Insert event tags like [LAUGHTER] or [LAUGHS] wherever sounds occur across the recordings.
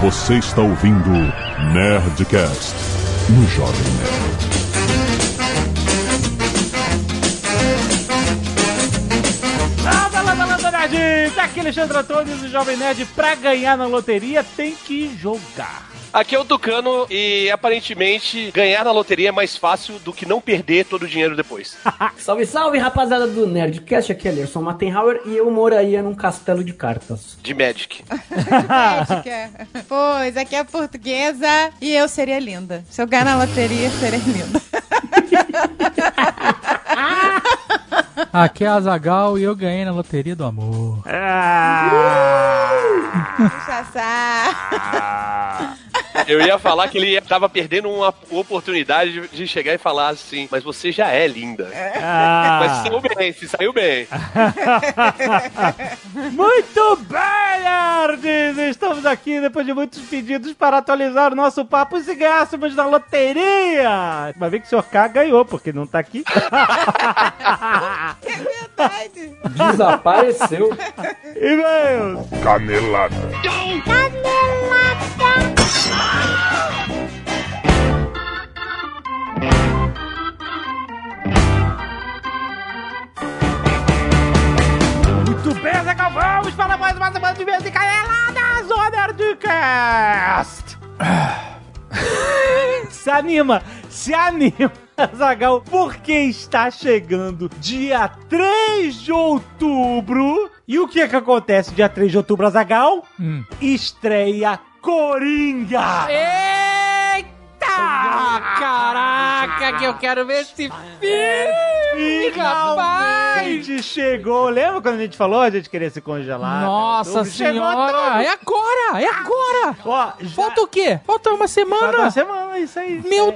Você está ouvindo Nerdcast no Jovem Nerd. Landa, landa, landa, nerds! Aqui é Alexandre Antônio, o Jovem Nerd, pra ganhar na loteria tem que jogar. Aqui é o Tucano e aparentemente ganhar na loteria é mais fácil do que não perder todo o dinheiro depois. salve, salve, rapaziada do Nerdcast. Aqui é Lerson Mattenhauer e eu moraria num castelo de cartas. De [LAUGHS] Magic. de Magic, é. Pois, aqui é a portuguesa e eu seria linda. Se eu ganhar na loteria, seria linda. [LAUGHS] Aqui é a Zagal e eu ganhei na loteria do amor. Ah! Uh! Eu ia falar que ele tava perdendo uma oportunidade de, de chegar e falar assim, mas você já é linda. Ah. [LAUGHS] Mas saiu bem, se saiu bem. Muito bem, nerds! Estamos aqui depois de muitos pedidos para atualizar o nosso papo se ganhássemos na loteria. Mas vê que o senhor K ganhou, porque não tá aqui. [LAUGHS] é verdade. [LAUGHS] Desapareceu. E meus? Canelada. Canelada. Muito bem, Zé vamos para mais uma semana de mesa de caneladas, ô Nerdcast! [LAUGHS] se anima, se anima! [LAUGHS] Zagal, porque está chegando dia 3 de outubro. E o que é que acontece dia 3 de outubro, Zagal? Hum. Estreia Coringa! Eita! Caraca, que eu quero ver esse filme, rapaz! chegou! Lembra quando a gente falou a gente queria se congelar? tá? Nossa senhora! É agora! É agora! Ó, já... Falta o quê? Falta uma semana? Falta uma semana, isso aí. É. Meu...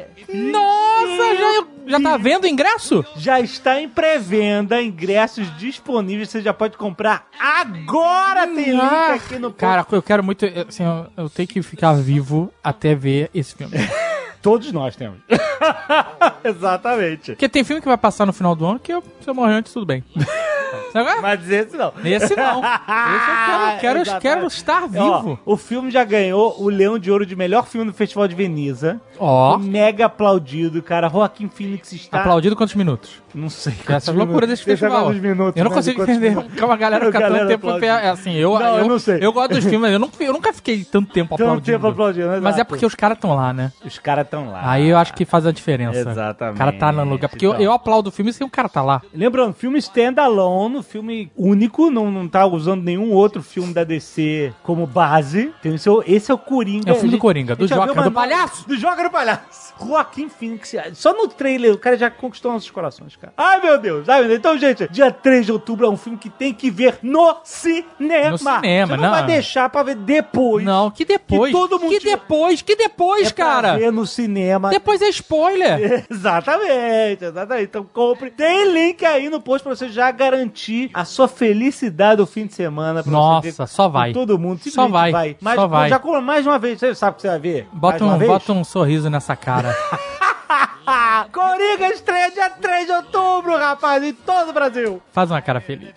Nossa! Já, é- já tá vendo ingresso? Já está em pré-venda, ingressos disponíveis, você já pode comprar agora! Tem link aqui no... Ah, Cara, eu quero muito... Assim, eu, eu tenho que ficar vivo até ver esse filme. Todos nós temos. [LAUGHS] Exatamente. Porque tem filme que vai passar no final do ano que eu, se eu morrer antes, tudo bem. [LAUGHS] Mas esse não. Esse não. Esse eu quero, quero, quero estar vivo. Ó, o filme já ganhou o Leão de Ouro de melhor filme no Festival de Veneza. Ó. Mega aplaudido, cara. Joaquim Phoenix está. Aplaudido quantos minutos? Não sei. Essa é a loucura desse Tá. Deixa festival. Minutos, eu não né, consigo entender minutos. como a galera fica tanto galera tempo. Aplaudindo. Assim, eu, não, eu, eu, não sei. Eu gosto dos filmes, eu nunca, eu nunca fiquei tanto tempo tanto aplaudindo. Tempo aplaudindo mas exato. é porque os caras estão lá, né? Os caras estão lá. Aí eu acho que faz a diferença. Exatamente. O cara tá no lugar. Porque então. eu, eu aplaudo o filme sem o cara tá lá. Lembrando, filme standalone, filme único, não, não tá usando nenhum outro filme da DC como base. Entendeu? Esse é o Coringa. É o filme do Coringa, do Joker, do Palhaço. Do Joker, do Palhaço. Joaquim Phoenix. Só no trailer o cara já conquistou nossos corações, cara. Ai, meu Deus. Ai, meu Deus. Então, gente, dia 3 de outubro é um filme que tem que ver no cinema. No cinema, Você não, não. vai deixar pra ver depois. Não, que depois. Que, todo mundo que depois, que depois, é cara. Pra ver no cinema. Depois é spoiler. [LAUGHS] exatamente, exatamente. Então compre. Tem link aí no post pra você já garantir a sua felicidade do fim de semana. Pra Nossa, você ver só vai. Todo mundo. Só vai. vai. Mas, só vai. Já com mais uma vez, você sabe o que você vai ver? Bota, mais um, bota um sorriso nessa cara. Ah, Coringa estreia dia 3 de outubro, rapaz, em todo o Brasil. Faz uma [LAUGHS] cara feliz.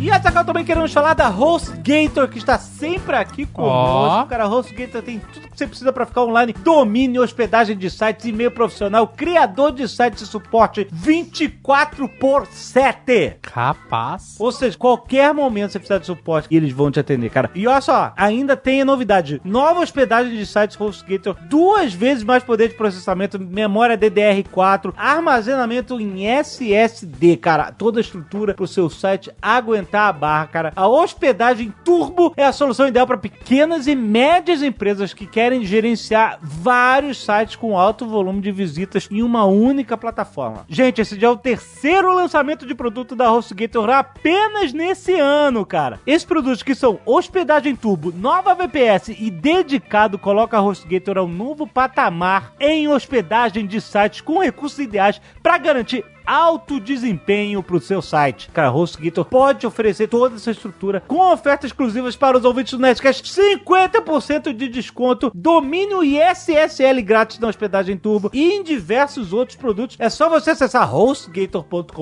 E essa que eu também queremos falar da HostGator, que está sempre aqui conosco. Oh. Cara, a HostGator tem tudo que você precisa para ficar online. Domínio, hospedagem de sites, e-mail profissional, criador de sites e suporte 24 por 7. Capaz. Ou seja, qualquer momento você precisar de suporte, eles vão te atender, cara. E olha só, ainda tem a novidade. Nova hospedagem de sites HostGator, duas vezes mais poder de processamento, memória DDR4, armazenamento em SSD, cara. Toda a estrutura para o seu site aguentar aumentar a barra, cara. A hospedagem turbo é a solução ideal para pequenas e médias empresas que querem gerenciar vários sites com um alto volume de visitas em uma única plataforma. Gente, esse já é o terceiro lançamento de produto da HostGator apenas nesse ano, cara. Esses produtos que são hospedagem turbo, nova VPS e dedicado coloca a HostGator a um novo patamar em hospedagem de sites com recursos ideais para garantir alto desempenho pro seu site. Cara, HostGator pode oferecer toda essa estrutura com ofertas exclusivas para os ouvintes do Nerdcast. 50% de desconto, domínio e SSL grátis na hospedagem turbo e em diversos outros produtos. É só você acessar hostgator.com.br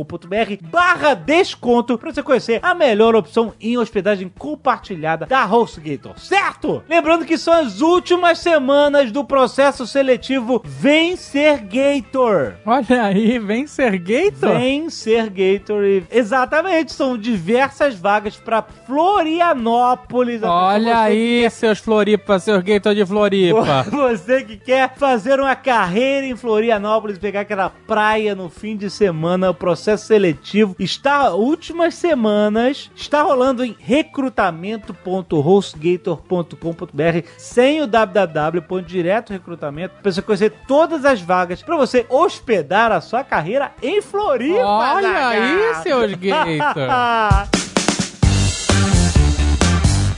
barra desconto para você conhecer a melhor opção em hospedagem compartilhada da HostGator, certo? Lembrando que são as últimas semanas do processo seletivo Vencergator. Olha aí, vem ser Gator. Vem ser Gator. e- Exatamente, são diversas vagas para Florianópolis. Olha Você- aí, seus Floripa, seus Gator de Floripa. [LAUGHS] Você que quer fazer uma carreira em Florianópolis, pegar aquela praia no fim de semana, o processo seletivo está últimas semanas, está rolando em recrutamento.hostgator.com.br sem o www, ponto direto recrutamento, para você conhecer todas as vagas para você hospedar a sua carreira em Floripa. Olha aí, Zagal. seus Gator.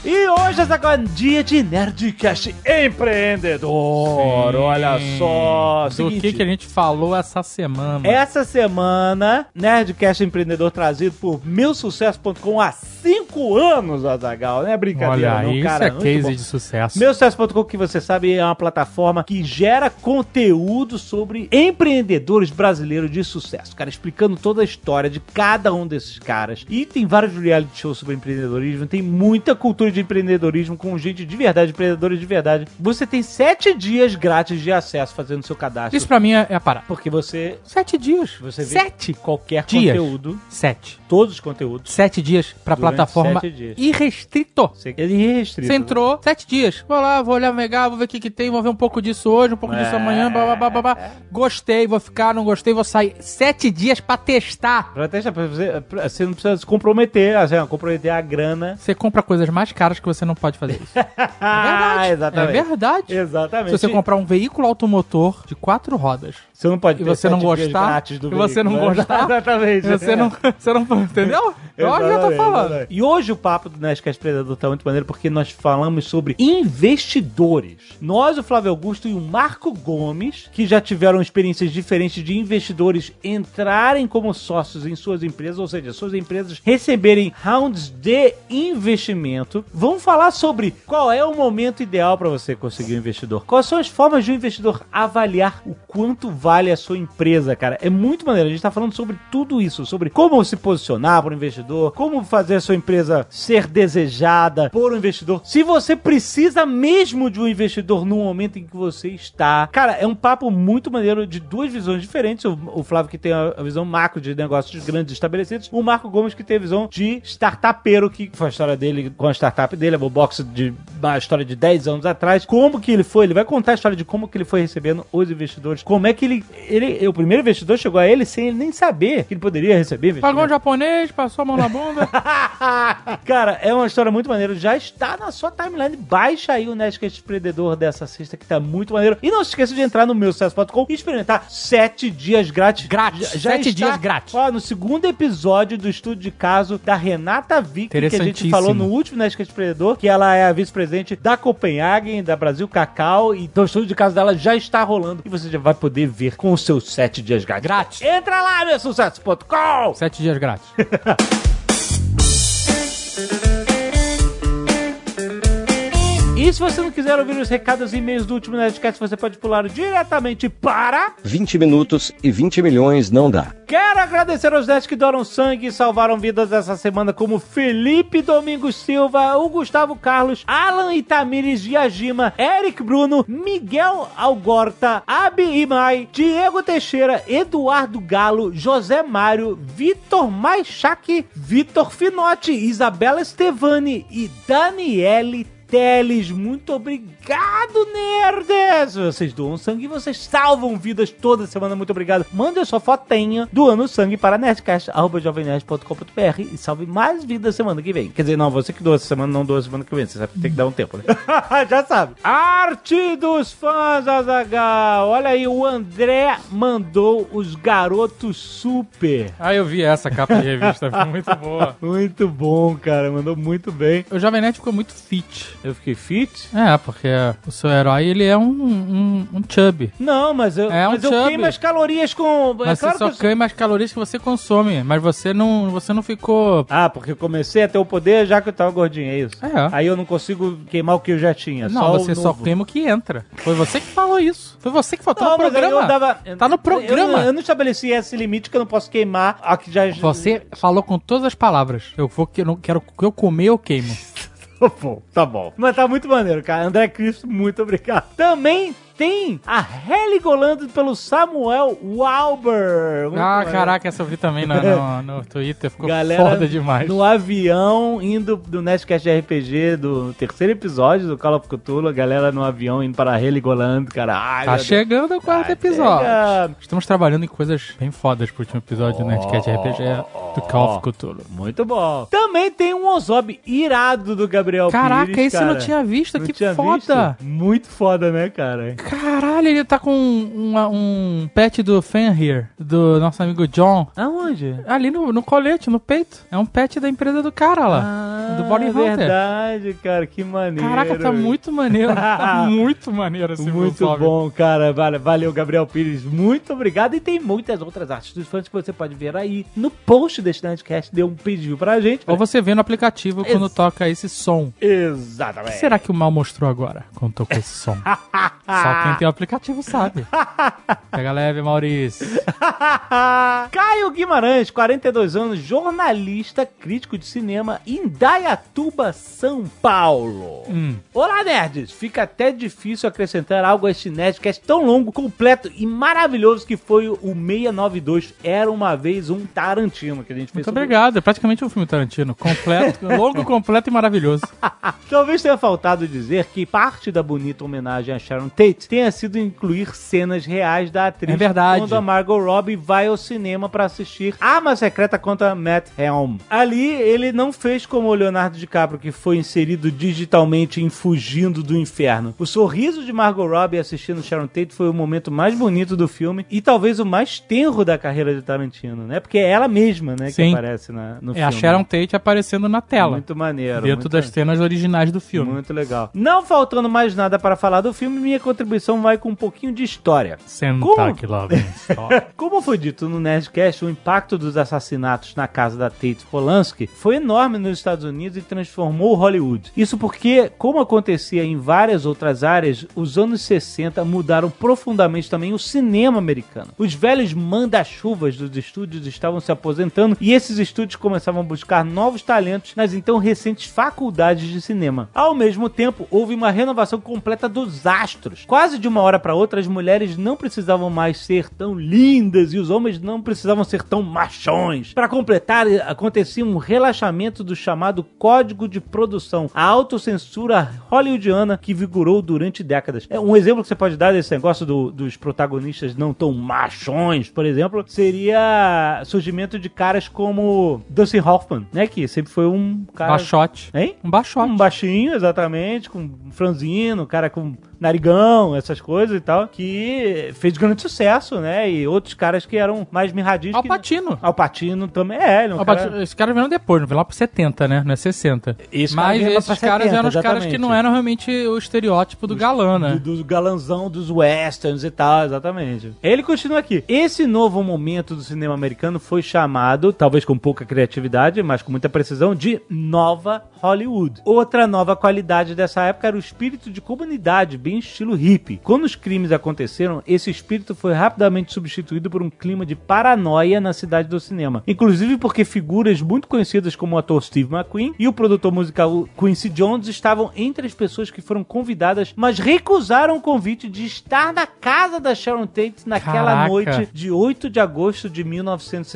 E hoje é agora dia de Nerdcast empreendedor. Sim. Olha só. é Do que, que a gente falou essa semana? essa semana, Nerdcast Empreendedor trazido por milsucesso.com há cinco anos, Azagal. Não é brincadeira, Olha não, aí, cara. isso é Muito case bom. de sucesso. Meucesso.com, que você sabe, é uma plataforma que gera conteúdo sobre empreendedores brasileiros de sucesso, cara, explicando toda a história de cada um desses caras. E tem vários reality shows sobre empreendedorismo, tem muita cultura de empreendedorismo com gente de verdade, empreendedores de verdade. Você tem sete dias grátis de acesso fazendo seu cadastro. Isso pra mim é, é a parada. Porque você, Sete dias. você vê Sete. qualquer dias. conteúdo, Sete. todos os conteúdos, Sete dias pra Durante plataforma sete dias. irrestrito. você- ele é restrito. Você entrou, sete dias. Vou lá, vou olhar, vou pegar, vou ver o que, que tem, vou ver um pouco disso hoje, um pouco É. disso amanhã, blá, blá, blá, blá, blá. Gostei, vou ficar, não gostei, vou sair. Sete dias pra testar. Pra testar, pra você, pra- você não precisa se comprometer, assim, ó, comprometer a grana. Você compra coisas mais caras que você não pode fazer isso. É [LAUGHS] Ah, verdade. exatamente. É verdade. Exatamente. Se você comprar um veículo automotor de quatro rodas, Você não pode E você não sete dias gostar, grátis do e você veículo, não né? gostar, [LAUGHS] Exatamente. você não, [LAUGHS] você não, entendeu? Eu acho que é. eu tô Exatamente, falando. exatamente. E hoje o papo do Nerdcast Predador tá muito maneiro porque nós falamos sobre investidores. Nós, o Flávio Augusto e o Marco Gomes, que já tiveram experiências diferentes de investidores entrarem como sócios em suas empresas, ou seja, suas empresas receberem rounds de investimento, vão falar sobre qual é o momento ideal para você conseguir um investidor. Quais são as formas de um investidor avaliar o quanto vale a sua empresa, cara? É muito maneiro. A gente tá falando sobre tudo isso, sobre como se posicionar um para o investidor, como fazer a sua empresa ser desejada por um investidor. Se você precisa mesmo de um investidor no momento em que você está. Cara, é um papo muito maneiro de duas visões diferentes. O, o Flávio que tem a, a visão macro de negócios grandes estabelecidos, o Marco Gomes que tem a visão de startupeiro, que foi a história dele com a startup dele, a Bobox de uma história de 10 anos atrás, como que ele foi, ele vai contar a história de como que ele foi recebendo os investidores, como é que ele, ele o primeiro investidor chegou a ele sem ele nem saber que ele poderia receber investimento. Pagou um japonês, passou a mão na bunda. [LAUGHS] Cara, é uma história muito maneira. Já está na sua timeline. Baixa aí o Nerdcast Predador dessa sexta que tá muito maneiro. E não se esqueça de entrar no meu sucesso.com e experimentar sete dias grátis. Grátis. Sete dias grátis. Ó, no segundo episódio do estudo de caso da Renata Vick, que a gente Interessantíssimo. falou no último Nerdcast Predador, que ela é a vice-presidente da Copenhagen, da Brasil Cacau. Então o estudo de caso dela já está rolando e você já vai poder ver com os seus sete dias grátis. Grátis. Entra lá, meu sucesso.com! [LAUGHS] Sete dias grátis. E se você não quiser ouvir os recados e e-mails do último Nerdcast, você pode pular diretamente para. 20 minutos e 20 milhões não dá. Quero agradecer aos nerds que doaram sangue e salvaram vidas essa semana, como Felipe Domingos Silva, o Gustavo Carlos, Alan Itamires Yajima, Eric Bruno, Miguel Algorta, Abi Imai, Diego Teixeira, Eduardo Galo, José Mário, Vitor Maichac, Vitor Finotti, Isabela Stevani e Daniele Teles, muito obrigado, nerds! Vocês doam sangue e vocês salvam vidas toda semana, muito obrigado. Mande a sua fotinha doando sangue para nerdcast.jovemnerd.com.br e salve mais vidas semana que vem. Quer dizer, não, você que doa essa semana, não doa semana que vem, você sabe que tem que dar um tempo, né? [LAUGHS] Já sabe. Arte dos fãs, Azagal! Olha aí, o André mandou os garotos super. Ah, eu vi essa capa de revista, foi muito boa. Muito bom, cara, mandou muito bem. O Jovem Nerd ficou muito fit. Eu fiquei fit? É, porque o seu herói, ele é um, um, um chubby. Não, mas eu, É um mas eu chubby. queimo as calorias com. é Mas claro você só que eu- ganha mais calorias que você consome, mas você não, você não ficou... Ah, porque eu comecei a ter o poder já que eu tava gordinho, é isso? É. Aí eu não consigo queimar o que eu já tinha. não, É só o você só novo. queima o que entra. Foi você que falou isso. Foi você que falou. Tá no mas aí eu programa. dava- Tá no eu- programa. Eu, eu não estabeleci esse limite que eu não posso queimar a que já. Você falou com todas as palavras. Eu vou que eu não quero que eu comer, eu queimo. Tá [LAUGHS] bom, tá bom. Mas tá muito maneiro, cara. André Cristo, muito obrigado. Também tem a Heligolando pelo Samuel Walber. Muito ah, maneiro. caraca, essa eu vi também no, [LAUGHS] no, no Twitter. Ficou Galera, foda demais. no avião, indo do Nerdcast RPG, do terceiro episódio do Call of Cthulhu, a galera no avião indo para Heligoland, cara. Ai, Tá meu Deus. chegando o quarto episódio. chegando. Estamos trabalhando em coisas bem fodas pro último episódio do Nerdcast RPG do Call of Cthulhu. Muito bom. Também tem um Ozob irado do Gabriel Caraca, Pires, esse eu não tinha visto, Não que tinha foda. visto? Muito foda, né, cara? Caralho, ele tá com uma- um pet do Fenrir, do nosso amigo John. Aonde? Ali no, no colete, no peito. É um pet da empresa do cara lá. do Body Hunter. Ah, é verdade, cara, que maneiro. Caraca, tá muito maneiro. [LAUGHS] Tá muito maneiro esse Muito Volkswagen. bom, cara. Vale- Valeu, Gabriel Pires. Muito obrigado. E tem muitas outras artes dos fãs que você pode ver aí no post deste Nerdcast. Deu um pedido pra gente. Ou você vê no aplicativo quando Ex- toca esse som. O que Exatamente. será que o mal mostrou agora quando tocou esse som? Só quem tem o aplicativo sabe. Pega leve, Maurício. [LAUGHS] Caio Guimarães, 42 anos, jornalista, crítico de cinema em Dayatuba, São Paulo. Hum. Olá, nerds! Fica até difícil acrescentar algo a este Nerdcast tão longo, completo e maravilhoso que foi o 692 Era Uma Vez Um Tarantino, que a gente fez Muito sobre- obrigado. É praticamente um filme Tarantino. [LAUGHS] Completo, longo, completo e maravilhoso. Talvez tenha faltado dizer que parte da bonita homenagem a Sharon Tate tenha sido incluir cenas reais da atriz É verdade. quando a Margot Robbie vai ao cinema pra assistir Arma Secreta contra Matt Helm. Ali ele não fez como o Leonardo DiCaprio que foi inserido digitalmente em Fugindo do Inferno. O sorriso de Margot Robbie assistindo Sharon Tate foi o momento mais bonito do filme e talvez o mais tenro da carreira de Tarantino, né? Porque é ela mesma, né, Sim. que aparece na, no É filme. a Sharon Tate aparecendo na tela. Muito maneiro. dentro muito das cenas originais do filme. muito legal. Não faltando mais nada para falar do filme, minha contribuição vai com um pouquinho de história. Senta Como? [LAUGHS] aqui lá dentro. Como foi dito no Nerdcast, o impacto dos assassinatos na casa da Tate Polanski foi enorme nos Estados Unidos e transformou Hollywood. Isso porque, como acontecia em várias outras áreas, os anos 60 mudaram profundamente também o cinema americano. Os velhos manda-chuvas dos estúdios estavam se aposentando e esses estúdios começavam a buscar novos talentos nas então recentes faculdades de cinema. Ao mesmo tempo, houve uma renovação completa dos astros. Quase de uma hora para outra, as mulheres não precisavam mais ser tão lindas e os homens não precisavam ser tão machões. Para completar, acontecia um relaxamento do chamado código de produção, a autocensura hollywoodiana que vigorou durante décadas. É, Um exemplo que você pode dar desse negócio do- dos protagonistas não tão machões, por exemplo, seria surgimento de caras como Dustin Hoffman, né? Que sempre foi um cara. Baixote. Hein? Um baixote. Um baixinho, exatamente, com um franzino, cara com narigão, essas coisas e tal, que fez grande sucesso, né? E outros caras que eram mais mirradinhos. que- Alpatino. Alpatino também é, ele é um cara... Cara... Esses caras vieram depois, não vieram lá pro 70, né? Não é 60. Esse cara Mas veio lá pra esses caras 70, eram os caras que exatamente. não eram realmente o estereótipo do galã, né? Do, do galanzão dos westerns e tal, exatamente. Ele continua aqui. Esse novo momento do cinema americano foi chamado, talvez com pouca criatividade, mas com muita precisão, de nova Hollywood. Outra nova qualidade dessa época era o espírito de comunidade, bem estilo hippie. Quando os crimes aconteceram, esse espírito foi rapidamente substituído por um clima de paranoia na cidade do cinema. Inclusive porque figuras muito conhecidas como o ator Steve McQueen e o produtor musical Quincy Jones estavam entre as pessoas que foram convidadas, mas recusaram o convite de estar na casa da Sharon Tate naquela Caraca. noite de 8 de agosto de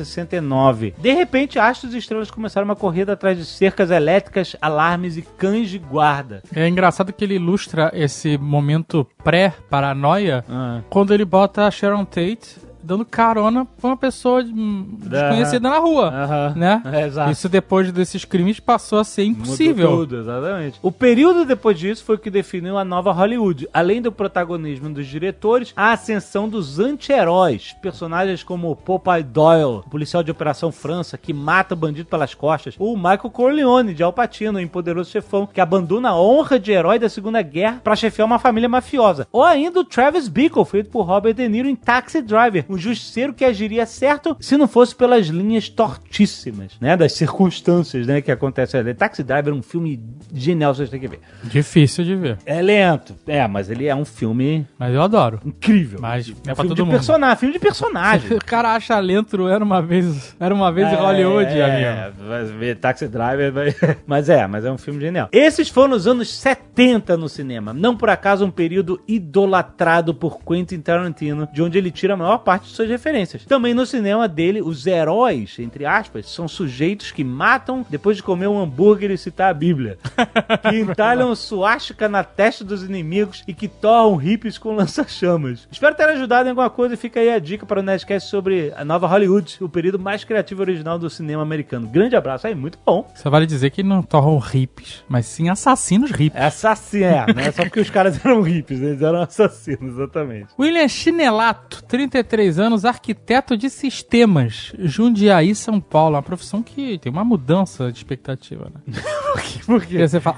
1969. De repente, astros e estrelas começaram uma corrida atrás de cercas elétricas, alarmes e cães de guarda. É engraçado que ele ilustra esse momento pré-paranoia Ah. quando ele bota a Sharon Tate dando carona pra uma pessoa de- desconhecida na rua. Aham. Né? [LAUGHS] É, exato. Isso depois desses crimes passou a ser Mudou impossível. tudo, exatamente. O período depois disso foi o que definiu a nova Hollywood. Além do protagonismo dos diretores, a ascensão dos anti-heróis. Personagens como Popeye Doyle, o policial de Operação França, que mata o bandido pelas costas. Ou Michael Corleone, de Al Pacino, em Poderoso Chefão, que abandona a honra de herói da Segunda Guerra pra chefiar uma família mafiosa. Ou ainda o Travis Bickle, feito por Robert De Niro em Taxi Driver, um justiceiro que agiria certo se não fosse pelas linhas tortíssimas, né? Das circunstâncias, né? Que acontecem ali. Taxi Driver é um filme genial, vocês têm que ver. Difícil de ver. É lento. É, mas ele é um filme Mas eu adoro. incrível. Mas é um pra filme todo de mundo. personagem, filme de personagem. [LAUGHS] O cara acha lento, era uma vez, era uma É, vez em Hollywood, amigo. vai ver Taxi Driver, vai- [LAUGHS] mas é, mas é um filme genial. Esses foram os anos 70 no cinema, não por acaso um período idolatrado por Quentin Tarantino, de onde ele tira a maior parte de suas referências. Também no cinema dele, os heróis, entre aspas, são sujeitos que matam depois de comer um hambúrguer e citar a Bíblia, [LAUGHS] que entalham suástica na testa dos inimigos e que torram hippies com lança-chamas. Espero ter ajudado em alguma coisa e fica aí a dica para o Nerdcast sobre a nova Hollywood, o período mais criativo e original do cinema americano. Grande abraço aí, muito bom. Só vale dizer que não torram hippies, mas sim assassinos hippies. Essa sim é, né? Só porque os caras eram hippies, né? eles eram assassinos, exatamente. William Chinelato, 33 anos, arquiteto de sistemas, Jundiaí, São Paulo. Uma profissão que tem uma mudança de expectativa, né? [LAUGHS] Por quê? Porque você fala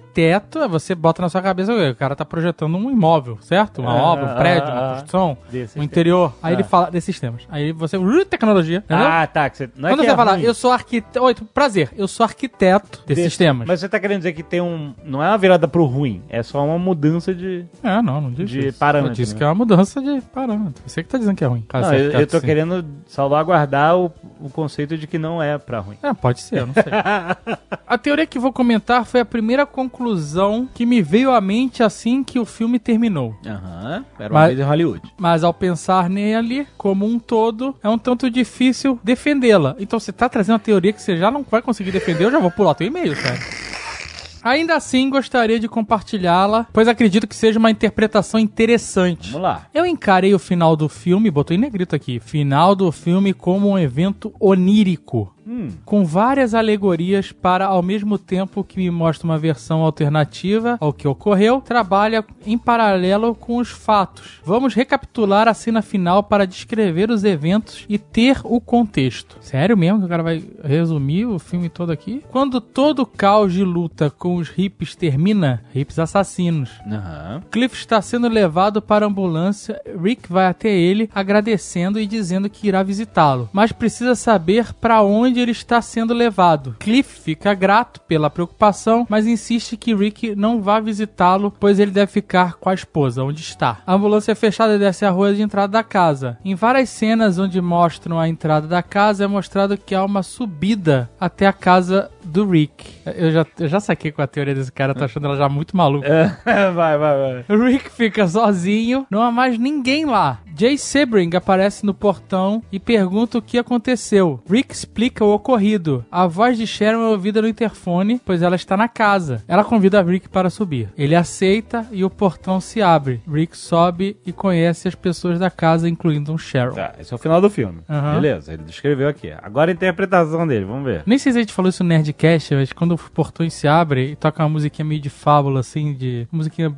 arquiteto, você bota na sua cabeça, o cara tá projetando um imóvel, certo? Uma Ah, obra, um prédio, ah, uma ah. construção, De um sistema. interior. Aí ele Ah. fala desses temas. Aí você, uh, tecnologia, entendeu? Ah, tá. que você- não é Quando que você é fala, ruim. eu sou arquiteto. Oi, prazer, eu sou arquiteto desses Desse- temas. Mas você tá querendo dizer que tem um. Não é uma virada pro ruim, é só uma mudança de. É, não, não disse. De isso. parâmetro, Eu disse né? que é uma mudança de parâmetro. Você que tá dizendo que é ruim. cara, Não, ser eu, eu arquiteto, tô sim. querendo salvaguardar o, o conceito de que não é pra ruim. É, pode ser, eu não sei. a teoria que vou comentar foi a primeira conclusão que me veio à mente assim que o filme terminou. Aham. Era uma vez em Hollywood. Mas ao pensar nele como um todo, é um tanto difícil defendê-la. Então você tá trazendo uma teoria que você já não vai conseguir defender, eu já vou pular teu e-mail, cara. Ainda assim, gostaria de compartilhá-la, pois acredito que seja uma interpretação interessante. Vamos lá. Eu encarei o final do filme, botou em negrito aqui, final do filme como um evento onírico, com várias alegorias para, ao mesmo tempo que me mostra uma versão alternativa ao que ocorreu, trabalha em paralelo com os fatos. Vamos recapitular a cena final para descrever os eventos e ter o contexto. Sério mesmo que o cara vai resumir o filme todo aqui? Quando todo o caos de luta com os hippies termina, hippies assassinos, Aham. Cliff está sendo levado para a ambulância. Rick vai até ele, agradecendo e dizendo que irá visitá-lo, mas precisa saber para onde ele está sendo levado. Cliff fica grato pela preocupação, mas insiste que Rick não vá visitá-lo, pois ele deve ficar com a esposa, onde está. A ambulância é fechada e desce a rua de entrada da casa. Em várias cenas onde mostram a entrada da casa, é mostrado que há uma subida até a casa do Rick. Eu já, eu já saquei com a teoria desse cara, tô achando ela já muito maluca. [LAUGHS] vai, vai, vai. Rick fica sozinho, não há mais ninguém lá. Jay Sebring aparece no portão e pergunta o que aconteceu. Rick explica o ocorrido. A voz de Sharon é ouvida no interfone, pois ela está na casa. Ela convida Rick para subir. Ele aceita e o portão se abre. Rick sobe e conhece as pessoas da casa, incluindo um Sharon. Tá, esse é o final do filme. Aham. Beleza, ele descreveu aqui. Agora a interpretação dele, vamos ver. Nem sei se a gente falou isso no Nerdcast, mas quando os portões se abrem e toca uma musiquinha meio de fábula, assim, de. musiquinha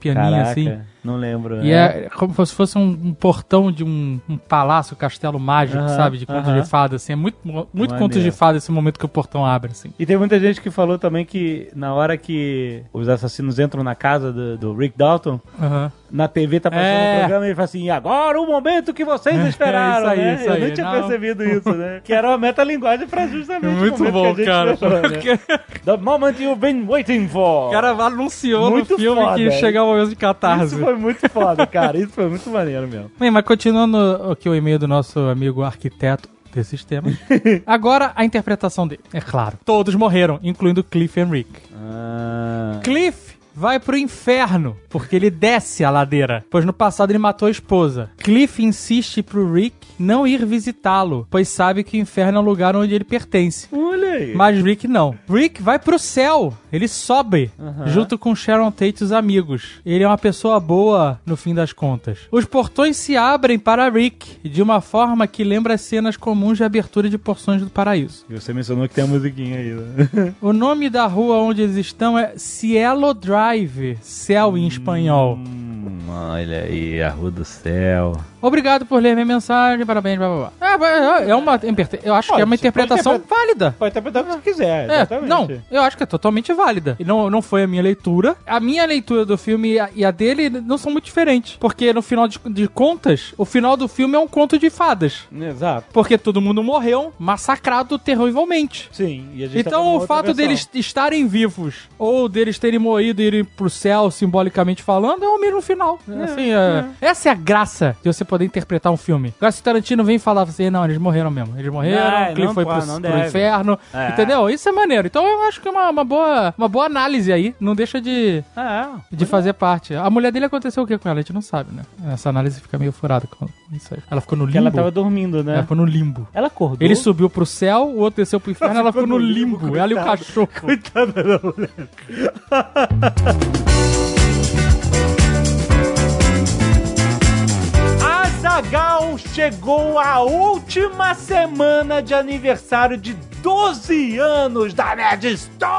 pianinha, assim. não lembro. E né? é como se fosse um, um portão de um, um palácio, castelo mágico, Aham, sabe? De contos aham. de fada, assim. É muito, muito Maneiro. contos de fada esse momento que o portão abre, assim. E tem muita gente que falou também que na hora que os assassinos entram na casa do, do Rick Dalton, Aham. na TV tá passando É. o programa e ele fala assim: "E agora o momento que vocês esperaram, [LAUGHS] É, isso aí, né? isso Eu aí. nem tinha Não. percebido isso, [LAUGHS] né? Que era uma metalinguagem pra justamente o Muito momento bom, que a gente cara. esperou, né? Porque The moment you've been waiting for. o cara anunciou Muito no filme foda, que hein? ia chegar o momento de catarse. Isso foi muito foda, cara. Isso foi muito maneiro mesmo. Bem, mas continuando aqui o e-mail do nosso amigo arquiteto desses temas. [LAUGHS] Agora a interpretação dele. É claro. Todos morreram, incluindo Cliff e Rick. Ah. Cliff vai pro inferno, porque ele desce a ladeira, pois no passado ele matou a esposa. Cliff insiste pro Rick não ir visitá-lo, pois sabe que o inferno é o lugar um onde ele pertence. Olha aí. Mas Rick não. Rick vai pro céu. Ele sobe junto com Sharon Tate e os amigos. Ele é uma pessoa boa no fim das contas. Os portões se abrem para Rick de uma forma que lembra as cenas comuns de abertura de porções do paraíso. E Você mencionou que tem a musiquinha aí. né? O nome da rua onde eles estão é Cielo Drive, céu em espanhol. Hum, olha aí, a Rua do Céu. Obrigado por ler minha mensagem, parabéns, blá blá blá. É, é uma, eu acho que é uma Pode, pode interpretação interpretar- [LAUGHS] válida. Pode interpretar o que você quiser. É, exatamente. não, eu acho que é totalmente válida. E não, não foi a minha leitura. A minha leitura do filme e a, e a dele não são muito diferentes. Porque no final de, de contas, o final do filme é um conto de fadas. Exato. Porque todo mundo morreu, massacrado terrivelmente. Sim. e a gente tá Então fazendo o outra fato versão. deles estarem vivos ou deles terem morrido e irem pro céu, simbolicamente falando, é o mesmo final. Assim, é- Essa é a graça de você poder interpretar um filme. Agora se o Tarantino vem falar pra você, não, eles morreram mesmo. Eles morreram, Não, o Cliff não foi pode, pro, não pro deve. inferno. É. Entendeu? Isso é maneiro. Então eu acho que é uma, uma boa, uma boa análise aí. Não deixa de, Ah, de fazer parte. A mulher dele aconteceu o que com ela? A gente não sabe, né? Essa análise fica meio furada com com isso aí. Ela ficou no porque limbo. ela tava dormindo, né? Ela ficou no limbo. Ela acordou. Ele subiu pro céu, o outro desceu pro inferno, ela ficou no limbo. ela e o coitada. cachorro. Coitada da mulher. Azagal chegou à última semana de aniversário de 12 anos da Nerd Store,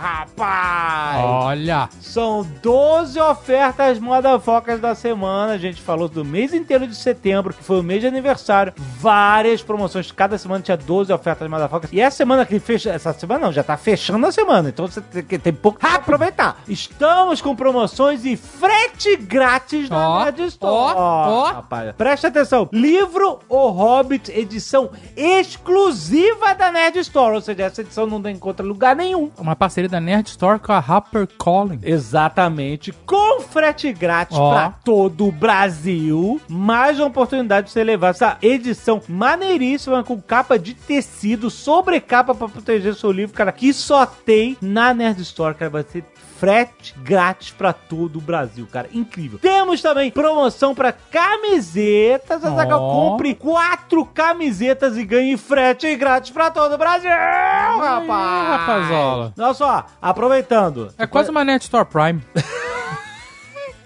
rapaz! Olha, São 12 ofertas modafocas da semana. A gente falou do mês inteiro de setembro, que foi o mês de aniversário. Várias promoções. Cada semana tinha 12 ofertas modafocas. E essa semana que fecha. Essa semana não, já tá fechando a semana. Então você tem, que- tem pouco pra aproveitar. Estamos com promoções e frete grátis na Ó, Nerd Store. ó, ó. Rapaz, presta atenção. Livro O Hobbit, edição exclusiva da Nerd Store. Ou seja, essa edição não encontra em lugar nenhum. uma parceria da Nerd Store com a Harper Collins. Exatamente. Com frete grátis Ó. pra todo o Brasil. Mais uma oportunidade de você levar essa edição maneiríssima com capa de tecido, sobrecapa pra proteger seu livro, cara, que só tem na Nerd Store, cara. Vai ser frete grátis pra todo o Brasil, cara. Incrível. Temos também promoção pra camisetas. Azaghal, Ó. compre quatro camisetas e ganhe frete grátis pra todo o Brasil, rapaz. rapazola. Olha só, aproveitando. É quase uma Nerd Store Prime.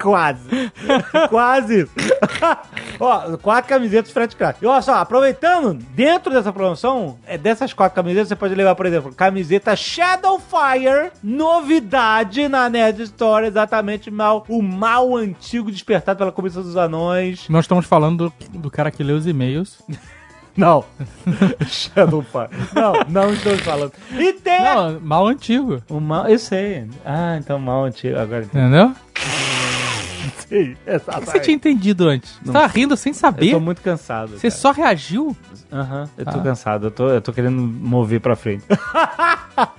Quase. [LAUGHS] Quase. [LAUGHS] isso. ó, quatro camisetas frete crack. E olha só, aproveitando, dentro dessa promoção, é, dessas quatro camisetas, você pode levar, por exemplo, camiseta Shadowfire, novidade na Nerd Store, exatamente mal, o mal antigo despertado pela Comissão dos Anões. Nós estamos falando do, do cara que lê os e-mails. [LAUGHS] Não. Shadowfire. Não, não estou falando. E tem... Não, mal antigo. O mal, eu sei. Ah, então mal antigo. Agora entendi. Entendeu? Sim, O que você tinha entendido antes? Você Não tava rindo sem Eu tô saber? muito cansado. Você só reagiu? Aham, eu tô Ah. cansado, eu tô, eu tô querendo mover pra frente.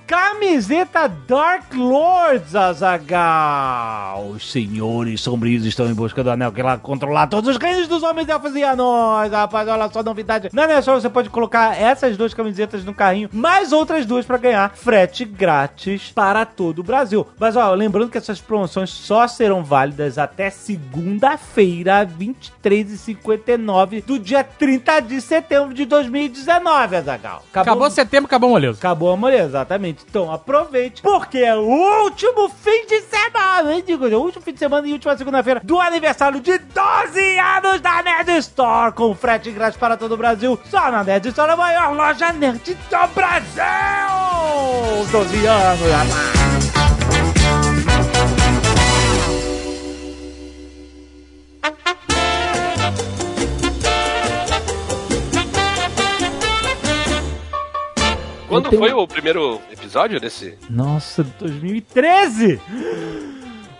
Camiseta Dark Lords, Azagal! Os senhores sombrios estão em busca do anel que lá controlar todos os reinos dos homens, elfos e anões, Ah, rapaz, olha é só a novidade. Na Nerd Store você pode colocar essas duas camisetas no carrinho, mais outras duas pra ganhar frete grátis para todo o Brasil. Mas ó, lembrando que essas promoções só serão válidas até segunda-feira, 23h59 do dia 30 de setembro de 2019, Azagal. Acabou setembro, acabou molhoso. Acabou a mulher, exatamente. Então aproveite, porque é o último fim de semana, hein, digo, é o último fim de semana e última segunda-feira do aniversário de 12 anos da Nerd Store, com frete grátis para todo o Brasil, só na Nerd Store, a maior loja nerd do Brasil! 12 anos, rapaz. Quando tenho- foi o primeiro episódio desse? Nossa, 2013!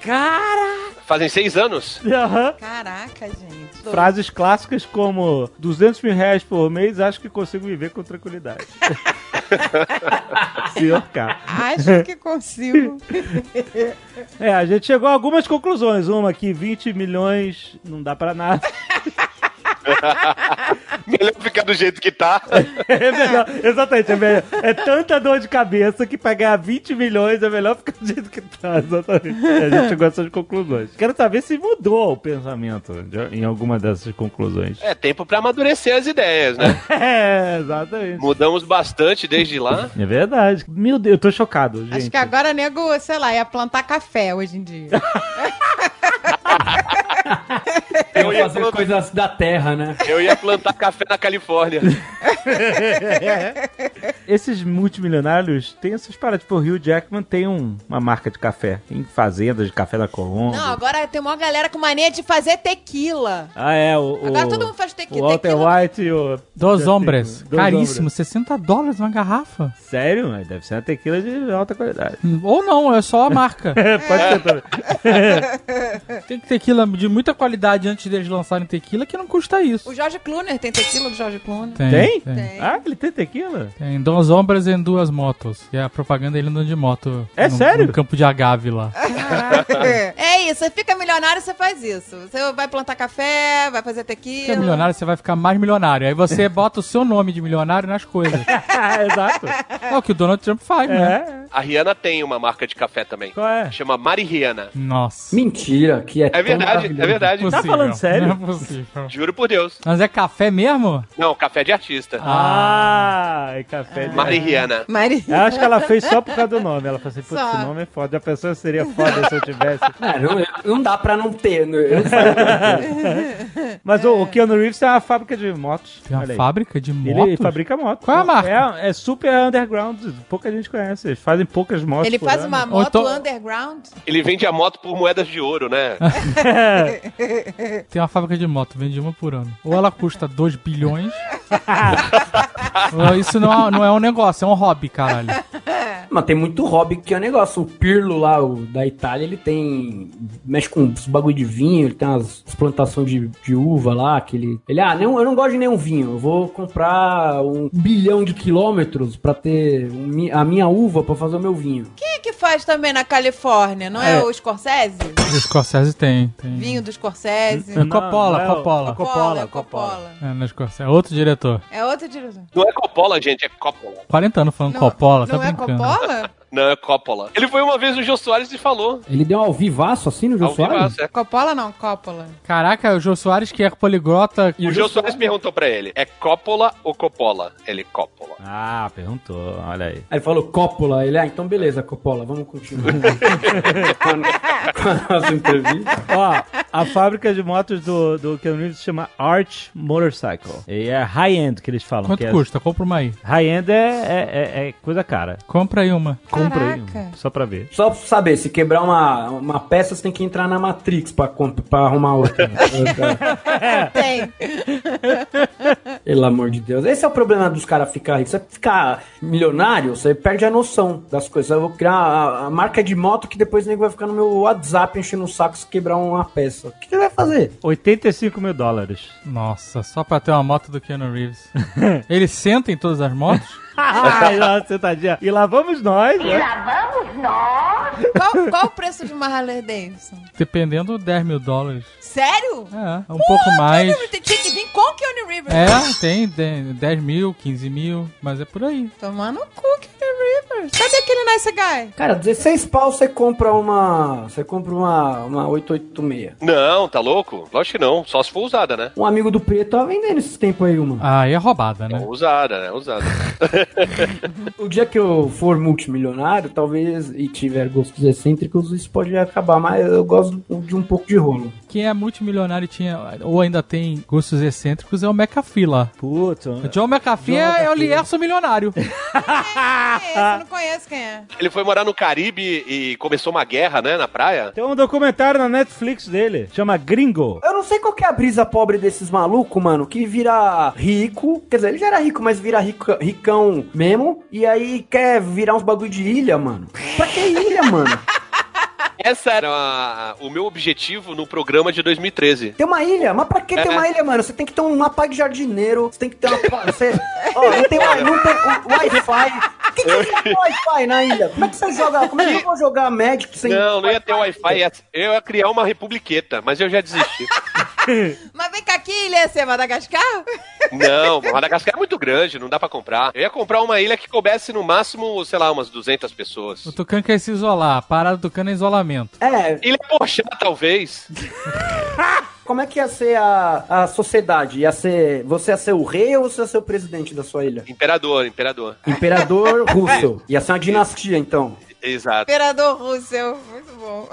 Cara! Fazem seis anos? Aham. Caraca, gente. Frases clássicas como 200 mil reais por mês, acho que consigo viver com tranquilidade. [LAUGHS] Senhor K. Acho que [LAUGHS] consigo. É, a gente chegou a algumas conclusões. Uma que 20 milhões não dá pra nada. [LAUGHS] Melhor ficar do jeito que tá. [LAUGHS] É melhor, exatamente, é melhor. É tanta dor de cabeça que pra ganhar 20 milhões é melhor ficar do jeito que tá, exatamente. A gente chegou a essas conclusões. Quero saber se mudou o pensamento de- em alguma dessas [LAUGHS] conclusões. É tempo pra amadurecer as ideias, [LAUGHS] né? É, exatamente. Mudamos bastante desde lá. É verdade. Meu Deus, eu tô chocado, gente. Acho que agora, nego, sei lá, ia plantar café hoje em dia. Eu ia, fazer plantar, coisas da terra, né? eu ia plantar café na [LAUGHS] Califórnia. Esses multimilionários têm essas paradas. Tipo, o Hugh Jackman tem um- uma marca de café. Tem fazendas de café da Colômbia. Não, agora tem uma galera com mania de fazer tequila. Ah, é. O, o- Agora todo mundo faz tequila. O Walter tequila White e o... Dos Justin- hombres. Dos Caríssimo, hombres. 60 dólares uma garrafa. Sério? Mas Deve ser uma tequila de alta qualidade. Ou não, é só a marca. [LAUGHS] É, pode ser também. Tem que tequila de muita qualidade antes deles lançarem tequila que não custa isso. O Jorge Cluner tem tequila do Jorge Cluner. Tem? Tem. Tem. Ah, ele tem tequila? Tem duas ombras em duas motos. E a propaganda ele andando de moto. É num- sério? num campo de agave lá. [LAUGHS] é isso, você fica milionário, você faz isso. Você vai plantar café, vai fazer Você é tequila. milionário, você vai ficar mais milionário. Aí [LAUGHS] você bota o seu nome de milionário nas coisas. Ah, exato. É o que o Donald Trump faz, né? É. A Rihanna tem uma marca de café também. Qual é? Chama Mari Rihanna. Nossa. Mentira, que é É verdade, é verdade. Não é possível. tá falando sério? Não é possível. Juro por Deus. Mas é café mesmo? Não, café de artista. Ah, e café de... Mari Rihanna. Mari... É, Eu acho que ela fez só por causa do nome. Ela falou assim, putz, Só. esse nome é foda. A pessoa seria foda se eu [LAUGHS] tivesse... É, não, não dá pra não ter. não- eu [LAUGHS] não sei. É. Mas o, o Keanu Reeves é uma fábrica de motos. Tem uma Olha aí. fábrica de Ele motos? fabrica motos. Qual é a marca? É, é super underground, pouca gente conhece. Eles fazem poucas motos. Ele por faz ano. uma moto então- underground? Ele vende a moto por moedas de ouro, né? Tem uma fábrica de moto, vende uma por ano. Ou ela custa 2 bilhões. ou isso não é, não é um negócio, é um hobby, caralho. Mas tem muito hobby que é um negócio. O Pirlo lá, o da Itália, ele tem. mexe com uns bagulho de vinho, ele tem umas plantações de, de uva lá, que ele. Ele, ah, não, eu não gosto de nenhum vinho. Eu vou comprar um bilhão de quilômetros pra ter um mi- a minha uva pra fazer o meu vinho. Quem é que faz também na Califórnia? Não é, o Scorsese? Os Scorsese tem. tem. Vinho do Scorsese? É Coppola, não é o- Coppola. Coppola, Coppola, Coppola. É, no Scorsese. É outro diretor. É outro diretor. Não é Coppola, gente, é Coppola. 40 anos falando Não- Coppola, não tá é brincando. Coppola? Não, é Coppola. Ele foi uma vez no Jô Soares e falou. Ele deu um alvivaço assim no Jô Ao Soares? vivaço, é. Coppola não, Coppola. Caraca, o Jô Soares que é poligrota. O Jô Soares perguntou pra ele, é Coppola ou Coppola? Ele, Coppola. Ah, perguntou. Olha aí. Aí ele falou Coppola. Ele, ah, então beleza, Coppola, vamos [LAUGHS] continuar com, a, com a nossa entrevista. Ó, a fábrica de motos do, do Keanu Reeves se chama Arch Motorcycle. E é high-end que eles falam. Quanto que é- custa? Compra uma aí. High-end é, é, é- é coisa cara. Compra aí uma. Compra aí, Caraca. só pra ver. Só pra saber, se quebrar uma, uma peça, você tem que entrar na Matrix pra, comp- pra arrumar [LAUGHS] outra. É. Tem. Pelo amor de Deus. Esse é o problema dos caras ficar ricos. Você ficar milionário, você perde a noção das coisas. Eu vou criar a, a marca de moto que depois o nego vai ficar no meu WhatsApp enchendo o saco se quebrar uma peça. O que ele vai fazer? 85 mil dólares. Nossa, só pra ter uma moto do Keanu Reeves. Ele senta em todas as motos? Ah! [LAUGHS] Ai, lá, sentadinha. E lá vamos nós. Né? Qual, qual o preço de uma Harley Davidson? Dependendo, 10 mil dólares. Sério? É, um pouco mais. Tem tinha que vir com o Keanu Reeves. É, tem de- 10 mil, 15 mil, mas é por aí. Tomando o cu, Keanu Reeves. Cadê aquele nice guy? Cara, 16 pau você compra uma. Você compra uma, uma 886. Não, tá louco? Lógico que não, só se for usada, né? Um amigo do Preto tava vendendo esse tempo aí, uma. Ah, e é roubada, né? Usada, né? Usada. O dia que eu for multimilionário, talvez, e tiver gostos excêntricos, isso pode acabar, mas eu gosto de um pouco de rolo. Quem é multimilionário e tinha, ou ainda tem gostos excêntricos é o McAfee lá. Puto. O John McAfee John é, é o McAfee. [LAUGHS] Lierson milionário. Quem é esse? Eu não conheço quem é. ele foi morar no Caribe e começou uma guerra, né? Na praia. Tem um documentário na Netflix dele. Chama Gringo. Eu não sei qual que é a brisa pobre desses malucos, mano, que vira rico, quer dizer, ele já era rico, mas vira rica- ricão mesmo, e aí quer virar uns bagulho de ilha, mano. Pra que ilha, mano? Essa era a- o meu objetivo no programa de 2013. Tem uma ilha, mas pra que ter É. uma ilha, mano? Você tem que ter um mapa de jardineiro, você tem que ter uma. pa- Você... Ó, não tem, wi- não tem o- Wi-Fi. O que, que tem Wi-Fi na ilha? Como é que você joga? Como é que eu vou jogar Magic sem. Não, não ia ter Wi-Fi? Wi-Fi. essa- Eu ia criar uma republiqueta, mas eu já desisti. [LAUGHS] Mas vem cá, aqui, ilha, você é Madagascar? Não, Madagascar é muito grande, não dá pra comprar. Eu ia comprar uma ilha que coubesse no máximo, sei lá, umas 200 pessoas. O Tucano quer se isolar. A parada do Tucano é isolamento. É, Ilha Pochá, talvez. como é que ia ser a, a sociedade? Ia ser, você ia ser o rei ou você ia ser o presidente da sua ilha? Imperador, imperador. Imperador russo. [LAUGHS] Ia ser uma dinastia, então. Exato. Imperador Russell, muito bom.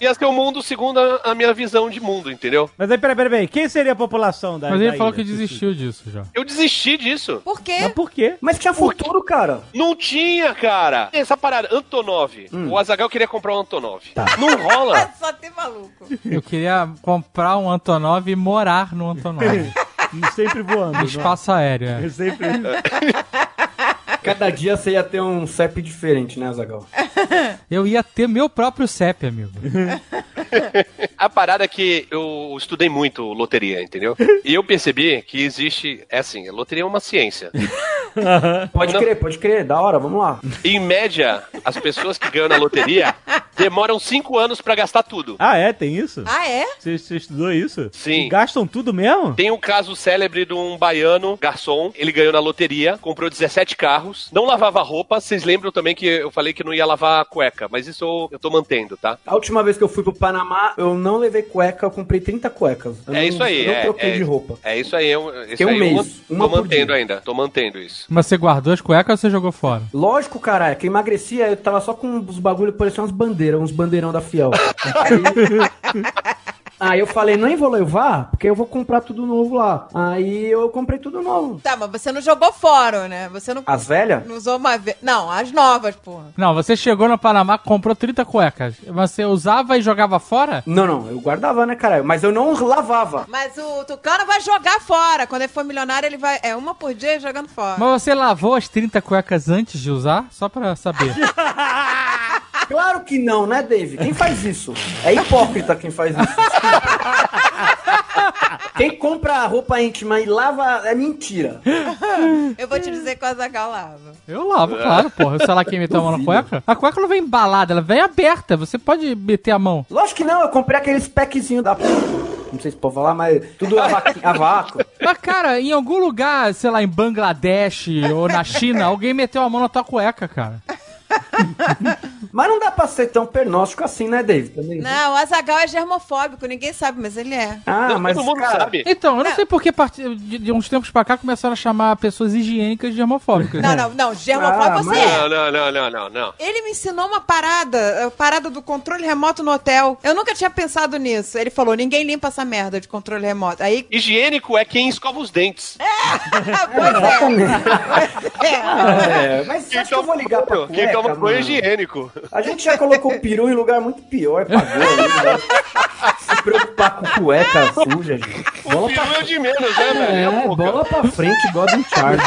Ia ser o mundo segundo a, a minha visão de mundo, entendeu? Mas aí, peraí, peraí, peraí. Quem seria a população da Mas da ele falou ilha? que desistiu disso já. Eu desisti disso. Por quê? Mas por [LAUGHS] quê? Mas tinha futuro, cara. Não tinha, cara. Tem Essa parada, Antonov. O Azagal queria comprar um Antonov. Não rola. Só tem maluco. Eu queria comprar um Antonov e morar [LAUGHS] no Antonov. Sempre voando. No né? espaço aéreo. é. [LAUGHS] Sempre... Cada dia você ia ter um CEP diferente, né, Zagal? Eu ia ter meu próprio CEP, amigo. A parada é que eu estudei muito loteria, entendeu? E eu percebi que existe. É assim, a loteria é uma ciência. Pode Não. crer, pode crer. Da hora, vamos lá. Em média, as pessoas que ganham na loteria demoram cinco anos pra gastar tudo. Ah, é? Tem isso? Ah, é? Você, você estudou isso? Sim. E gastam tudo mesmo? Tem um caso célebre de um baiano, garçom, ele ganhou na loteria, comprou 17 carros, não lavava roupa, vocês lembram também que eu falei que não ia lavar a cueca, mas isso eu, eu tô mantendo, tá? A última vez que eu fui pro Panamá, eu não levei cueca, eu comprei 30 cuecas. Eu é não- isso aí. Eu não é, troquei é- de roupa. É isso aí. Eu, isso Tem um aí eu mês, man- uma tô por mantendo dia. ainda. Tô mantendo isso. Mas você guardou as cuecas ou você jogou fora? Lógico, caralho, que eu emagrecia, eu tava só com os bagulho, parecia umas bandeiras, uns bandeirão da [LAUGHS] Fiel. Aí- Aí eu falei, nem vou levar, porque eu vou comprar tudo novo lá. Aí eu comprei tudo novo. Tá, mas você não jogou fora, né? Você não, As velhas? não usou uma vez. Não, as novas, porra. Não, você chegou no Panamá, comprou 30 cuecas. Você usava e jogava fora? Não, não, eu guardava, né, caralho? Mas eu não lavava. Mas o Tucano vai jogar fora. Quando ele for milionário, ele vai. É uma por dia jogando fora. Mas você lavou as 30 cuecas antes de usar? Só pra [LAUGHS] saber. Claro que não, né, Dave? Quem faz isso? É hipócrita quem faz isso. Quem compra roupa íntima e lava é mentira. Eu vou hum. te dizer que o Azagal lava. Uhum. Eu lavo, claro, porra. Eu sei lá quem meteu a mão na cueca. A cueca não vem embalada, ela vem aberta. Você pode meter a mão. Lógico que não, eu comprei aqueles packzinhos da. p- Não sei se pode falar, mas tudo a, vaqui- a vácuo. Mas, cara, em algum lugar, sei lá, em Bangladesh ou na China, alguém meteu a mão na tua cueca, cara. Mas não dá pra ser tão pernóstico assim, né, David? Também. Não, o Azagal é germofóbico, ninguém sabe, mas ele é. Ah, Não, mas. Todo mundo cara, sabe. Então, eu não sei por que parti- de, de uns tempos pra cá começaram a chamar pessoas higiênicas de homofóbicas. Não, não, não, germofóbico É. Ah, você mas- é. Não, não, não, não, não, não. Ele me ensinou uma parada, a parada do controle remoto no hotel. Eu nunca tinha pensado nisso. Ele falou: ninguém limpa essa merda de controle [LAUGHS] remoto. Aí. Higiênico é quem escova os dentes. ah, [LAUGHS] pois é. é. É, mas você acha que eu vou ligar pra cueca, quem toma banho é mano? higiênico. A gente já colocou o peru em lugar muito pior, pagou. ainda. Se preocupar com cueca suja, gente. O Bola peru pra é o de menos, né, velho? É, É um pouco. bola pra frente, Golden Charge.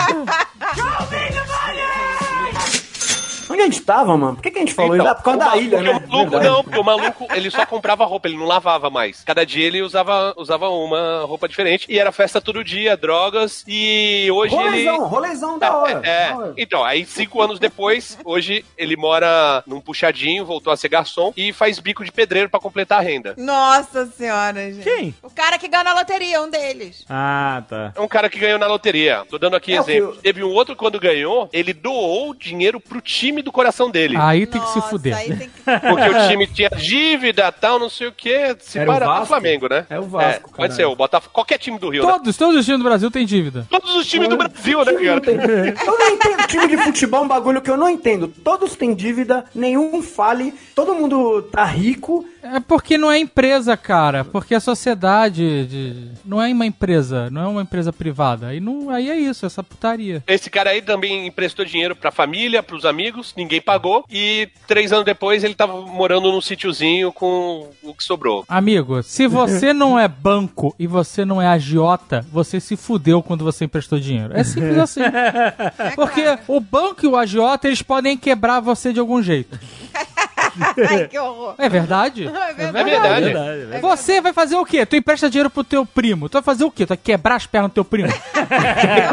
Onde a gente tava, mano? Por que, que a gente falou Então, isso? Ah, por causa o da maluco- ilha, né? O maluco Verdade. não, porque o maluco ele só comprava roupa, ele não lavava mais. Cada dia ele usava, usava uma roupa diferente. E era festa todo dia, drogas. E hoje Rolezão, ele. rolezão da hora. É, da hora. então, aí cinco anos depois, hoje ele mora num puxadinho, voltou a ser garçom e faz bico de pedreiro pra completar a renda. Nossa senhora, gente. Quem? O cara que ganha na loteria, um deles. Ah, tá. É um cara que ganhou na loteria. Tô dando aqui É, o exemplo. que eu- Teve um outro quando ganhou, ele doou dinheiro pro time do coração dele. Ah. Aí tem que Nossa, se fuder. Aí tem que... Porque [LAUGHS] o time tinha dívida, tal, não sei o quê. Se Era o para Vasco? o Flamengo, né? É o Vasco, Pode caralho. ser, o Botafogo. Qualquer time do Rio, né? Todos, todos os times do Brasil têm dívida. Todos os times do Brasil, né, Eu não cara? entendo. Eu não entendo. Time de futebol é um bagulho que eu não entendo. Todos têm dívida, nenhum fale, todo mundo tá rico. É porque não é empresa, cara. Porque a sociedade de- não é uma empresa, não é uma empresa privada. Aí, não, aí é isso, essa putaria. Esse cara aí também emprestou dinheiro pra família, pros amigos, ninguém pagou. E três anos depois ele tava morando num sítiozinho com o que sobrou. Amigo, se você não é banco e você não é agiota, você se fudeu quando você emprestou dinheiro. [LAUGHS] É simples assim. Porque o banco e o agiota, eles podem quebrar você de algum jeito. Ai, que horror. É verdade? É verdade. Você vai fazer o quê? Tu empresta dinheiro pro teu primo. Tu vai fazer o quê? Tu vai quebrar as pernas do teu primo?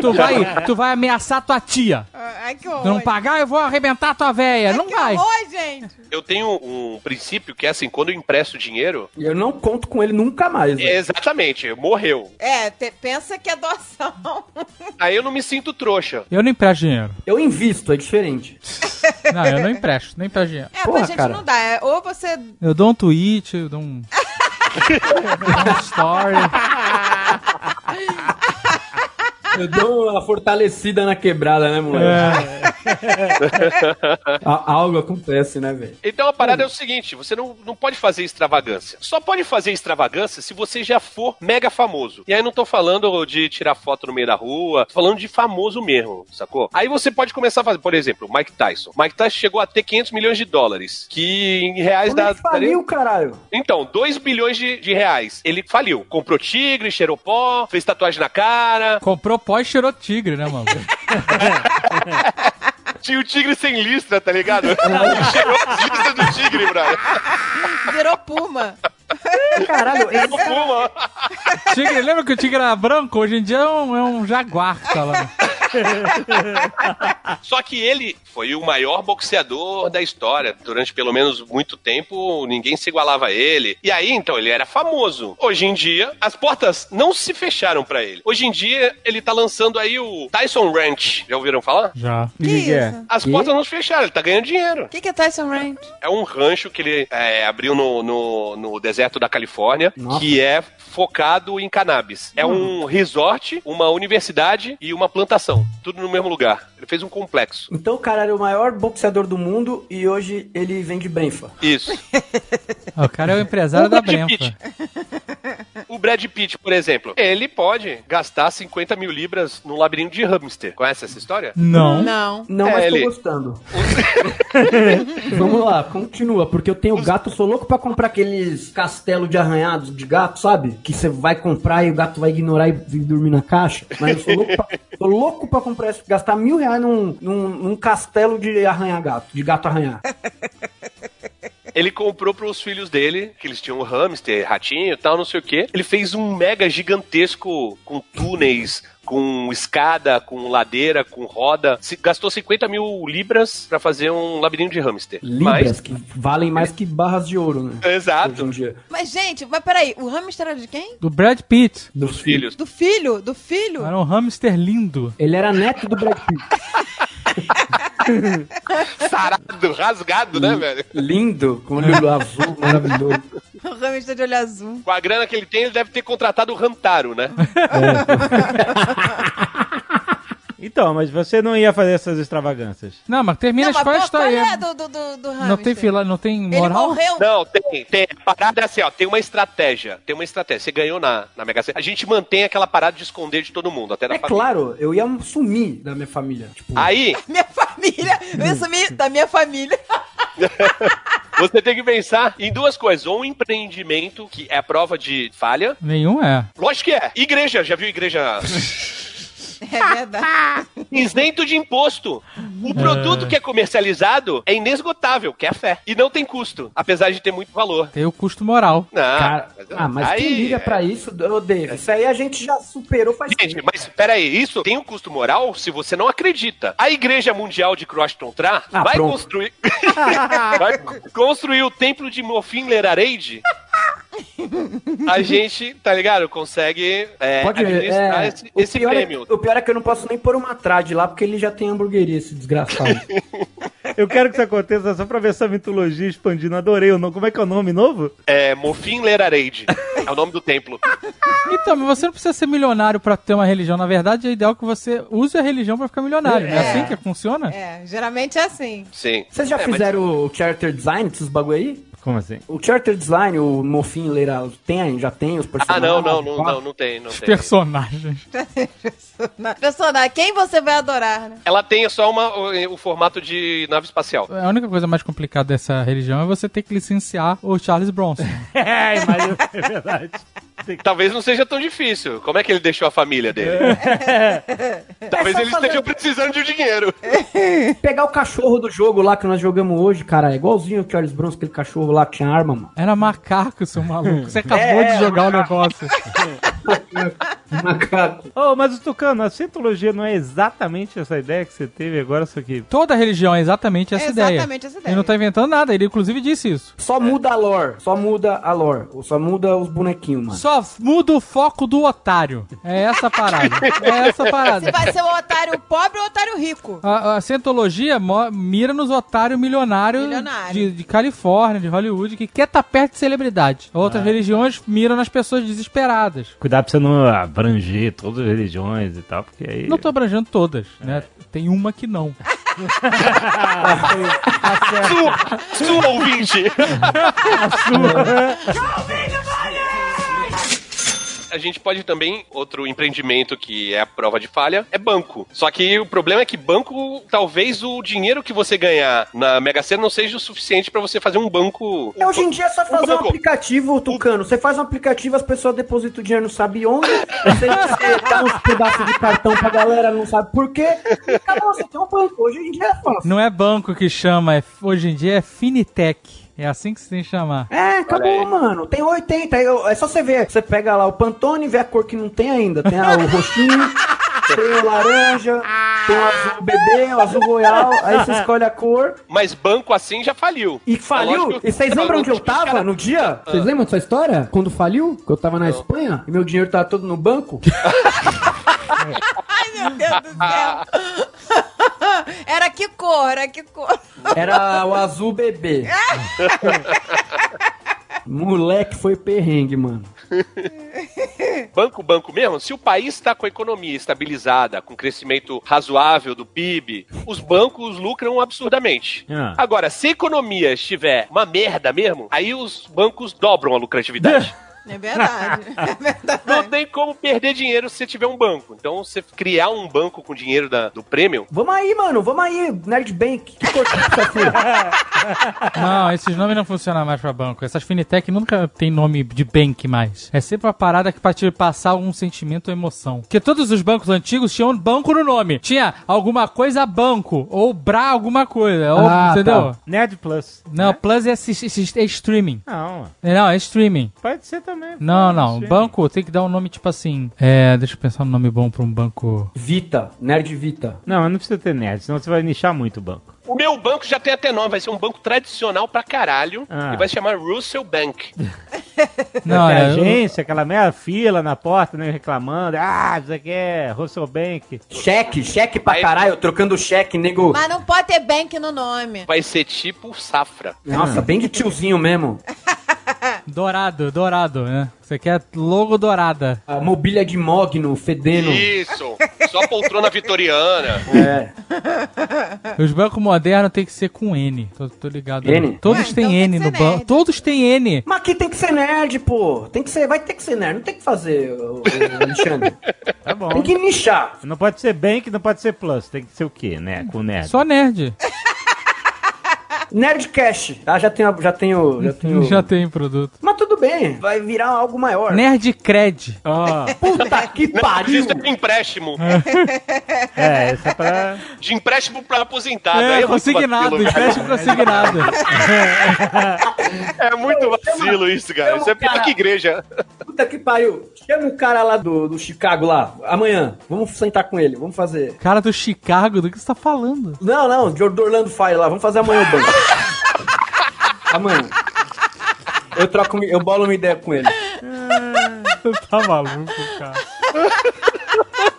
tu, vai, tu vai ameaçar tua tia. Ai, que Se horror. não pagar, Ah, eu vou arrebentar tua véia. Ai, não É que vai. horror, gente. gente. Eu tenho um princípio que é assim, quando eu empresto dinheiro, E eu não conto com ele nunca mais. é velho. exatamente, morreu. É, te- pensa que é doação. [LAUGHS] Aí eu não me sinto trouxa. Eu não empresto dinheiro. Eu invisto, é diferente. Não, eu não empresto, não empresto dinheiro. É, Porra, pra gente cara. não dá. É, ou você. Eu dou um tweet, eu dou um. [LAUGHS] dou um story. Eu dou uma fortalecida na quebrada, né, moleque? É, [LAUGHS] A- Algo acontece, né, velho? Então a parada é o seguinte: você não, não pode fazer extravagância. Só pode fazer extravagância se você já for mega famoso. E aí não tô falando de tirar foto no meio da rua, tô falando de famoso mesmo, sacou? Aí você pode começar a fazer, por exemplo, Mike Tyson. Mike Tyson chegou a ter 500 milhões de dólares, que em reais Como é dá. ele faliu, caralho? Então, 2 bilhões de, de reais. Ele faliu. Comprou tigre, cheirou pó, fez tatuagem na [LAUGHS] cara. comprou pó e cheirou tigre, né, mano? Tinha o tigre sem listra, tá ligado? [LAUGHS] cheirou as listras do tigre, brother. Virou puma. Caralho, esse- Fuma. Tigre, lembra que o tigre era branco? Hoje em dia é um, é um jaguar que tá lá. Só que ele foi o maior boxeador da história. Durante pelo menos muito tempo, ninguém se igualava a ele. E aí, então, ele era famoso. Hoje em dia, as portas não se fecharam pra ele. Hoje em dia, ele tá lançando aí o Tyson Ranch. Já ouviram falar? Já. Que isso? As portas não se fecharam, ele tá ganhando dinheiro. O que, que é Tyson Ranch? É um rancho que ele é, abriu no, no, no deserto da Califórnia, Nossa. que é focado em cannabis. É um resort, uma universidade e uma plantação. Tudo no mesmo lugar. Ele fez um complexo. Então o cara era o maior boxeador do mundo e hoje ele vende brenfa. Isso. Ah, O cara é o empresário O da Brad Brenta. Pitt. O Brad Pitt, por exemplo, ele pode gastar 50 mil libras num labirinto de hamster. Conhece essa história? Não. Não. Não, É, mas ele- tô gostando. [LAUGHS] Vamos lá, continua, porque eu tenho gato, sou louco pra comprar aqueles castelo de arranhados de gato, sabe? Que você vai comprar e o gato vai ignorar e vir dormir na caixa. Mas eu sou louco pra, tô louco pra comprar isso, gastar mil reais num, num, num castelo de arranhar gato, de gato arranhar. É, Ele comprou pros filhos dele, que eles tinham hamster, ratinho e tal, não sei o quê. Ele fez um mega gigantesco com túneis, com escada, com ladeira, com roda. Se- gastou 50 mil libras pra fazer um labirinto de hamster. Libras, que valem mais que barras de ouro, né? Mas, Hoje em exato. dia. Mas, gente, mas peraí, o hamster era de quem? Do Brad Pitt. Dos filhos. Filhos. Do filho? Do filho? Era um hamster lindo. Ele era neto do Brad Pitt. [LAUGHS] Sarado, rasgado, né, velho? Lindo, com olho azul, maravilhoso. [LAUGHS] O hamster de olho azul. Com a grana que ele tem, ele deve ter contratado o Rantaro, né? Então, mas você não ia fazer essas extravagâncias. Não, mas não, termina a história, mas pô, qual história. é do, do, do, do hamster? tá Não tem fila, não tem Ele moral. morreu. Não, tem, tem. A parada é assim, ó. Tem uma estratégia. Tem uma estratégia. Você ganhou na, na Mega Sena. A gente mantém aquela parada de esconder de todo mundo, até da É família. claro, eu ia sumir da minha família. Tipo, Aí, Minha família. Eu sumi da minha [LAUGHS] família. você tem que pensar em duas coisas. Ou um empreendimento, que é a prova de falha. Nenhum é. Lógico que é. Igreja, já viu [LAUGHS] igreja? É verdade. Isento de imposto. O produto que é comercializado é inesgotável, que é a fé. E não tem custo, apesar de ter muito valor. Tem o custo moral. Não, cara, ah, mas quem liga é- pra isso, ô David? Isso aí a gente já superou faz Gente, mas peraí, isso tem um custo moral se você não acredita. A Igreja Mundial de Crosston Tra Ah, vai pronto. construir. [LAUGHS] vai co- construir o templo de Mofin Lerareide. A gente, tá ligado? Consegue é, Pode ver, administrar é, esse, o esse pior é- prêmio. o pior é que eu não posso nem pôr uma trade lá, porque ele já tem hamburgueria, [LAUGHS] esse desgraçado. Eu quero que isso aconteça só pra ver essa mitologia expandindo. Adorei o nome. Como é que é o nome novo? É, Mofin Lerareide. É o nome do templo. Então, mas você não precisa ser milionário pra ter uma religião. Na verdade, é ideal que você use a religião pra ficar milionário. Não é assim que funciona? É, geralmente é assim. Sim. Vocês já É, mas- fizeram o charter design desses bagulho aí? Como assim? O charter design, o Mofim Leira, tem, já tem os Ah, personagens? não, não, não, não, não tem, não Os tem. personagens. Personagem, né, quem você vai adorar, né? Ela tem só uma, o, o formato de nave espacial. A única coisa mais complicada dessa religião é você ter que licenciar o Charles [LAUGHS] Bronson. É, mas eu- é [LAUGHS] verdade. Talvez não seja tão difícil. Como é que ele deixou a família dele? Talvez só eles fazer- estejam precisando de dinheiro. Pegar o cachorro do jogo lá que nós jogamos hoje, cara, é igualzinho o Charles Bronson, aquele [LAUGHS] cachorro lá que tinha arma, mano. Era macaco, seu maluco. Você acabou É, de jogar o negócio. Macaco. Oh, mas o Tucano, a cientologia não é exatamente essa ideia que você teve agora, só que. Toda religião é exatamente essa É ideia. exatamente essa ideia. Ele não tá inventando nada, ele inclusive disse isso. Só muda a lore. Só muda a lore. Ou Só muda os bonequinhos, mano. Só muda o foco do otário. É essa a parada. É essa a [LAUGHS] Se parada. vai ser o otário pobre ou o otário rico. A, a cientologia mo- mira nos otários milionários Milionário. de, de Califórnia, de Hollywood, que quer estar perto de celebridade. Outras religiões miram nas pessoas desesperadas. Cuidado pra você não abranger todas as religiões e tal, porque aí. Não tô abrangendo todas, né? Tem uma que não. Sua, sua ouvinte! A gente pode também, outro empreendimento que é a prova de falha, é banco. Só que o problema é que banco, talvez o dinheiro que você ganhar na Mega Sena não seja o suficiente pra você fazer um banco. É, Hoje em dia é só fazer um banco. aplicativo, Tucano. Você faz um aplicativo, as pessoas depositam o dinheiro, não sabe onde. Você, [LAUGHS] você dá uns pedaços de cartão pra galera, não sabe por quê. E, cara, você tem um banco. Hoje em dia é fácil. Não é banco que chama, é- hoje em dia é Finitech. É assim que se tem que chamar. É, acabou, mano. Tem 80. aí eu- É só você ver. Você pega lá o Pantone, vê a cor que não tem ainda. Tem a- o roxinho, tem o laranja, tem o azul bebê, o azul royal. Aí você escolhe a cor. Mas banco assim já faliu. E É faliu? lógico- E vocês lembram onde eu Os caras- tava no dia? Vocês lembram dessa história? Quando faliu? Que eu tava na Espanha e meu dinheiro tava todo no banco? Ai, meu Deus do céu. [LAUGHS] Era que cor, era que cor. [LAUGHS] Era o azul bebê. [LAUGHS] Moleque foi perrengue, mano. Banco, banco mesmo, se o país está com a economia estabilizada, com crescimento razoável do PIB, os bancos lucram absurdamente. É. Ah. Agora, se a economia estiver uma merda mesmo, aí os bancos dobram a lucratividade. É verdade. [LAUGHS] É Não verdade. tem como perder dinheiro se você tiver um banco. Então, você criar um banco com dinheiro da- do prêmio. Vamos aí, mano, vamos aí, Nerd Bank. Que cor que isso [LAUGHS] foi? Não, esses nomes não funcionam mais pra banco. Essas fintech nunca tem nome de bank mais. É sempre uma parada que pra te passar algum sentimento ou emoção. Porque todos os bancos antigos tinham um banco no nome. Tinha alguma coisa banco, ou bra alguma coisa, ou- Ah, entendeu? Nerd Plus. Não, Plus é, assis- assis- é streaming. Não, Não, é streaming. pode ser também. Não, pode não. ser. Banco tem que dar um nome tipo assim. É, deixa eu pensar um nome bom pra um banco. Vita, Nerd Vita. Não, mas não precisa ter nerd, senão você vai nichar muito o banco. O meu banco já tem até nome, vai ser um banco tradicional pra caralho. É. Ah. E vai se chamar Russell Bank. Não, Porque a é. eu- agência, aquela meia fila na porta, né, reclamando. Ah, isso aqui é Russell Bank. Cheque, cheque pra Aí- caralho, trocando cheque, nego. Mas não pode ter bank no nome. Vai ser tipo Safra. Nossa, bem de tiozinho mesmo. Dourado, dourado, né? Você quer logo dourada. A mobília de mogno, fedendo. Isso! Só poltrona vitoriana. É. Os bancos modernos tem que ser com N. Tô, tô ligado. N? Todos Ah, têm então tem N que no ser banco. nerd. Todos têm N. Mas aqui tem que ser nerd, pô. Tem que ser, vai ter que ser nerd. Não tem que fazer, ô, ô, Alexandre. Tá bom. Tem que nichar. Não pode ser bank, não pode ser plus. Tem que ser o quê, né? Com nerd. Só nerd. Nerdcast. Ah, já tenho, já tenho, já tenho. Uhum, Ah. Já Né? tem produto. Mas tudo bem, vai virar algo maior. Nerd Cred. É, Ó, Puta que pariu! Isso é de empréstimo. é, isso é pra. De empréstimo pra Ah, aposentado. Aí É, é muito vacilo, consignado, cara. né? empréstimo consignado. É muito vacilo isso, cara. Isso é pior que igreja. Puta que pariu! Chama o cara lá do, do Chicago lá, amanhã. Vamos sentar com ele, vamos fazer. Cara do Chicago, do que você tá falando? Não, não, de do Orlando Fire lá, vamos fazer amanhã o banco. [LAUGHS] amanhã. Eu troco, eu bolo uma ideia com ele. tá maluco, cara.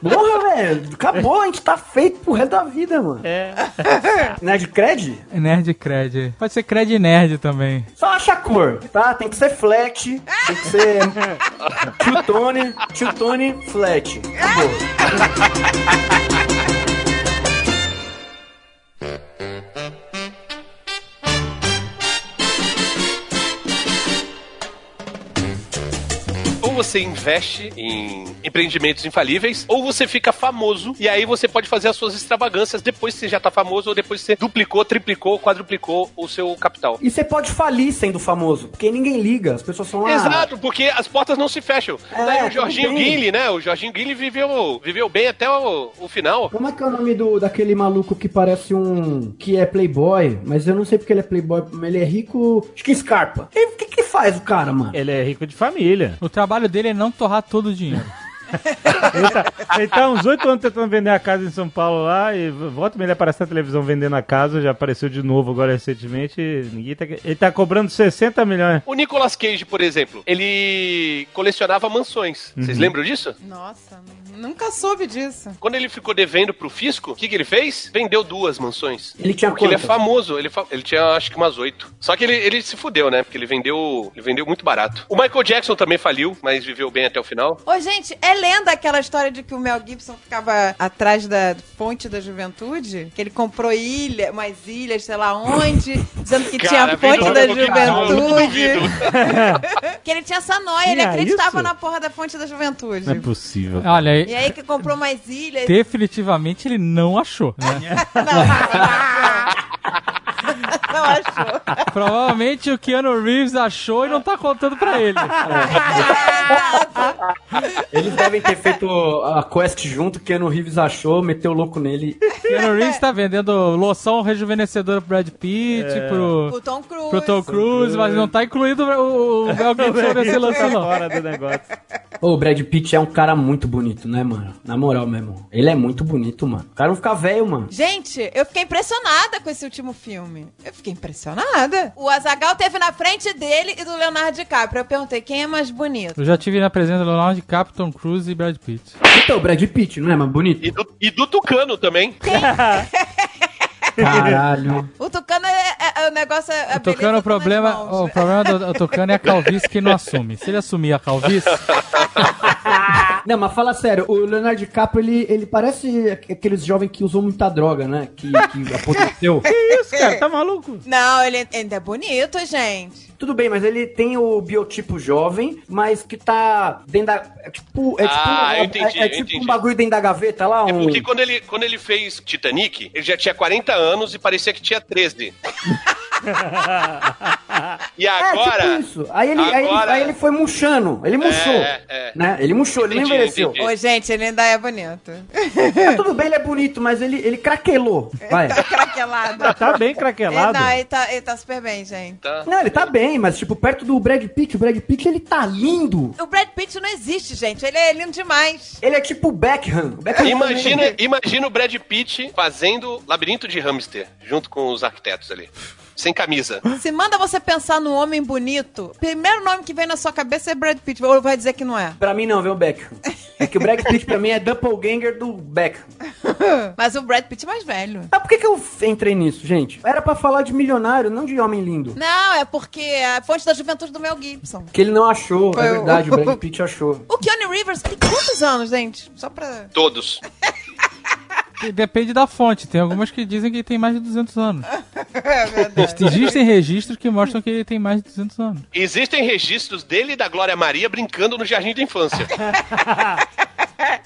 Porra, velho, acabou, a gente tá feito pro resto da vida, mano. Né, É. [LAUGHS] Nerdcred? É Nerd Cred. Pode ser Cred Nerd também. Só acha a cor, tá? Tem que ser flat, tem que [LAUGHS] ser. Tiltone, Tiltone, flat. Acabou. Ou você investe em empreendimentos infalíveis, ou você fica famoso e aí você pode fazer as suas extravagâncias depois que você já tá famoso, ou depois que você duplicou, triplicou, quadruplicou o seu capital. E você pode falir sendo famoso, porque ninguém liga, as pessoas são ah, Exato, porque as portas não se fecham. É, Daí o tudo Jorginho bem. Guinle, né? O Jorginho Guinle viveu, viveu bem até o, o final. Como é que é o nome do, daquele maluco que parece um. que é playboy, mas eu não sei porque ele é playboy, mas ele é rico. Acho que é Scarpa. E o que, que faz o cara, mano? Ele é rico de família. O trabalho dele é não torrar todo o dinheiro. Ele tá, ele tá há uns oito anos tentando vender a casa em São Paulo lá e volta e meia ele aparece na televisão vendendo a casa, já apareceu de novo agora recentemente. e Ninguém tá, ele tá cobrando 60 milhões. O Nicolas Cage, por exemplo, ele colecionava mansões. Vocês Uhum. lembram disso? Nossa, nunca soube disso. Quando ele ficou devendo pro fisco, o que, que ele fez? Vendeu duas mansões. Ele tinha Porque ele é quantas? famoso, ele, fa- ele tinha acho que umas oito. Só que ele, ele se fudeu, né? Porque ele vendeu, ele vendeu muito barato. O Michael Jackson também faliu, mas viveu bem até o final. Ô, gente, é lenda aquela história de que o Mel Gibson ficava atrás da fonte da juventude? Que ele comprou ilha, umas ilhas, sei lá onde, dizendo que tinha a fonte vendo da um pouquinho de novo, não duvido. juventude. [LAUGHS] que ele tinha essa noia, ele Tinha acreditava é isso? na porra da fonte da juventude. Não é possível. Olha E aí. aí que comprou mais ilhas. Definitivamente ele não achou, né? [LAUGHS] Não, não, não, [LAUGHS] não. Não achou. [LAUGHS] Provavelmente o Keanu Reeves achou e não tá contando pra ele. [LAUGHS] Eles devem ter feito a quest junto, que no Reeves achou, meteu o louco nele. [LAUGHS] Keanu Reeves tá vendendo loção rejuvenescedora pro Brad Pitt, É. pro, O Tom Cruise. pro Tom Cruise, mas não tá [LAUGHS] incluído o, o Mel Gibson nesse lance, não. Fora Tá do negócio. Ô, o Brad Pitt é um cara muito bonito, né, mano? Na moral mesmo. Ele é muito bonito, mano. O cara não fica velho, mano. Gente, eu fiquei impressionada com esse último filme. Eu fiquei impressionada. O Azagal teve na frente dele e do Leonardo DiCaprio. Eu perguntei quem é mais bonito. Eu já tive na presença do Leonardo DiCaprio, Tom Cruise e Brad Pitt. Então, o Brad Pitt, não é mais bonito? E do, e do Tucano também. Caralho. O Tucano é, é- é o negócio. É a O Tucano, beleza o tá nas problema, oh, mãos. o problema do do Tucano é a calvície que não assume. Se ele assumir a calvície, Não, mas fala sério, o Leonardo DiCaprio, ele, ele parece aqu- aqueles jovens que usam muita droga, né? Que, que aconteceu. Que isso, cara? Tá maluco? Não, ele ainda é bonito, gente. Tudo bem, mas ele tem o biotipo jovem, mas que tá dentro da. É tipo, é tipo, Ah, eu é- entendi, é, eu tipo entendi. um bagulho dentro da gaveta lá. É Um... porque quando ele, quando ele fez Titanic, ele já tinha 40 anos e parecia que tinha [LAUGHS] 13. e agora. É, tipo isso. Aí ele, aí, ele, Agora- aí ele foi murchando. Ele murchou. É, é. Né? Ele murchou, ele não Entendi, envelheceu. entendi. Ô, gente, ele ainda é bonito. É, tudo bem, ele é bonito, mas ele, ele craquelou. Vai. [LAUGHS] Tá craquelado. Tá bem craquelado. Ele, não, ele tá, ele tá super bem, gente. tá- Não, ele tá bem, mas tipo, perto do Brad Pitt, o Brad Pitt ele tá lindo. O Brad Pitt não existe, gente. Ele é lindo demais. Ele é tipo o Beckham. O Beckham Imagina, também. imagina o Brad Pitt fazendo Labirinto de Hamster, junto com os arquitetos ali. Sem camisa. Se manda você pensar num homem bonito, primeiro nome que vem na sua cabeça é Brad Pitt. Ou vai dizer que não é. Pra mim não, viu, Beckham. É que o Brad Pitt pra mim é doppelganger do Beckham. Mas o Brad Pitt é mais velho. Mas por que, que eu entrei nisso, gente? Era pra falar de milionário, não de homem lindo. Não, é porque é a fonte da juventude do Mel Gibson. Que ele não achou, Foi é o- verdade, o Brad Pitt achou. O Keanu Rivers tem quantos anos, gente? Só pra... Todos. depende da fonte. Tem algumas que dizem que ele tem mais de 200 anos. É verdade. Existem registros que mostram que ele tem mais de 200 anos. Existem registros dele e da Glória Maria brincando no jardim da infância.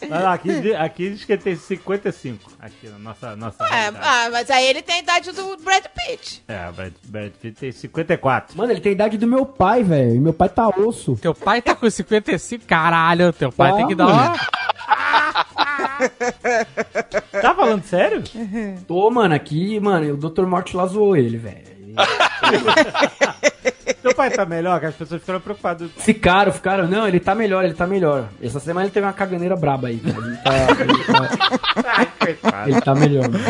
Mas lá, aqui, di- aqui diz que ele tem 55. Aqui na nossa. nossa É, realidade. ah, mas aí ele tem a idade do Brad Pitt. É, o Brad, Brad Pitt tem 54. Mano, ele tem a idade do meu pai, velho. E meu pai tá osso. Teu pai tá com 55, caralho. Teu pai tem que dar uma... Tá falando [LAUGHS] sério? Tô, mano, aqui, mano, o Dr. Morte lá zoou ele, velho. Teu pai tá melhor, que as pessoas ficaram preocupadas. Ficaram, ficaram. Não, ele tá melhor, ele tá melhor. Essa semana ele teve uma caganeira braba aí, velho. Ele tá, ele tá, ele tá melhor. [LAUGHS] mano.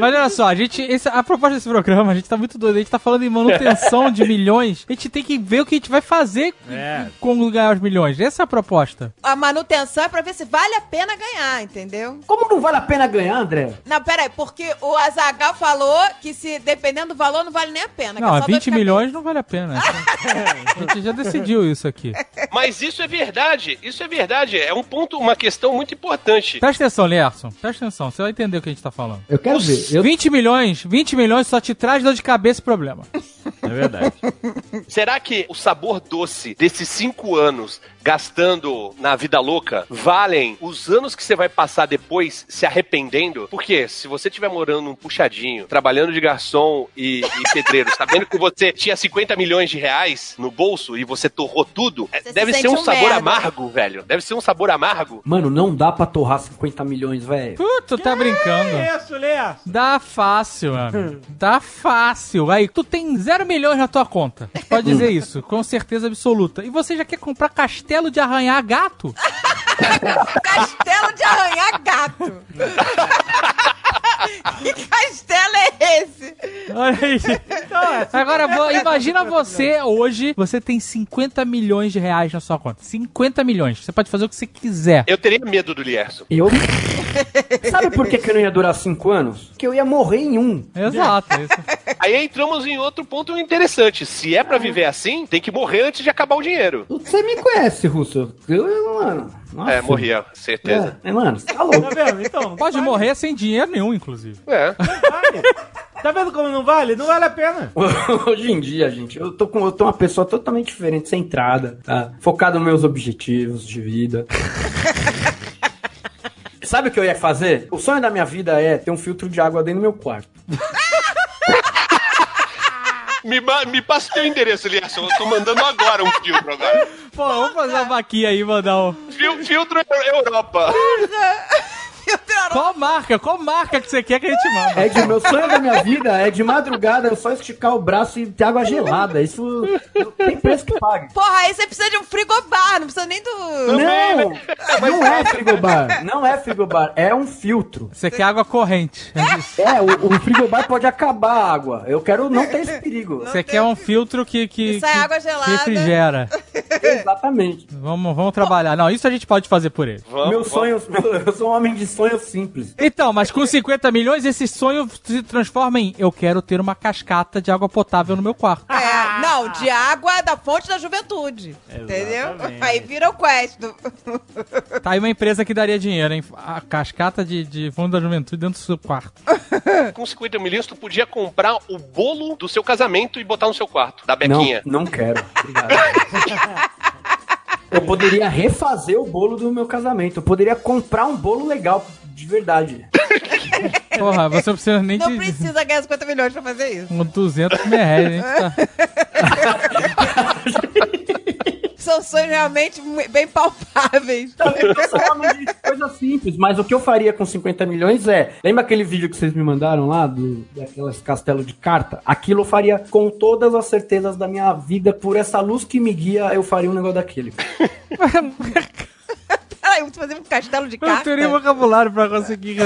Mas olha só, a gente. esse- a proposta desse programa, a gente tá muito doido, a gente tá falando em manutenção de milhões. A gente tem que ver o que a gente vai fazer É. com com ganhar os milhões. Essa é a proposta. A manutenção é pra ver se vale a pena ganhar, entendeu? Como não vale a pena ganhar, André? Não, peraí, porque o Azagal falou que se dependendo do valor não vale nem a pena. que Não, é a só dor de 20 cabeça. milhões não vale a pena. A gente já decidiu isso aqui. Mas isso é verdade. Isso é verdade. É um ponto, uma questão muito importante. Presta atenção, Lerson. Presta atenção, você vai entender o que a gente tá falando. Eu quero ver. Eu... 20 milhões, 20 milhões só te traz dor de cabeça e problema. É verdade. Será que o sabor doce desses cinco anos gastando na vida louca valem os anos que você vai passar depois se arrependendo. Porque se você estiver morando num puxadinho, trabalhando de garçom e, e pedreiro, [LAUGHS] sabendo que você tinha 50 milhões de reais no bolso e você torrou tudo, é, Você se deve ser sente um, um sabor merda. amargo, velho. Deve ser um sabor amargo. Mano, não dá pra torrar 50 milhões, velho. Puta, tá [LAUGHS] brincando. Que isso, Lê? Dá fácil, meu amigo. Dá fácil. Aí, tu tem zero milhões na tua conta. Pode dizer isso, com certeza absoluta. E você já quer comprar castelo de arranhar gato? Castelo de arranhar gato. [LAUGHS] que castelo é esse? Olha aí. Agora, vo- imagina você hoje, você tem 50 milhões de reais na sua conta. 50 milhões. Você pode fazer o que você quiser. Eu teria medo do Lierson. Eu. Sabe por que, que eu não ia durar 5 anos? Porque eu ia morrer em um. Exato. isso. Aí entramos em outro ponto interessante. Se é pra viver assim, tem que morrer antes de acabar o dinheiro. Você me conhece, Russo. Eu, eu, mano. Nossa. É, morria, certeza. É, é, mano, você tá louco. Tá vendo? Então, não Pode vale, morrer sem dinheiro nenhum, inclusive. É. não vale. Tá vendo como não vale? Não vale a pena. [LAUGHS] Hoje em dia, gente, eu tô, com, eu tô uma pessoa totalmente diferente, centrada, tá? Focado nos meus objetivos de vida. [LAUGHS] Sabe o que eu ia fazer? O sonho da minha vida é ter um filtro de água dentro do meu quarto. Me, ma- me passa o teu endereço, Lierson. Eu tô mandando agora um filtro agora. Pô, vamos fazer uma vaquinha aí, mandar um. Fil- filtro Eu- Europa. Meu Deus, Qual marca? Qual marca que você quer que a gente manda? É de meu sonho da minha vida é de madrugada eu só esticar o braço e ter água gelada. Isso não tem preço que pague. Porra, aí você precisa de um frigobar, não precisa nem do. Não! né? Não é frigobar. Não é frigobar, é um filtro. Você quer água corrente. É isso. É, o, o frigobar pode acabar a água. Eu quero não ter esse perigo. Você quer um filtro que, que, Que sai que- água que gelada. refrigera. Exatamente. Vamos, vamos trabalhar. Não, isso a gente pode fazer por ele. Vamos, Meu vamos. sonho, meu- eu sou um homem de sonhos simples. Então, mas com 50 milhões, esse sonho se transforma em eu quero ter uma cascata de água potável no meu quarto. É, não, de água da fonte da juventude. Entendeu? Aí vira o quest. do- Tá aí uma empresa que daria dinheiro, hein? A cascata de, de fundo da juventude dentro do seu quarto. é- Com 50 milhões, tu podia comprar o bolo do seu casamento e botar no seu quarto, da Não, Bequinha. não quero. Obrigado. Eu poderia refazer o bolo do meu casamento. Eu poderia comprar um bolo legal, de verdade. Porra, você não precisa nem Não de precisa ganhar 50 milhões pra fazer isso. um 200 mil reais, hein? Tá- São sonhos realmente mu- bem palpáveis. [LAUGHS] Eu sou um homem de coisa simples, mas o que eu faria com 50 milhões é. Lembra aquele vídeo que vocês me mandaram lá, do, daquelas castelo de carta? Aquilo eu faria com todas as certezas da minha vida, por essa luz que me guia, eu faria um negócio daquele. Peraí, eu vou fazer um castelo de Eu não carta. teria vocabulário pra conseguir.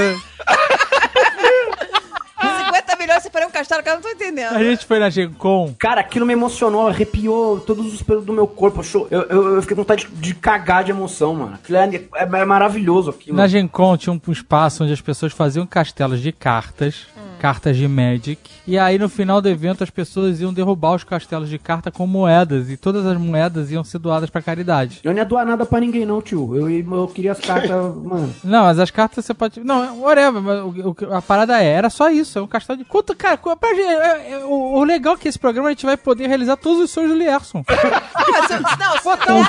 Com 50 milhões você faria um castelo, que eu não tô entendendo. A gente foi na Gencom. Cara, aquilo me emocionou, arrepiou todos os pelos do meu corpo. Eu, cho- eu, eu- eu fiquei com vontade de, de cagar de emoção, mano. Aquilo é, é- é maravilhoso aquilo. Na Gencon tinha um espaço onde as pessoas faziam castelos de cartas, Hum. cartas de Magic, e aí no final do evento as pessoas iam derrubar os castelos de carta com moedas, e todas as moedas iam ser doadas pra caridade. Eu não ia doar nada pra ninguém, não, tio. Eu, eu queria as [LAUGHS] cartas, mano. Não, mas as cartas você pode. Não, é whatever, mas o- o- a parada é, era só isso, é um castelo de. Quanto, cara, co- pra gente- é- é- o, o legal é que esse programa a gente vai poder realizar todos os sonhos [LAUGHS] do Lierson. Ah, se eu- não, se Botar um eu-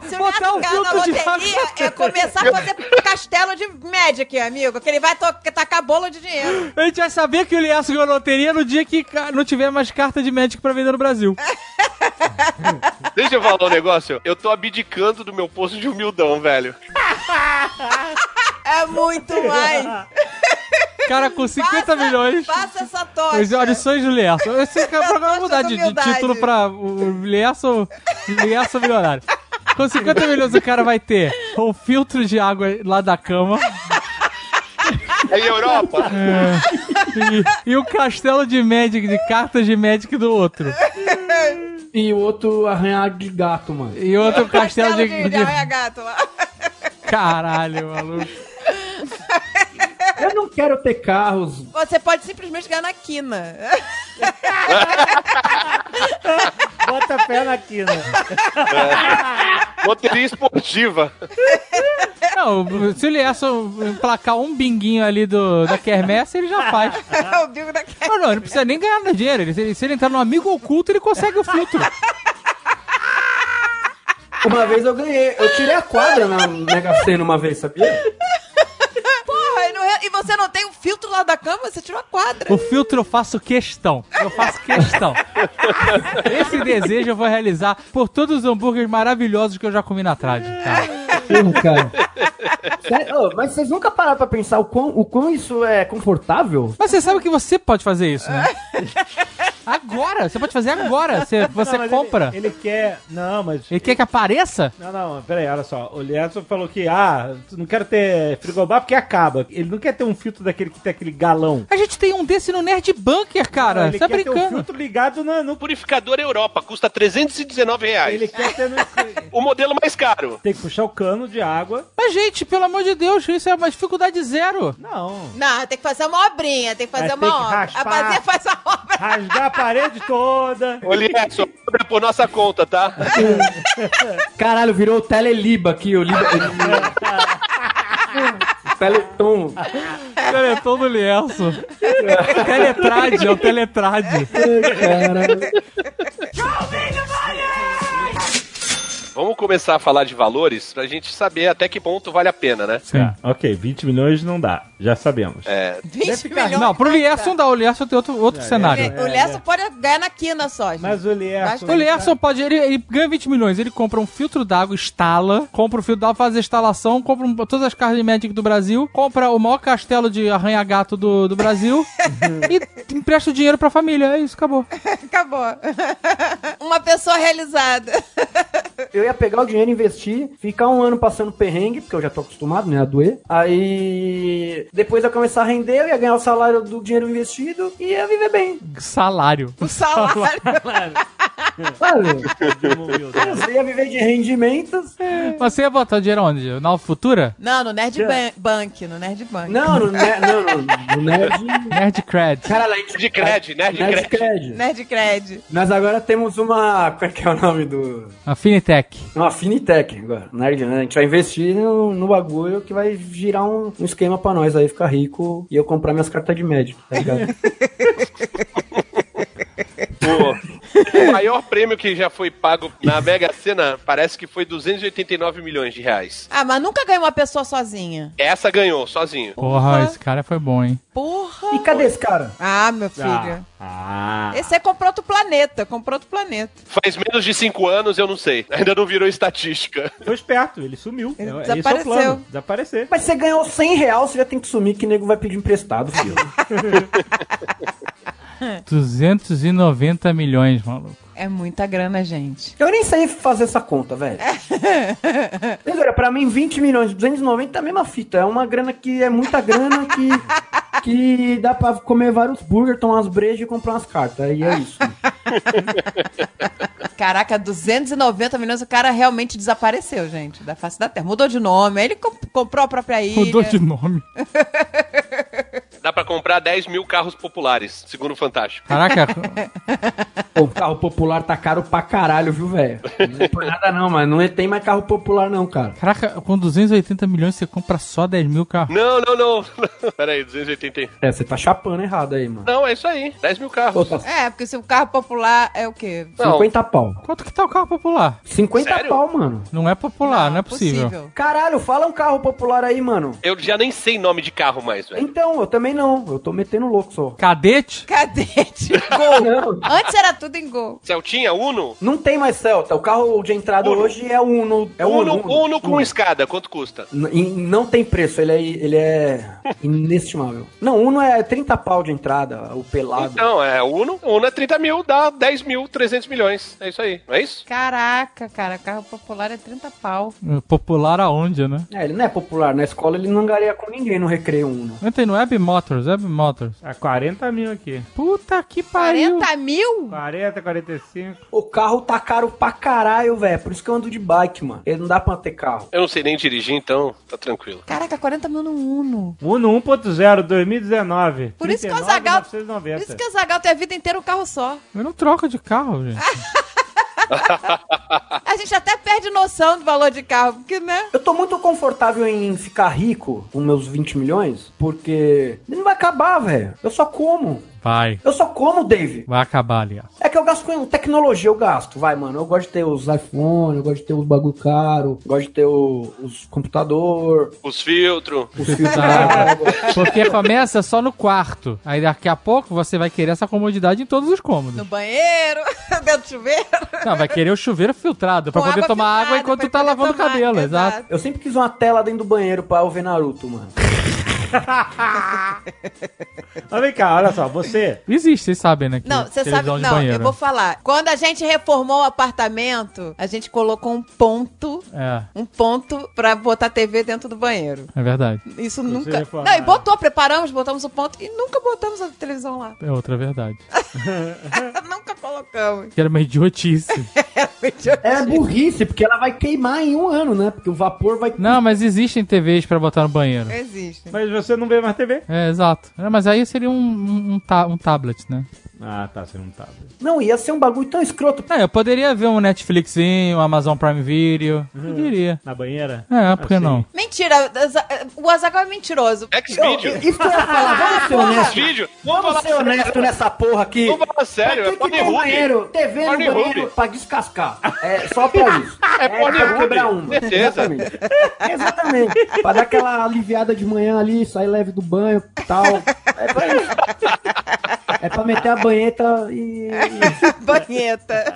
filtro- se eu botar um ganhar na filtro de loteria, água. é começar a fazer castelo de Magic, amigo, que ele vai to- tacar bolo de dinheiro. A gente vai saber que o Lierson ganhou a loteria no dia que ca- não tiver mais carta de Magic pra vender no Brasil. Deixa eu falar um negócio. Eu tô abdicando do meu posto de humildão, velho. É muito [LAUGHS] mais. Cara, com 50 Faça- milhões. Faça essa Os tocha. audições do Lierson. Esse cara Eu programa vai gosto da mudar de, de humildade. título pra o Lierson, Lierson Milionário. Com 50 milhões o cara vai ter um filtro de água lá da cama É em Europa. e, e um castelo de Magic, de cartas de Magic do outro. E o outro arranhar de gato, mano. E outro castelo, de, de- arraia-gato lá. Caralho, maluco. Eu não quero ter carros. Você pode simplesmente ganhar na quina. Bota a pé na quina. Loteria esportiva. Não, se o Lierson emplacar um binguinho ali do, da quermesse, ele já faz. Ah. [LAUGHS] o bico da quina. Não, não, ele não precisa nem ganhar dinheiro. Ele- se ele entrar no amigo oculto, ele consegue o filtro. Uma vez eu ganhei. Eu tirei a quadra na Mega Sena uma vez, sabia? Porra, e, não é- e você não tem um filtro lá da cama? Você tirou a quadra. O filtro eu faço questão. Eu faço questão. Esse desejo eu vou realizar por todos os hambúrgueres maravilhosos que eu já comi na tá? trade. Cara. Sim, cara. Sério, ô, mas vocês nunca pararam pra pensar o quão, o quão isso é confortável? Mas você sabe que você pode fazer isso, né? Agora! Você pode fazer agora. Você, você Não, mas compra. Ele, Ele, ele quer. Não, mas. quer que apareça? Não, não, peraí, olha só. O Leandro falou que, ah, tu não quero ter frigobar porque acaba. Ele não quer ter um filtro daquele que tem aquele galão. A gente tem um desse no Nerd Bunker, cara. ele tá quer ter um brincando. filtro ligado na- no. Purificador Europa, custa 319 reais. Ele quer [LAUGHS] ter. No... O modelo mais caro. tem que puxar o cano de água. Mas, gente, pelo amor de Deus, isso é uma dificuldade zero. Não. Não, tem que fazer uma obrinha, tem que fazer Mas uma tem que obra. raspar. A Bazinha faz a obra. Rasgar a parede toda. Ô, Liedson, cobra por nossa conta, tá? Caralho, virou o Teleliba aqui, o [LAUGHS] Liba. Teleton. Teleton do Lielso. teletrade, é o teletrade. Vamos começar a falar de valores pra gente saber até que ponto vale a pena, né? Sim. Ok, 20 milhões não dá. Já sabemos. É, 20 ficar- milhões. Não, pro Lierson dá, o Lierson tem outro, outro cenário. O Lerson pode ganhar na quina só, gente. É, Mas o Lierson. O Lierson "Ah, pode. Ele, ele ganha 20 milhões, ele compra um filtro d'água, instala, compra o filtro d'água, faz a instalação, compra um- todas as cartas de Magic do Brasil, compra o maior castelo de arranha-gato do, do [LAUGHS] Brasil e empresta o dinheiro pra família. É isso, acabou. Acabou. [LAUGHS] uma pessoa realizada. Eu ia pegar o dinheiro, investir, ficar um ano passando perrengue, porque eu já tô acostumado, né, a doer. Aí, depois eu começar a render, eu ia ganhar o salário do dinheiro investido e ia viver bem. Salário. O salário. Sabe? Lierson. Você ia viver de rendimentos. Mas Você ia botar o dinheiro onde? Na Futura? Não, no Nerd Ban- Bank, no Nerd Bank. Não, no, ne não, no, no Nerd... Nerd Cred. Caralho, a gente- de crédito, né? De Nerd crédito. Cred. Nerd Cred. Nós agora temos uma... Qual é que é o nome do... A Finitech. Uma fintech agora. Nerd, né? A gente vai investir no, no bagulho que vai girar um, um esquema pra nós aí, ficar rico e eu comprar minhas cartas de médico, tá ligado? Pô, o maior prêmio que já foi pago na Mega Sena parece que foi 289 milhões de reais. Ah, mas nunca ganhou uma pessoa sozinha. Essa ganhou, sozinho. Porra, esse cara foi bom, hein? Porra. e cadê esse cara? Ah, meu filho. Tá. Ah, Esse aí comprou outro planeta, comprou outro planeta. Faz menos de 5 anos, eu não sei. Ainda não virou estatística. Foi esperto, ele sumiu. Ele Esse é o desapareceu. plano. Desaparecer. Mas você ganhou 100 reais, você já tem que sumir que nego vai pedir emprestado, [LAUGHS] filho. É. 290 milhões, maluco. É muita grana, gente. eu nem sei fazer essa conta, [LAUGHS] velho. Mas olha, pra mim 20 milhões, 290 é a mesma fita. É uma grana que é muita grana [LAUGHS] que, que dá pra comer vários burgers, tomar umas brejas e comprar umas cartas. Aí é isso. Caraca, 290 milhões, o cara realmente desapareceu, gente, da face da Terra. Mudou de nome, aí ele comp- comprou a própria ilha. Mudou de nome. Dá pra comprar 10 mil carros populares, segundo o Fantástico. Caraca, [LAUGHS] Pô, [LAUGHS] o carro popular tá caro pra caralho, viu, velho? Não é por nada não, mas não tem mais carro popular não, cara. Caraca, com 280 milhões você compra só 10 mil carros. Não, não, não. [LAUGHS] Pera aí, 280. É, você tá chapando errado aí, mano. Não, é isso aí. 10 mil Pô, carros. tá É, porque se o carro popular é o quê? Não. 50 pau. Quanto que tá o carro popular? 50 Sério? pau, mano. Não é popular, Ah, não, é possível. Caralho, fala um carro popular aí, mano. Eu já nem sei nome de carro mais, velho. Então, eu também não. Eu tô metendo louco só. Cadete? Cadete, um gol. Não. Antes era tudo em gol. Celtinha, Uno? Não tem mais Celta. O carro de entrada Uno. hoje é o Uno. É o Uno, Uno com Uno. escada, quanto custa? N- e Não tem preço, ele é, [LAUGHS] ele é inestimável. Não, Uno é 30 pau de entrada, o pelado. Então, é, Uno, Uno é 30 mil, dá 10 mil, 300 milhões. É isso aí, não é isso? Caraca, cara, carro popular é 30 pau. Popular aonde, né? É, ele não é popular. Na escola ele não angaria com ninguém no recreio Uno. Entra aí no Web Motors, Web Motors. Tá 40 mil aqui. Puta que pariu. 40 mil? 40, 45. O carro tá caro pra caralho, velho. Por isso que eu ando de bike, mano. Ele não dá pra ter carro. Eu não sei nem dirigir, então tá tranquilo. Caraca, 40 mil no Uno. Uno 1.0, 2019. Por isso que o Zagal. Por 39.990. isso que o Zagal tem a vida inteira um carro só. Eu não troco de carro, gente. A gente até perde noção do valor de carro, porque, né? Eu tô muito confortável em ficar rico com meus 20 milhões, porque ele não vai acabar, velho. Eu só como. Vai. Eu só como, Dave. Vai acabar ali, ó. É que eu gasto com tecnologia, eu gasto, vai, mano. Eu gosto de ter os iPhone, eu gosto de ter os bagulho caro, gosto de ter o- os computador, Os filtros. os fios Tá. caro. Porque começa só no quarto. Aí daqui a pouco você vai querer essa comodidade em todos os No cômodos. banheiro, [LAUGHS] dentro do chuveiro. Não, vai querer o chuveiro filtrado pra com poder tomar filtrada, água enquanto pra tu tá poder lavando o tomar, cabelo. Exato. Eu sempre quis uma tela dentro do banheiro pra eu ver Naruto, mano. Mas vem cá, olha só, você. Existe, vocês sabem, né? que Não, você sabe. televisão de né? Não, eu vou falar. Quando a gente reformou o apartamento, a gente colocou um ponto. É, Um ponto pra botar TV dentro do banheiro. é verdade. Isso Vocês nunca. reformaram. Não, e botou, preparamos, botamos o ponto e nunca botamos a televisão lá. [LAUGHS] É outra verdade. nunca colocamos. Que era uma idiotice. É burrice, porque ela vai queimar em um ano, né? Porque o vapor vai. Não, mas existem TVs pra botar no banheiro. Existe. Mas você não vê mais TV? É, exato. É, mas aí seria um, um, um ta- um tablet, né? Ah, tá, você não tá. Não, ia ser um bagulho tão escroto. É, eu poderia ver um Netflixinho, um Amazon Prime Video. Uhum. Eu diria. Na banheira? Ah, É, por que não? Mentira, o Azagal é mentiroso. [LAUGHS] X-Video. Eu- isso que eu ia [LAUGHS] falar, vamos ser honesto. X-Video. Vamos ser honesto nessa porra aqui. Vamos falar sério, pra é que que tem um Pornhub. banheiro? TV no Pornhub. banheiro pra descascar. É só pra isso. É pra Pornhub. quebrar uma. Certeza. Exatamente. É, Exatamente. Pra dar aquela aliviada de manhã ali, sair leve do banho e tal. É pra isso. É pra meter a banheta e. Banheta.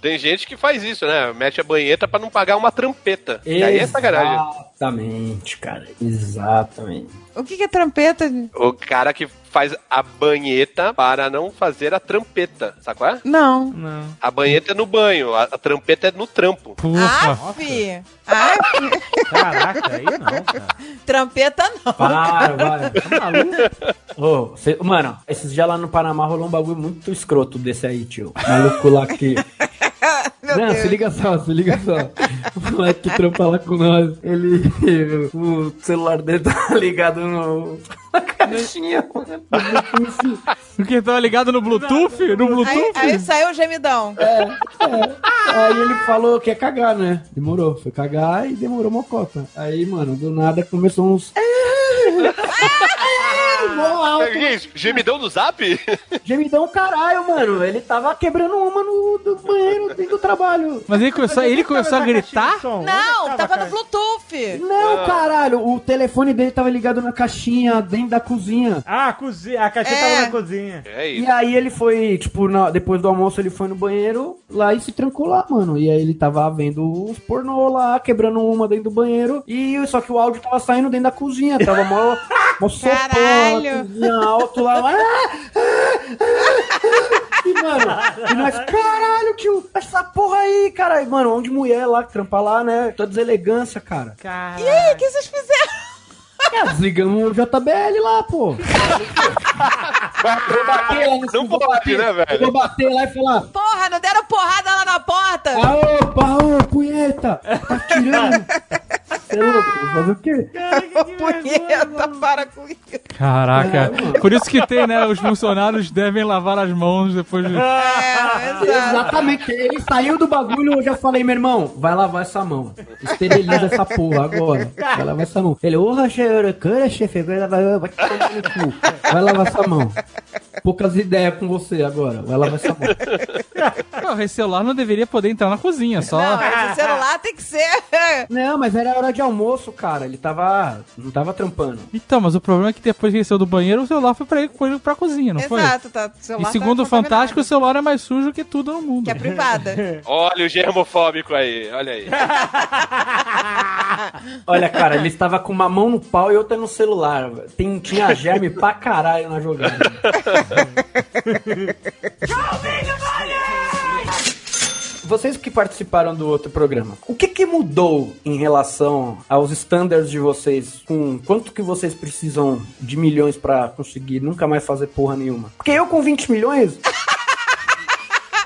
Tem gente que faz isso, né? Mete a banheta pra não pagar uma trampeta. E aí é sacanagem. Exatamente, cara. Exatamente. O que, que é trampeta? O cara que faz a banheta para não fazer a trampeta, sabe qual é? Não. A banheta é no banho, a, a trampeta é no trampo. Ah? Pufa. Aff! Aff! Caraca, aí não, cara. Trampeta não. Para, vai. Tá maluco? Ô, cê- mano, esses dias lá no Panamá rolou um bagulho muito escroto desse aí, tio. Maluco lá que. Meu não, se Deus. liga só, se liga só. O moleque que trampa lá com nós, ele. [LAUGHS] O celular dele tá [LAUGHS] ligado no. Na caixinha, mano. Porque tava ligado no Bluetooth? No Aí, Bluetooth? aí saiu o gemidão. Aí ele falou que ia cagar, né? Demorou, foi cagar e demorou uma cota. Aí, mano, do nada começou uns. Mó alto, Gente, é gemidão do zap? Gemidão, caralho, mano. Ele tava quebrando uma no do banheiro dentro do trabalho. Mas ele começou, ele começou a gritar? é Não, tava no Bluetooth. Não, caralho, o telefone dele tava ligado na caixinha dentro da cozinha. Ah, a cozinha. A caixinha É. tava na cozinha. É E isso. aí ele foi, tipo, na- depois do almoço ele foi no banheiro lá e se trancou lá, mano. E aí ele tava vendo os pornô lá, quebrando uma dentro do banheiro. E só que o áudio tava saindo dentro da cozinha, tava mó... mó sopão, Caralho. a cozinha alto lá, lá. E, mano, e nós, caralho, tio, essa porra aí, cara. E, mano, onde mulher lá, trampa lá, né? Toda deselegância, cara. E aí, o que vocês fizeram? É, desligamos o JBL lá, pô. Vou bater lá nesse- Não vou pode, bater- né, eu velho? Vou bater lá e falar, Porra, não deram porrada lá na porta? Aô, Paô, punheta! Tá tirando! Você é louco, vou fazer o quê? [LAUGHS] Punheta, para com isso. É, Caraca. Por isso que tem, né? Os funcionários devem lavar as mãos depois [LAUGHS] de... É, exato. Exatamente, ele saiu do bagulho, eu já falei, meu irmão, vai lavar essa mão. Esteriliza essa porra agora. Vai lavar essa mão. Ele, ô, cara, chefe, vai lavar, vai te tomar no cu. Vai lavar essa mão. Poucas ideias com você agora, vai lavar essa mão. Porra, esse celular não deveria poder entrar na cozinha, só... Não, é. esse celular tem que ser. Não, mas era hora de almoço, cara, ele tava, não tava trampando. Então, mas o problema é que depois que ele saiu do banheiro, o celular foi pra, ele, foi pra cozinha, não Exato, tá. o foi? celular E tá segundo o Fantástico, o contaminado, celular é mais sujo que tudo no mundo. que é [LAUGHS] privada. Olha o germofóbico aí, olha aí. Olha, cara, ele estava com uma mão no pau e outra no celular. velho. Tem, tinha germe pra caralho na jogada. Vocês que participaram do outro programa, o que, que mudou em relação aos standards de vocês? Com quanto que vocês precisam de milhões pra conseguir nunca mais fazer porra nenhuma? Porque eu com 20 milhões,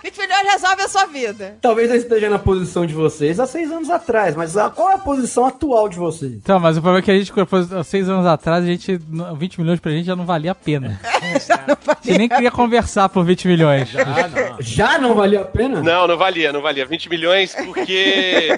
20 milhões resolve a sua vida. talvez eu esteja na posição de vocês há seis anos atrás, mas ah, qual é a posição atual de vocês? Então, mas o problema é que a gente, depois, há seis anos atrás, a gente, [LAUGHS] 20 milhões pra gente já não valia a pena. A gente nem queria conversar por 20 milhões. Ah, não. Já não valia a [LAUGHS] pena? Não, não valia, não valia. 20 milhões porque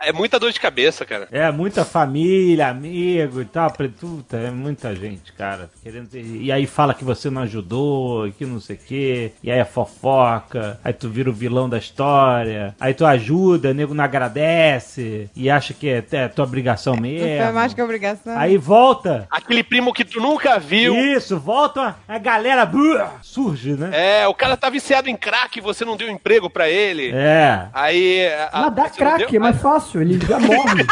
é muita dor de cabeça, cara. É, muita família, amigo e tal, pre- puta, é muita gente, cara. Querendo ter- E aí fala que você não ajudou, e que não sei o quê, e aí é fofoca, aí tu vira o vilão da história, aí tu ajuda, nego não agradece, e acha que é, é tua obrigação Não foi mesmo. mais que obrigação. Aí volta, Aquele primo que tu nunca viu. isso, volta, a galera bu, surge, né? É, o cara tá viciado em crack e você não deu emprego pra ele. É. Aí. a- Ah, dá você não craque, é deu? mais fácil, ele já morre.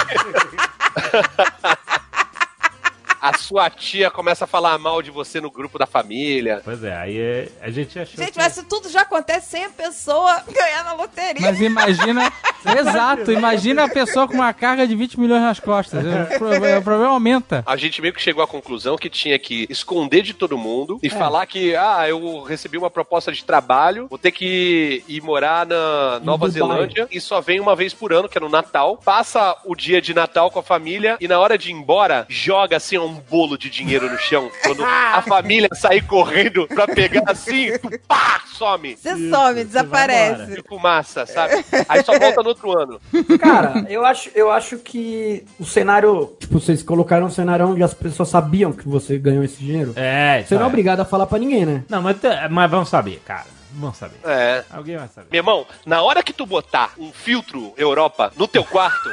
A sua tia começa a falar mal de você no grupo da família. Pois é, aí é- a gente achou. Gente, que- mas isso tudo já acontece sem a pessoa [LAUGHS] ganhar na loteria. [LAUGHS] Mas imagina. [LAUGHS] exato, imagina a pessoa com uma carga de 20 milhões nas costas. É, O pro- o problema aumenta. A gente meio que chegou à conclusão que tinha que esconder de todo mundo e falar que, ah, eu recebi uma proposta de trabalho, vou ter que ir morar na Nova Dubai. Zelândia e só vem uma vez por ano, que é no Natal. Passa o dia de Natal com a família e na hora de ir embora, joga assim ó, um bolo de dinheiro no chão. Quando a família sair correndo pra pegar assim, tu pá, some. Você some, desaparece. Fico massa, sabe? Aí só volta no outro ano. [LAUGHS] Cara, eu acho, eu acho que o cenário. Tipo, vocês colocaram um cenário onde as pessoas sabiam que você ganhou esse dinheiro. É, Você não sabe? é obrigado a falar pra ninguém, né? Não, mas, t- mas vamos saber, cara. Vamos saber. É. Alguém vai saber. Meu irmão, na hora que tu botar um filtro Europa no teu quarto,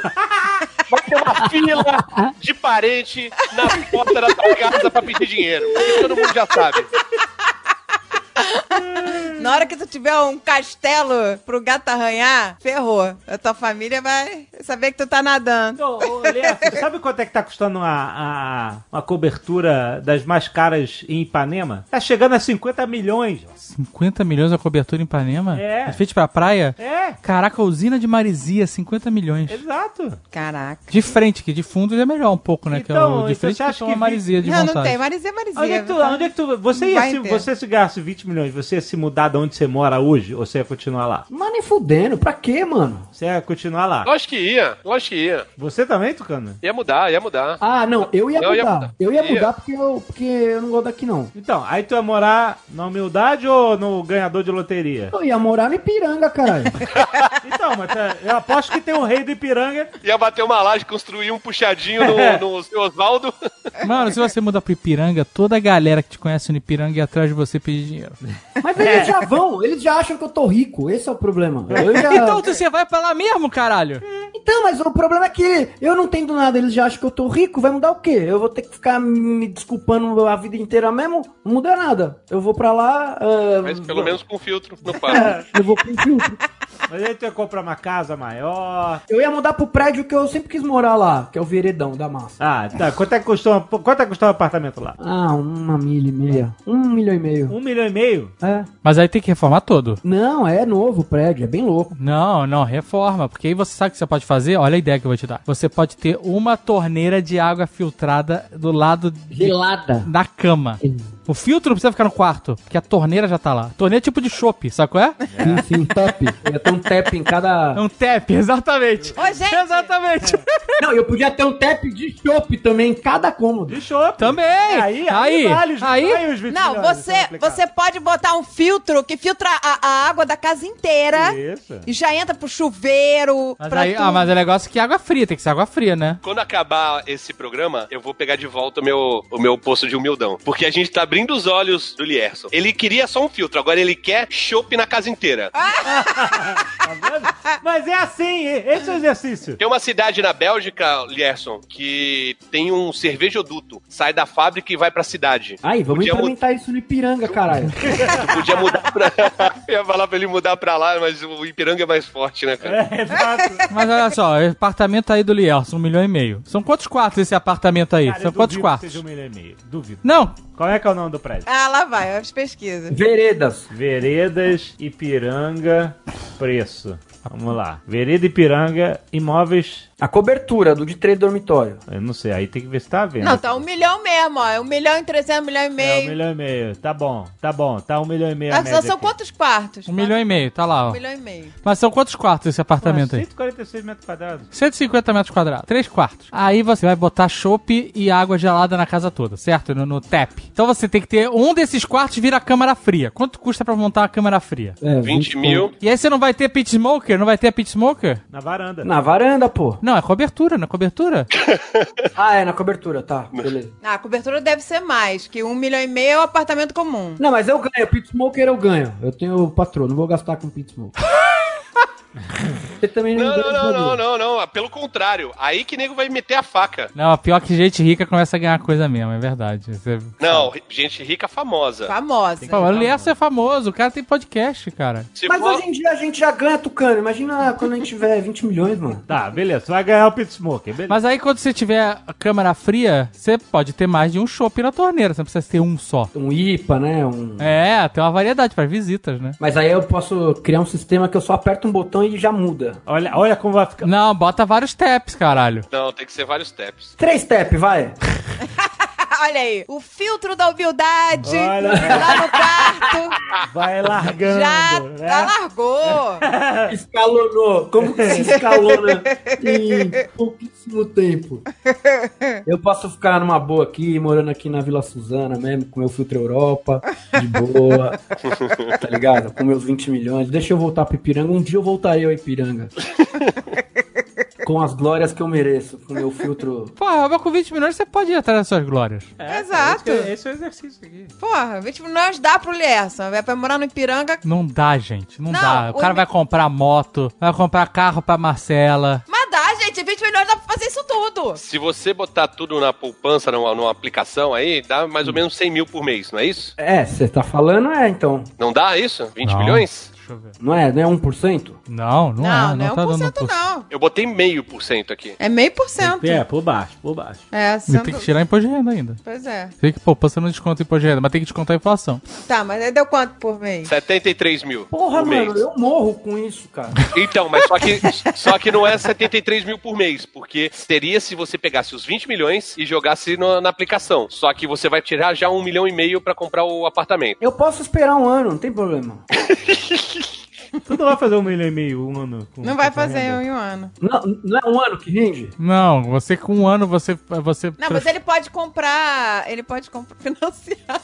vai ter uma fila de parente na porta da tua casa pra pedir dinheiro. Isso Todo mundo já sabe. Na hora que tu tiver um castelo pro gato arranhar, ferrou. A tua família vai saber que tu tá nadando. Ô, ô, Leandro, [LAUGHS] sabe quanto é que tá custando a, a, uma cobertura das mais caras em Ipanema? Tá chegando a 50 milhões. 50 milhões a cobertura em Ipanema? É. Feito pra praia? É, Caraca, usina de marizia, 50 milhões. exato. Caraca. De frente, que de fundo é melhor um pouco, né? que é Então, o de então frente você que acha toma que vi- marizia de não, vontade. não tem. Marizia, Marizia. Onde é que tu. Onde é que tu você, ia então Vai se, ter. você se gastasse 20 milhões, você ia se mudar de onde você mora hoje ou você ia continuar lá? Mas nem fudendo, pra quê, mano? Você ia continuar lá. Lógico que ia, lógico que ia. Você também, Tucano? Ia mudar, ia mudar. Ah, não, eu ia Eu ia mudar. mudar. Eu ia Ia. mudar porque eu, porque eu não gosto daqui, não. Então, aí tu ia morar na humildade ou no ganhador de loteria? Eu ia morar no Ipiranga, caralho. Então, mas tá- eu aposto que tem um rei do Ipiranga. Ia bater uma laje, construir um puxadinho no, no seu Oswaldo. Mano, se você mudar pro Ipiranga, toda a galera que te conhece no Ipiranga ia atrás de você pedir dinheiro. [LAUGHS] Mas É. eles já vão, eles já acham que eu tô rico. Esse é o problema. [LAUGHS] Eu já- Então você vai pra lá mesmo, caralho? Então, mas o problema é que eu não tendo nada, eles já acham que eu tô rico, vai mudar o quê? Eu vou ter que ficar me desculpando a vida inteira mesmo? Não muda nada. Eu vou pra lá. ah, Mas pelo vou- menos com filtro no quarto. Eu vou pro filtro. Mas aí tu ia comprar uma casa maior. Eu ia mudar pro prédio que eu sempre quis morar lá, que é o veredão da massa. Ah, tá. Quanto é que custou, uma- quanto é que custou um apartamento lá? Ah, uma milha e meia. Um milhão e meio. Um milhão e meio? É. Mas aí tem que reformar todo. Não, é novo o prédio, é bem louco. Não, não, reforma. Porque aí você sabe o que você pode fazer? Olha a ideia que eu vou te dar. Você pode ter uma torneira de água filtrada do lado de- Gelada. da cama. O filtro não precisa ficar no quarto, porque a torneira já tá lá. Torneira é tipo de chope, sabe qual é? Sim, sim, tap. Eu ia ter um tap em É cada. um tap, [LAUGHS] exatamente. Ô, gente! É. Exatamente. Não, eu podia ter um tap de chopp também em cada cômodo. De shopping. Também. Aí, aí, Aí, vale os- aí. vale os 20 Não, milhões, você, isso é complicado. você pode botar um filtro que filtra a, a água da casa inteira Isso. e já entra pro chuveiro. Mas pra aí, tudo. ah, mas o negócio é que é água fria, tem que ser água fria, né? Quando acabar esse programa, eu vou pegar de volta o meu, o meu posto de humildão. Porque a gente tá abrindo os olhos do Lierson. Ele queria só um filtro, agora ele quer chopp na casa inteira. Tá vendo? Mas é assim, esse é o exercício. Tem uma cidade na Bélgica, Lierson, que tem um cervejoduto. Sai da fábrica e vai pra cidade. Aí, vamos Podia implementar isso no Ipiranga, caralho. Tu podia mudar pra... [LAUGHS] Eu ia falar pra ele mudar pra lá, mas o Ipiranga é mais forte, né, cara? É, exato. Mas olha só, [LAUGHS] o apartamento aí do Lielson, um milhão e meio. São quantos quartos esse apartamento aí? Cara, eu São quantos duvido que é quartos? Seja um milhão e meio. Duvido. Não, Qual é que é o nome do prédio? Ah, lá vai, as pesquisas. Veredas. Veredas, Ipiranga, preço. Vamos lá. Vereda Ipiranga, imóveis. A cobertura do de três dormitório. Eu não sei, aí tem que ver se tá à venda. Não, tá um milhão mesmo, ó. É um milhão e trezentos, um milhão e É, um meio. milhão e meio. Tá bom, tá bom. Tá um milhão e meio. a Ah, média só são aqui. quantos quartos? Um milhão e meio, tá lá, Um ó. milhão e meio. Mas são quantos quartos esse apartamento aí? 146 metros quadrados. 150 metros quadrados, 3 quartos. Aí você vai botar chopp e água gelada na casa toda, certo? No, no tap. Então você tem que ter um desses quartos vira câmara fria. Quanto custa pra montar uma câmara fria? 20 mil. E aí você não vai ter pit smoker? Não vai ter pit smoker? Na varanda. Na varanda, pô. Não, é cobertura, não é cobertura? Ah, é, na cobertura, tá. Beleza. Ah, a cobertura deve ser mais, que um milhão e meio é o apartamento comum. Não, mas eu ganho. Pit Smoker eu ganho. Eu tenho patrono, não vou gastar com Pit [LAUGHS] Smoker. Você também Não, ganha não, não, não, jogador. não, não. Pelo contrário. Aí que nego vai meter a faca. Não, pior que gente rica começa a ganhar coisa mesmo, é verdade. Você... Não, gente rica famosa. Famosa. Pô, o Lierson é famoso, o cara tem podcast, cara. Se Mas for- hoje em dia a gente já ganha tucano. Imagina quando a gente tiver 20 milhões, mano. Tá, beleza. Você vai ganhar o pit smoker, beleza. Mas aí quando você tiver a câmara fria, você pode ter mais de um chopp na torneira, você não precisa ter um só. Um IPA, né? Um... É, tem uma variedade para visitas, né? Mas aí eu posso criar um sistema que eu só aperto um botão e já muda. Olha, olha como vai ficar. Não, bota vários taps, caralho. Não, tem que ser vários steps. Três step, vai. [LAUGHS] Olha aí, o filtro da humildade Olha. lá [LAUGHS] no quarto Vai largando. [LAUGHS] já né? É, tá [LAUGHS] largou. Escalonou. Como que se escalona em pouquíssimo tempo? Eu posso ficar numa boa aqui, morando aqui na Vila Suzana mesmo, com meu filtro Europa, de boa. Tá ligado? Com meus 20 milhões. Deixa eu voltar pro Ipiranga. Um dia eu voltarei ao Ipiranga. Com as glórias que eu mereço, com meu filtro. Porra, mas com 20 milhões você pode ir atrás das suas glórias. Exato. Esse, esse é o exercício aqui. Porra, 20 milhões dá pro Lierson. Vai pra morar no Ipiranga. Não dá, gente. Não, Não, dá. O o cara mi- vai comprar moto, vai comprar carro pra Marcela. Mas dá, gente. 20 milhões dá pra fazer isso tudo. Se você botar tudo na poupança, numa, numa aplicação aí, dá mais ou menos 100 mil por mês, não é isso? É, você tá falando, é, então. Não dá isso? 20 Não. milhões? Deixa eu ver. Não é? Não é 1%? Não, não, é. Não, não, é tá dando 1%, por- não. Eu botei meio por cento aqui. É meio por cento. É, por baixo, por baixo. É, Você sendo... tem que tirar imposto de renda ainda. Pois é. Tem que poupança não desconta imposto de renda, mas tem que descontar a inflação. Tá, mas aí deu quanto por mês? 73 mil Porra, por mano, Um mês. eu morro com isso, cara. Então, mas só que, só que não é 73 mil por mês, porque seria se você pegasse os 20 milhões e jogasse no- na aplicação. Só que você vai tirar já um milhão e meio pra comprar o apartamento. Eu posso esperar um ano, não tem problema. Tu não vai fazer um milhão e meio, um ano. com- Não vai com fazer renda? em um ano. Não, não é um ano que rende? Não, você com um ano, você. você Não, mas ele pode comprar. Ele pode comprar [LAUGHS] financiar.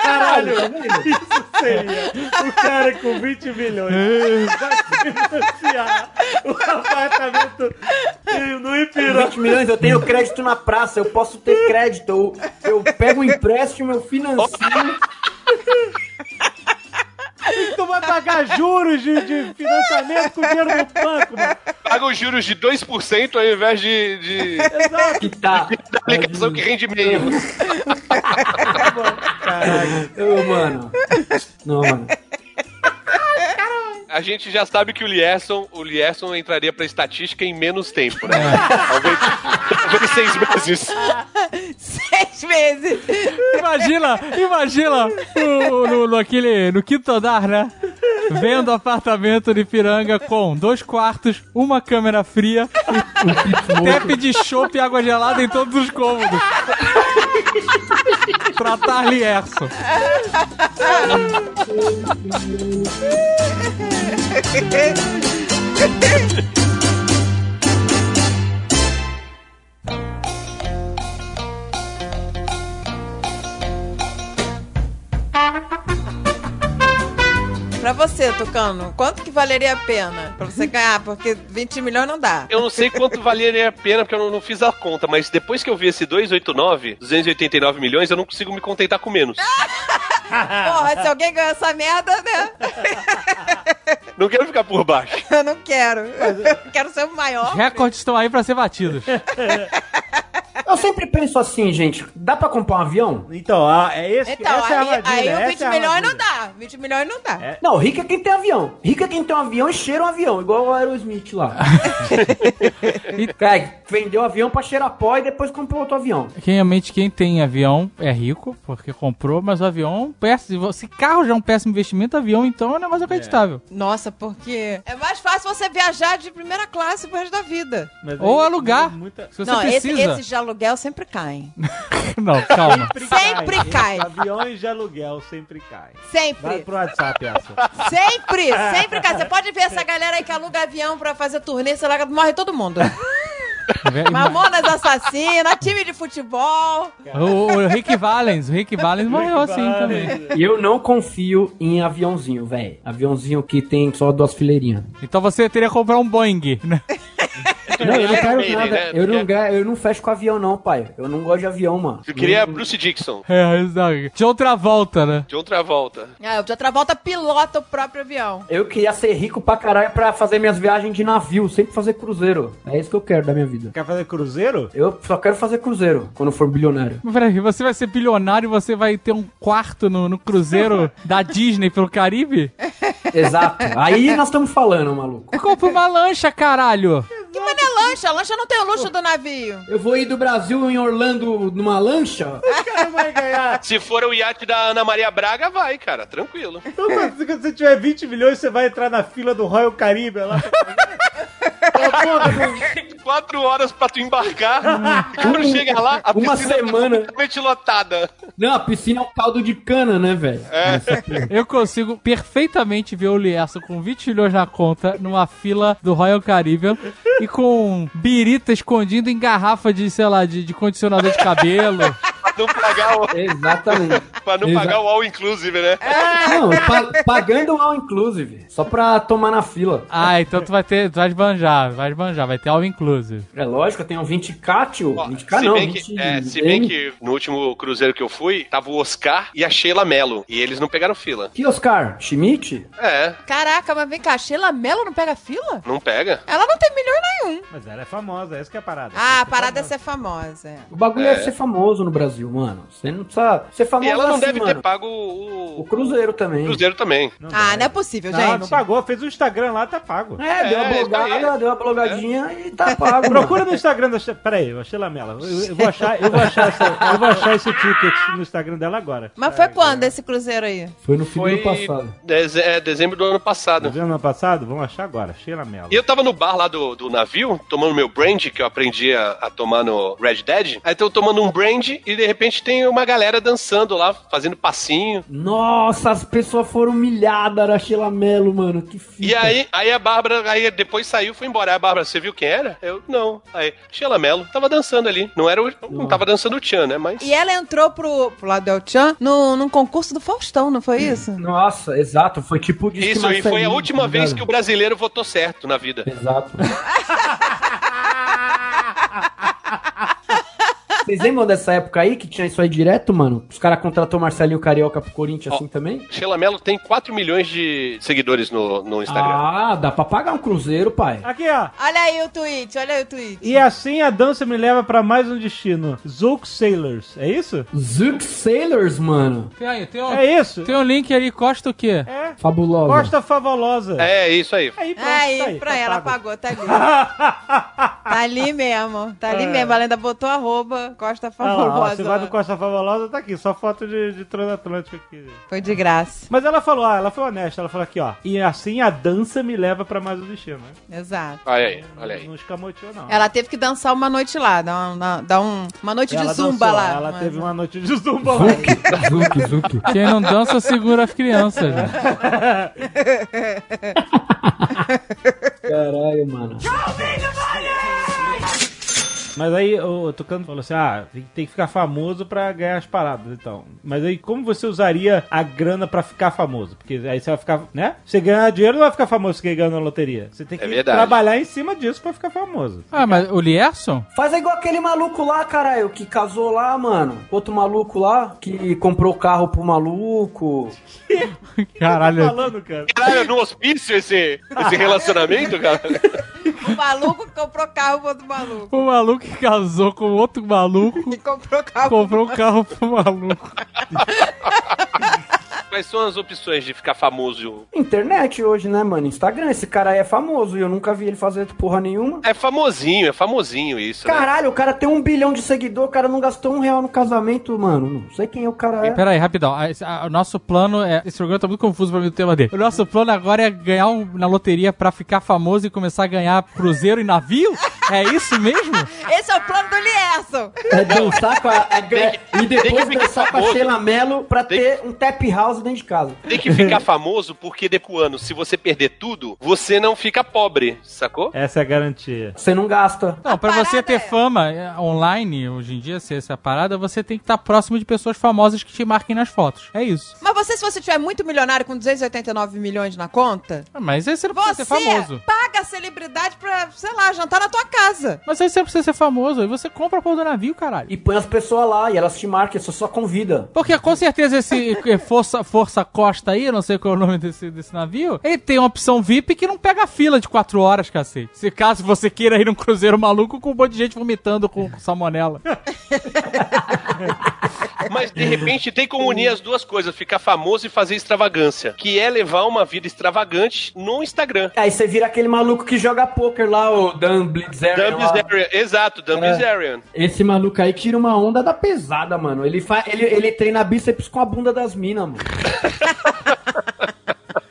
Caralho, isso seria um- o cara é com 20 milhões vai financiar [LAUGHS] o apartamento no Ipiranga. 20 milhões, eu tenho crédito na praça, eu posso ter crédito. Eu, eu pego o empréstimo, eu financio. Tu vai pagar juros de, de financiamento com dinheiro no banco, mano. Paga os juros de 2% ao invés de, [LAUGHS] de Exato. Que tá. da aplicação que rende meio. Caralho. Ô, mano. Não, mano. A gente já sabe que o Lierson, o Lierson entraria pra estatística em menos tempo, né? É. Talvez, talvez seis meses. Seis meses. Imagina, imagina no, no, no aquele, no quinto andar, né? Vendo apartamento de piranga com dois quartos, uma câmera fria, [LAUGHS] tap de chopp e água gelada em todos os cômodos. Tratar Lierson. Pra você, Tucano, quanto que valeria a pena pra você ganhar? Porque 20 milhões não dá. Eu não sei quanto valeria a pena, porque eu não, não fiz a conta, mas depois que eu vi esse 289, 289 milhões, eu não consigo me contentar com menos. Porra, se alguém ganhar essa merda, né? Não quero ficar por baixo. Eu [LAUGHS] não quero. Eu quero ser o maior. Recordes estão aí pra ser batidos. Eu sempre penso assim, gente, dá pra comprar um avião? Então, ah, é esse, Então, essa é a aí, armadilha. aí o essa 20 é a milhões armadilha. não dá. 20 milhões não dá. Não, rico é quem tem avião. Rico é quem tem um avião e cheira um avião, igual o Aerosmith lá. E, Cara, vendeu o avião pra cheirar pó e depois comprou outro avião. Quem, realmente quem tem avião é rico, porque comprou, mas o avião é um péssimo. Se carro já é um péssimo investimento, avião então é um negócio acreditável. Nossa, porque é mais fácil você viajar de primeira classe pro resto da vida. É, Mas Ou aí, alugar. muita- Se você não, esse- precisa. esses de aluguel sempre caem. Não, [LAUGHS] calma. Sempre cai. Aviões de aluguel sempre caem. Vai [LAUGHS] Sempre. pro WhatsApp essa. Sempre, sempre, cara. Você pode ver essa galera aí que aluga avião pra fazer turnê, sei lá, morre todo mundo. Mamonas assassinas, time de futebol. o, o Rick Valens, o Rick Valens morreu assim também. E eu não confio em aviãozinho, velho. Aviãozinho que tem só duas fileirinhas. Então você teria que comprar um Boeing. né? Não, eu não quero Ele, nada. né? Eu, não, ga- eu não fecho com avião, não, pai. Eu não gosto de avião, mano. Eu queria Bruce Dixon, É, exato. De outra volta, né? de outra volta. Ah, o de outra volta pilota o próprio avião. Eu queria ser rico pra caralho pra fazer minhas viagens de navio, sempre fazer cruzeiro. É isso que eu quero da minha vida. Quer fazer cruzeiro? Eu só quero fazer cruzeiro quando eu for bilionário. Mas Peraí, você vai ser bilionário e você vai ter um quarto no, no cruzeiro da Disney pelo Caribe? Exato. Aí nós estamos falando, maluco. Compra uma lancha, caralho! Que mané lancha? Lancha não tem o luxo do navio. Eu vou ir do Brasil em Orlando numa lancha? Cara, vai ganhar. Se for o iate da Ana Maria Braga, vai, cara, tranquilo. Então, É. quando quando você tiver 20 milhões, você vai entrar na fila do Royal Caribe lá. Quatro horas pra tu [LAUGHS] embarcar. e quando chega lá, a [LAUGHS] Uma piscina semana. tá completamente lotada. Não, a piscina é um caldo de cana, né, velho? Eu consigo perfeitamente ver o Lierson com 20 milhões na conta numa fila do Royal Caribbean e com um birita escondido em garrafa de, sei lá, de, de condicionador de cabelo. Pra não pagar o, Exatamente. pra não Exato. É, pagar o all inclusive, né? Não, pa- pagando um all inclusive, só pra tomar na fila. Ah, então tu vai ter. Tu vai esbanjar, vai esbanjar, vai ter all inclusive. É lógico, eu tenho 20k, tio. Ó, 20k se, não, bem 20 que, é, se bem que no último cruzeiro que eu fui, tava o Oscar e a Sheila Mello. E eles não pegaram fila. Que Oscar? Schmidt? É, Caraca, mas vem cá, Sheila Mello não pega fila? não pega. Ela não tem milhão nenhum. Mas ela é famosa, essa que é a parada. Ah, a parada é ser famosa. é. O bagulho é. ser famoso no Brasil, mano. Você não precisa ser E famoso ela não assim, deve mano. ter pago o, O o Cruzeiro também. cruzeiro também. Ah, não é possível, Não, gente. não pagou, fez o Instagram lá, tá pago. É, deu É, uma isso blogada, aí. deu uma blogadinha e [LAUGHS] tá pago. Procura mano. no Instagram da. She- Pera aí, a Sheila Mello. Eu, eu vou achar, eu, vou achar essa, eu vou achar esse ticket no Instagram dela agora. Mas foi quando é. esse cruzeiro aí? Foi no fim Foi do passado. deze- é, dezembro do ano Tá passado. vendo ano passado? Vamos achar agora, Sheila Mello. E eu tava no bar lá do, do navio, tomando meu brandy, que eu aprendi a, a tomar no Red Dead. Aí tô tomando um brandy e de repente tem uma galera dançando lá, fazendo passinho. Nossa, as pessoas foram humilhadas da Sheila Mello, mano. Que fita. E aí, aí a Bárbara, aí depois saiu, foi embora. Aí a Bárbara, você viu quem era? Eu, não. Aí, Sheila Mello, tava dançando ali. Não era o, não tava dançando o Tchan, né? Mas... E ela entrou pro, pro lado do El Chan no, num concurso do Faustão, não foi isso? Nossa, exato. Foi tipo de Isso, e foi a tá última vez que o brasileiro votou certo na vida. Exato. Vocês lembram dessa época aí que tinha isso aí direto, mano? Os caras contratou Marcelinho Carioca pro Corinthians assim também? Sheila Mello tem 4 milhões de seguidores no, no Instagram. Ah, dá pra pagar um cruzeiro, pai. Aqui, ó. Olha aí o tweet, olha aí o tweet. E assim a dança me leva pra mais um destino. Zouk Sailors, é isso? Zook Sailors, mano. Tem aí, tem um, É isso? tem um link ali, costa o quê? É. Fabulosa. Costa Favolosa. É, isso aí. Aí, pronto, Aí, tá aí, pra tá ela, pago. apagou, tá ali. tá [LAUGHS] ali mesmo, tá ali mesmo. Ela ainda botou arroba Costa Ah, É. lá, ó, você Fabulosa. vai no Costa Favolosa, tá aqui, só foto de, de transatlântico aqui. Foi de graça, Mas ela falou, ah, ela foi honesta, ela falou aqui, ó. E assim a dança me leva pra mais um destino, né? exato. Olha aí, olha aí. Não escamoteou, não. Ela teve que dançar uma noite lá, dar um- dar um- dar um- uma noite Ela de zumba dançou, lá. Ela Mas- teve uma noite de zumba lá. Zook, É Zook, Zook. Quem não dança segura as crianças. né? Caralho, mano. Mas aí o Tucano falou assim: ah, tem tem que ficar famoso pra ganhar as paradas, então. Mas aí, como você usaria a grana pra ficar famoso? Porque aí você vai ficar, né? Você ganhar dinheiro não vai ficar famoso quem ganha na loteria. Você tem que É verdade. trabalhar em cima disso pra ficar famoso. Ah, mas o Lierson? Faz igual aquele maluco lá, caralho, que casou lá, mano. Outro maluco lá, que comprou carro pro maluco. Caralho. Falando, cara. Caralho, no hospício esse, esse relacionamento, cara? O maluco comprou carro pro outro maluco. O maluco que casou com outro maluco [LAUGHS] E comprou carro comprou um carro pro maluco. [LAUGHS] Quais são as opções de ficar famoso? Internet hoje, né, mano? Instagram, esse cara aí é famoso e eu nunca vi ele fazer porra nenhuma. É famosinho, é famosinho isso, né? Caralho, o cara tem um bilhão de seguidor, o cara não gastou um real no casamento, mano. Não sei quem é o cara é. E Pera aí, rapidão. A- esse- a- O nosso plano é. Esse programa tá muito confuso pra mim o tema dele. O nosso plano agora é ganhar um- na loteria pra ficar famoso e começar a ganhar cruzeiro e navio? É isso mesmo? Esse é o plano do Lierson. É dançar com a. é- e tem que depois ficar dançar com a famoso. Sheila Mello pra ter um tap house dentro de casa. Tem que ficar famoso porque depois ano, se você perder tudo, você não fica pobre, sacou? Essa é a garantia. Você não gasta. Não, pra você parada ter é- fama é, online hoje em dia, ser essa parada, você tem que estar próximo de pessoas famosas que te marquem nas fotos. É isso. Mas você, se você tiver muito milionário com 289 milhões na conta, Ah, Mas aí você não você precisa ser famoso. paga a celebridade pra, sei lá, jantar na tua casa. Mas aí você precisa ser famoso, aí você compra a porra do navio, caralho. E põe as pessoas lá e elas te marcam, você só convida. Porque com [LAUGHS] certeza esse eh, Força, Força Costa aí, eu não sei qual é o nome desse, desse navio, ele tem uma opção VIP que não pega fila de 4 horas, cacete. Se caso você queira ir num cruzeiro maluco com um monte de gente vomitando [LAUGHS] com, com salmonela. Mas de repente tem como unir as duas coisas, ficar famoso e fazer extravagância, que é levar uma vida extravagante no Instagram. Aí você vira aquele maluco que joga poker lá, o Dan Blitzer. Dan Bilzerian, exato, Dan Bilzerian. Esse maluco aí tira uma onda da pesada, mano. Ele, fa... ele, ele treina bíceps com a bunda das minas, mano.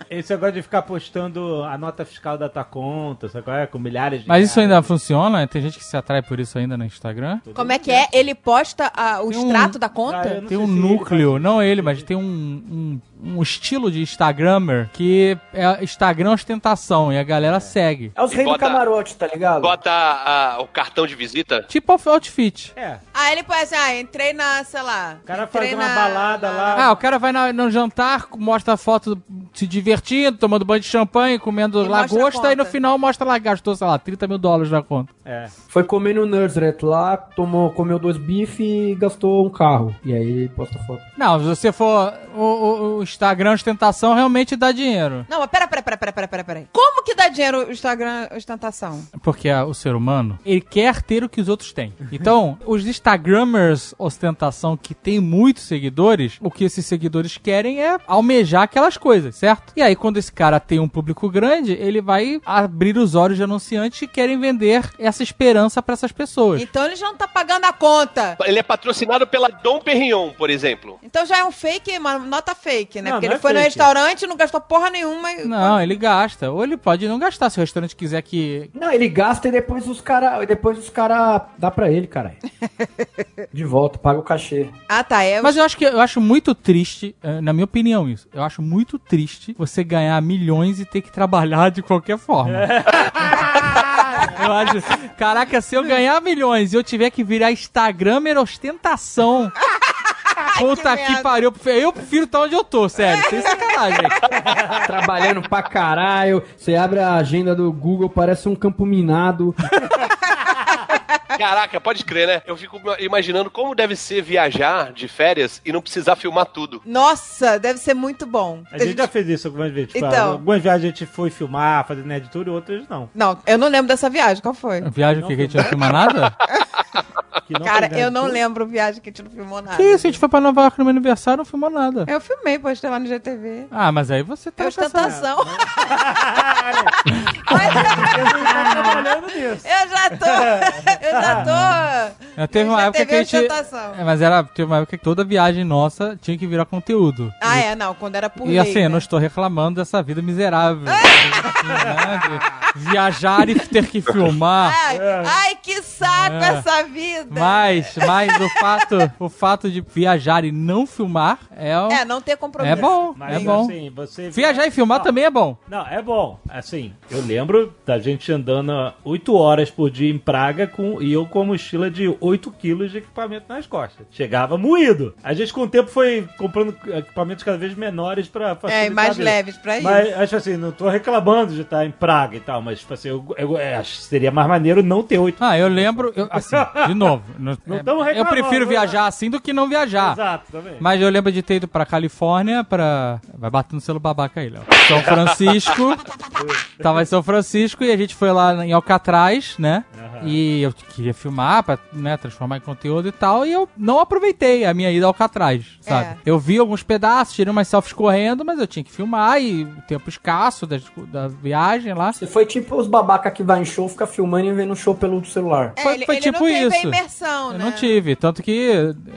Esse negócio de ficar postando a nota fiscal da tua conta, sabe qual é? Com milhares de Mas isso reais. ainda funciona? Tem gente que se atrai por isso ainda no Instagram? Como é que é? Ele posta ah, o Tem um- extrato da Ah, eu conta? não Tem sei um se ele núcleo, faz- não ele, mas tem um, um, um estilo de Instagrammer que é Instagram ostentação e a galera segue. É os E reis do bota- camarote, tá ligado? Bota a- o cartão de visita. Tipo outfit. É, Ah, ele põe assim, ah, entrei na, sei lá. o cara faz entrei uma na- balada lá. Ah, o cara vai na- no jantar, mostra a foto se divertindo, tomando banho de champanhe, comendo E mostra a lagosta, e no conta. final mostra lá, gastou, sei lá, 30 mil dólares na conta. É. Foi comer no Nursery lá, tomou, comeu dois bifes e gastou um carro. E aí posta foto. Não, se você for o, o- o Instagram ostentação, realmente dá dinheiro. Não, mas pera, pera, pera, pera, pera, pera, pera. Como que dá dinheiro o Instagram ostentação? Porque ah, o ser humano, ele quer ter o que os outros têm. Então, os Instagrammers ostentação que tem muitos seguidores, o que esses seguidores querem é almejar aquelas coisas, certo? E aí, quando esse cara tem um público grande, ele vai abrir os olhos de anunciantes que querem vender essa esperança pra essas pessoas. Então ele já não tá pagando a conta. Ele é patrocinado pela Dom Perignon, por exemplo. Então já é um fake, uma nota fake, né? Não, Porque não ele é foi no fake. restaurante, não gastou porra nenhuma. e- Não, ele gasta. Ou ele pode não gastar se o restaurante quiser que. Não, ele gasta e depois os cara, e depois os cara dá pra ele, caralho. De volta, paga o cachê. Ah, tá. É, Mas eu acho que eu acho muito triste, eh, na minha opinião, isso. Eu acho muito triste você ganhar milhões e ter que trabalhar de qualquer forma. [LAUGHS] eu acho. Caraca, se eu ganhar milhões e eu tiver que virar Instagramer [LAUGHS] ostentação. Puta que, merda. pariu. Eu prefiro estar onde eu tô, sério. Sem [LAUGHS] sacanagem. Trabalhando pra caralho. Você abre a agenda do Google, parece um campo minado. Caraca, pode crer, né? Eu fico imaginando como deve ser viajar de férias e não precisar filmar tudo. Nossa, deve ser muito bom. A gente já fez isso algumas vezes. Tipo, Então. Algumas viagens a gente foi filmar, fazer nerd tour e outras não. Não, eu não lembro dessa viagem. Qual foi? Viagem o quê? que a gente não filma nada? Que não Cara, faz nerd eu não tour. lembro viagem que a gente não filmou nada. que isso? A gente foi pra Nova York no meu aniversário e não filmou nada. Eu filmei, postei lá no GTV. Ah, mas aí você tá É ostentando. ostentação. [LAUGHS] Mas Eu não tava trabalhando nisso. eu já tô. Eu já tô. [LAUGHS] É, teve uma Já época teve que a gente. ostentação. É, mas era, teve uma época que toda viagem nossa tinha que virar conteúdo. Ah, é, não. Quando era por E lei, assim, eu né? Ah! não estou reclamando dessa vida miserável. Assim, Né? De Viajar e ter que filmar. Ai, ai, que saco É. essa vida. Mas, mas o fato, o fato de viajar e não filmar é, um- É, não ter é compromisso. bom, Mas, é bom. assim, Ah. você... Viajar e filmar Não. também é bom. Não, é bom. Assim, eu lembro da gente andando 8 horas por dia em Praga com, e eu com a mochila de 8 quilos de equipamento nas costas. Chegava moído. A gente com o tempo foi comprando equipamentos cada vez menores pra facilitar É, e mais a vida. leves pra isso. Mas acho assim, não tô reclamando de estar em Praga e tal, mas tipo assim, eu, eu- é, acho que seria mais maneiro não ter oito. Ah, eu lembro, eu- assim, de novo. [LAUGHS] não- Não é, tamo eu reclamando, prefiro né? viajar assim do que não viajar. Exato, tá também. Mas eu lembro de ter ido pra Califórnia, pra. Vai batendo selo babaca aí, Léo. São Francisco. Tava em São Francisco e a gente foi lá em Alcatraz, né? E eu queria filmar pra né, transformar em conteúdo e tal. E eu não aproveitei a minha ida ao Alcatraz, sabe? É. Eu vi alguns pedaços, tirei umas selfies correndo, mas eu tinha que filmar e o tempo escasso das- da viagem lá. Você foi tipo os babaca que vai em show, fica filmando e vendo um show pelo celular. É, Foi- ele, foi ele tipo não teve a isso. imersão, Eu né? não tive, tanto que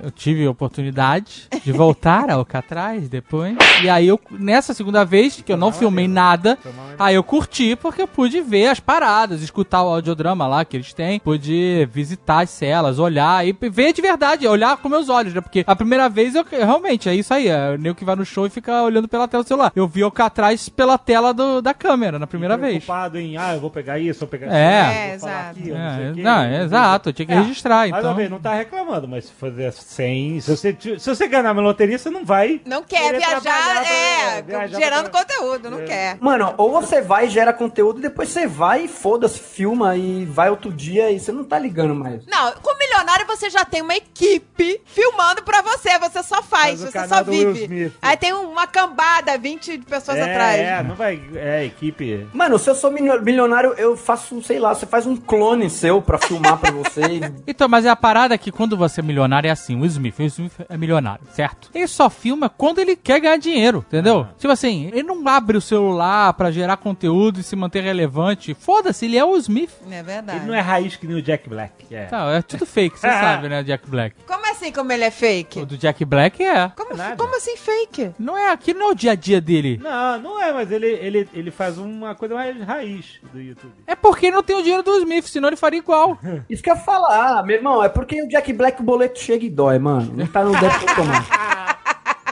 eu tive a oportunidade de voltar ao Alcatraz depois. E aí eu, nessa segunda vez, que eu não filmei nada, aí eu curti porque eu pude ver as paradas, escutar o audiodrama lá que eles têm, pude visitar as celas, olhar e ver de verdade, olhar com meus olhos, né? Porque a primeira vez eu realmente, é isso aí, é o nego que vai no show e fica olhando pela tela do celular. Eu vi o Alcatraz pela tela do- da câmera na primeira vez. Preocupado em, ah, eu vou pegar isso, eu vou pegar É. aquilo, eu É, vou falar exato. aqui, eu não sei É, o quê, não, eu sei o quê. exato, eu tinha que É, registrar, Mais então. uma vez, não tá reclamando, mas se fazer sem. Se você, se você ganhar uma loteria, você não vai. Não quer Querer viajar, trabalhar pra- é, viajar gerando pra- conteúdo, É. não quer. Mano, ou você vai e gera conteúdo, depois você vai e foda-se, filma e vai outro dia e você não tá ligando mais. Não, com milionário você já tem uma equipe filmando pra você, você só faz, Faz o você canal só do Will vive. Smith. Aí tem uma cambada, 20 pessoas é, atrás. É, não vai. É, equipe. Mano, se eu sou milio- milionário, eu faço, sei lá, você faz um clone seu pra filmar pra você. Então, mas é a parada que quando você é milionário é assim, o Will Smith, o Will Smith é milionário, certo? Ele só filma quando ele quer ganhar dinheiro, entendeu? Tipo assim, ele não abre o celular pra gerar conteúdo e se manter relevante. Foda-se, ele é o Will Smith. É verdade. Ele não é raiz que nem o Jack Black. É. Tá, é tudo fake, você sabe, né, Jack Black? Como assim, como ele é O fake? do Jack Black é. Como, nada. como assim fake? Não é, aquilo não é o dia a dia dele. Não, não é, mas ele, ele, ele faz uma coisa mais raiz do YouTube. É porque ele não tem o dinheiro do Will Smith, senão ele faria igual. [LAUGHS] Isso que eu ia falar, meu irmão, é porque o Jack Black o boleto chega e dói, mano. Não tá no débito automático.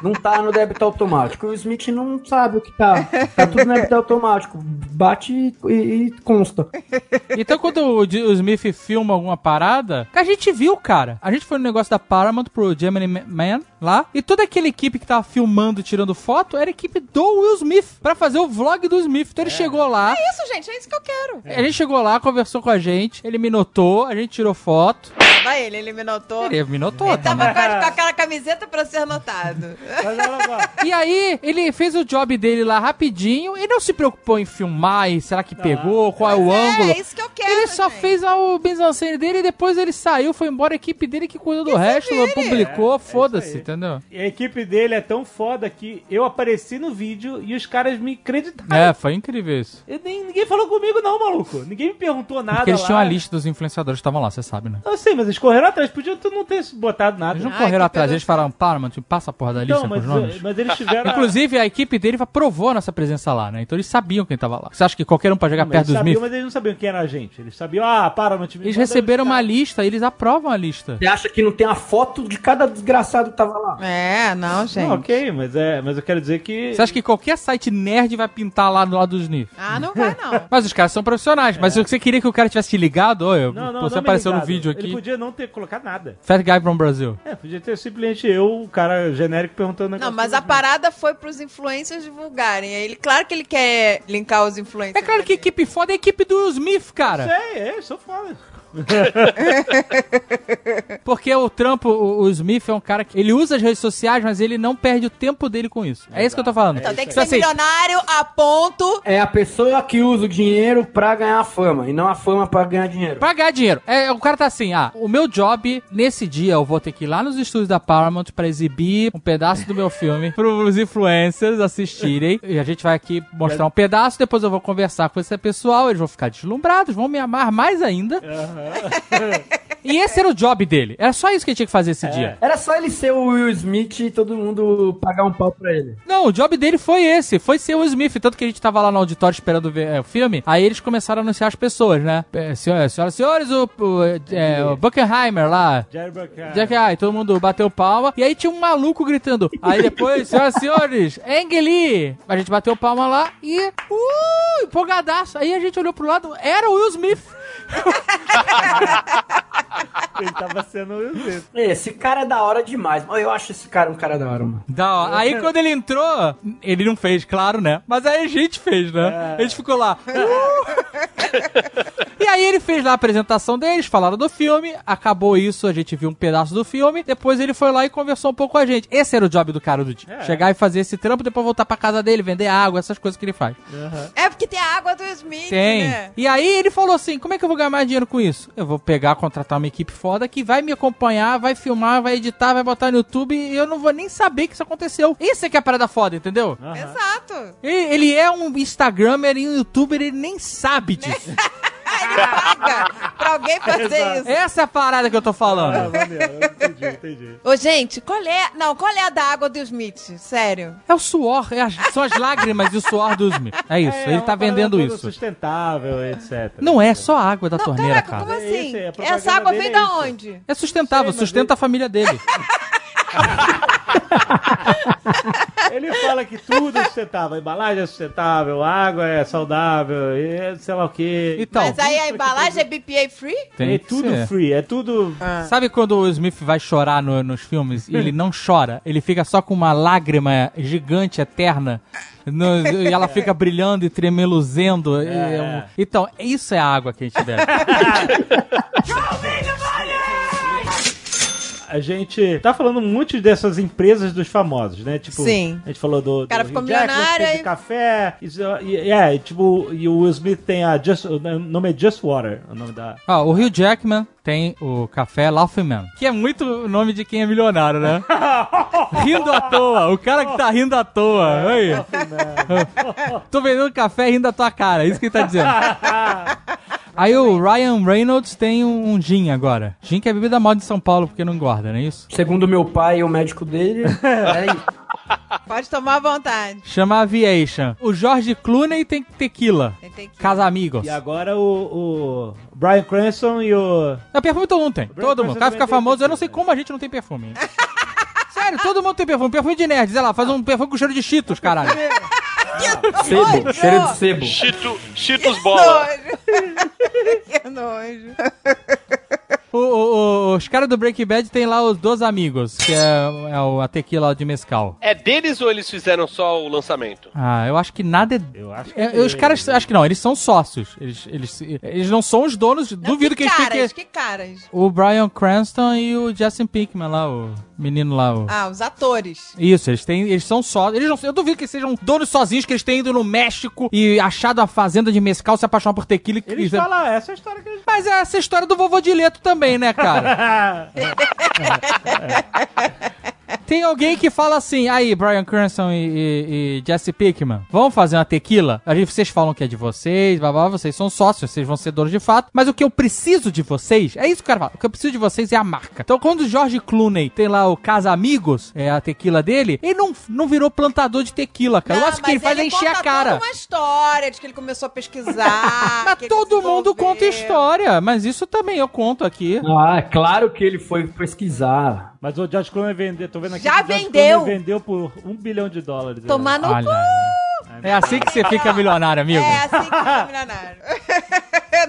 Não tá no débito automático. O Smith não sabe o que tá. Tá tudo no débito automático. Bate e, e consta. Então, quando o, Di- o Smith filma alguma parada, que a gente viu, cara. A gente foi no negócio da Paramount pro Gemini Ma- Man lá, e toda aquela equipe que tava filmando, tirando foto, era a equipe do Will Smith, pra fazer o vlog do Smith. Então ele chegou lá, É isso, gente, é isso que eu quero. ele chegou lá, conversou com a gente, ele me notou, a gente tirou foto. É, Vai ele, ele me notou. Ele me notou, tá, né? Tava com a- com aquela camiseta pra [LAUGHS] ser notado. Mas olha só. [LAUGHS] E aí, ele fez o job dele lá rapidinho, e não se preocupou em filmar, e será que pegou, qual é o ângulo. É, é isso que eu quero. Ele só gente. fez o benzancene dele e depois ele saiu, foi embora, a equipe dele que cuidou do resto, publicou, foda-se, aí. entendeu? E a equipe dele é tão foda que eu apareci no vídeo e os caras me acreditaram. É, foi incrível isso. Eu nem, ninguém falou comigo, não, maluco. Ninguém me perguntou nada. Porque eles lá. tinham a lista dos influenciadores que estavam lá, você sabe, né? Eu sei, mas eles correram atrás. Podia tu não ter botado nada. Eles não Ai, correram que atrás, pedaço. eles falaram, para, mano, passa a porra da lista Então, com mas, os nomes. mas eles [LAUGHS] tiveram. Inclusive, a equipe dele aprovou a nossa presença lá, né? Então eles sabiam quem tava lá. Você acha que qualquer um pode chegar Mas perto eles dos sabiam, Smith? mas eles não sabiam quem era a gente. Eles sabiam, ah, para, não te Eles receberam uma lista, eles aprovam a lista. Você acha que não tem a foto de cada desgraçado que tava lá? É, não, gente. Não, ok, mas, é, mas eu quero dizer que. Você acha que qualquer site nerd vai pintar lá do lado dos Smith? Ah, não vai [LAUGHS] não. Mas os caras são profissionais, mas se você queria que o cara tivesse te ligado, olha, É. Não, não, você não me apareceu no ligaram. vídeo aqui. Ele podia não ter colocado nada. Fat Guy from Brasil. É, podia ter simplesmente eu, o cara genérico, perguntando Não, negócio mas a do- parada foi pros influencers divulgarem. Aí Ele, claro que ele quer linkar os influencers. É claro que a equipe foda é a equipe do Will Smith, cara. Sei, é, sou foda. Porque o trampo, o, o Smith é um cara que. Ele usa as redes sociais, mas ele não perde o tempo dele com isso. É isso que eu tô falando. Então tem que ser Então, assim, milionário a ponto. É a pessoa que usa o dinheiro pra ganhar fama e não a fama pra ganhar dinheiro. Pra ganhar dinheiro. É, o cara tá assim, ah, o meu job, nesse dia, eu vou ter que ir lá nos estúdios da Paramount pra exibir um pedaço do meu filme pros influencers assistirem. E a gente vai aqui mostrar um pedaço, depois eu vou conversar com esse pessoal, eles vão ficar deslumbrados, vão me amar mais ainda. [LAUGHS] e esse era o job dele. Era só isso que ele tinha que fazer esse dia. Era só ele ser o Will Smith e todo mundo pagar um pau pra ele. Não, o job dele foi esse, foi ser o Smith. Tanto que a gente tava lá no auditório esperando ver é, o filme, aí eles começaram a anunciar as pessoas, né? É, senhora- senhoras e senhores, o, o, é, o Buckenheimer lá. Jerry Buckheimer. Jack, ai, todo mundo bateu palma. E aí tinha um maluco gritando. Aí depois, senhoras e senhores, Engeli! A gente bateu palma lá e. Uh, empolgadaço. Aí a gente olhou pro lado, era o Will Smith. Ele tava [LAUGHS] sendo isento. Esse cara é da hora demais. Mas Eu acho esse cara um cara da hora, mano. Da hora. Aí quando ele entrou, ele não fez, claro, né? Mas aí a gente fez, né? A gente ficou lá. "Uh!" [LAUGHS] e aí ele fez lá a apresentação deles, falaram do filme, acabou isso, a gente viu um pedaço do filme, depois ele foi lá e conversou um pouco com a gente. Esse era o job do cara do dia. Chegar e fazer esse trampo, depois voltar pra casa dele, vender água, essas coisas que ele faz. É porque tem a água do Smith, Tem. né? E aí ele falou assim: como é que eu vou ganhar mais dinheiro com isso? Eu vou pegar, contratar uma equipe foda que vai me acompanhar, vai filmar, vai editar, vai botar no YouTube e eu não vou nem saber que isso aconteceu. Isso é que é a parada foda, entendeu? Exato. E- Ele é um Instagramer e um youtuber, ele nem [LAUGHS] sabe disso. Paga pra alguém [LAUGHS] fazer isso. Essa é a parada que eu tô falando. Maneiro, entendi, entendi. Ô, gente, qual é... Não, qual é a da água do Smith? Sério. É o suor, é as- são as lágrimas e o suor do Smith. É isso, É, é ele uma tá parada vendendo toda isso. sustentável, etc. Não é só a água da não, torneira, caraca, cara. Então, como É assim? isso, é a propaganda Essa água dele vem é da isso. onde? É sustentável, sustenta a [LAUGHS] família dele. Ele fala que tudo é sustentável. A embalagem é sustentável, a água é saudável, e é sei lá o quê. Então, Mas aí a embalagem é BPA free? tem é que tudo ser. free, é tudo. Sabe quando o Smith vai chorar no- nos filmes e ele não chora? Ele fica só com uma lágrima gigante, eterna. no- e ela fica brilhando e tremeluzendo. e- é um- então, isso é a água que a gente bebe. A gente tá falando muito dessas empresas dos famosos, né? Tipo, Sim. a gente falou do. cara do ficou Hugh Jackman, milionário, fez aí- de café. Isso, e, é, e tipo, e o Will Smith tem a Just. O nome é Just Water, o nome [LAUGHS] da. Ó, o Hugh Jackman tem o café Laughing Man, que é muito o nome de quem é milionário, né? rindo à toa, o cara que tá rindo à toa. Aí. [LAUGHS] Tô vendendo café rindo à tua cara, é isso que ele tá dizendo. Aí o Ryan Reynolds tem um, um gin agora. Gin que é bebida moda de São Paulo, porque não engorda, não é isso? Segundo meu pai e o médico dele, é isso. Pode tomar à vontade. [LAUGHS] Chama Aviation. O George Clooney tem tequila. Tem tequila. Casa Amigos. E agora o, o Brian Cranston e o. É, perfume todo mundo tem. todo mundo. O cara também fica tem famoso, eu não né? sei como a gente não tem perfume. [LAUGHS] Sério, todo mundo tem perfume. Perfume de nerd, sei lá, faz um perfume com cheiro de cheetos, caralho. sebo, cheiro de sebo. Chito, Chitos Bola. Nojo. que nojo. O- o- o- os caras do Breaking Bad tem lá os Dos Amigos, que é, é o- a tequila de mescal. É deles ou eles fizeram só o lançamento? Ah, eu acho que nada é... Eu acho que. é- os caras, acho que não, eles são sócios. Eles, eles, se- eles não são os donos, duvido que, eles caras, fiquem... que caras. O Brian Cranston e o Justin Pinkman lá, o menino lá, o... Ah, os atores. Isso, eles têm. Eles são só. Eles não, eu duvido que eles sejam donos sozinhos, que eles tenham ido no México e achado a fazenda de mescal, se apaixonar por tequila e Eles e- falam, essa é a história que eles. Mas é essa história do vovô Dileto também, né, cara? Tem alguém que fala assim, aí, Brian Cranston e, e- e Jesse Pickman, vamos fazer uma tequila? Aí vocês falam que é de vocês, blá, blá, blá, vocês são sócios, vocês vão ser donos de fato, mas o que eu preciso de vocês, é isso que o cara fala, o que eu preciso de vocês é a marca. Então, quando o George Clooney tem lá o Casa Amigos, é a tequila dele, ele não, não virou plantador de tequila, cara. eu acho que ele faz é encher a cara. uma história de que ele começou a pesquisar. [LAUGHS] Mas que ele todo mundo desenvolveu. conta história, mas isso também eu conto aqui. Ah, é claro que ele foi pesquisar. Mas o George Clooney vendeu, tô vendo aqui. que Já o George vendeu. Clooney vendeu por um bilhão de dólares. Tomar no Olha cu. aí. É assim que você fica milionário, amigo. É assim que fica milionário.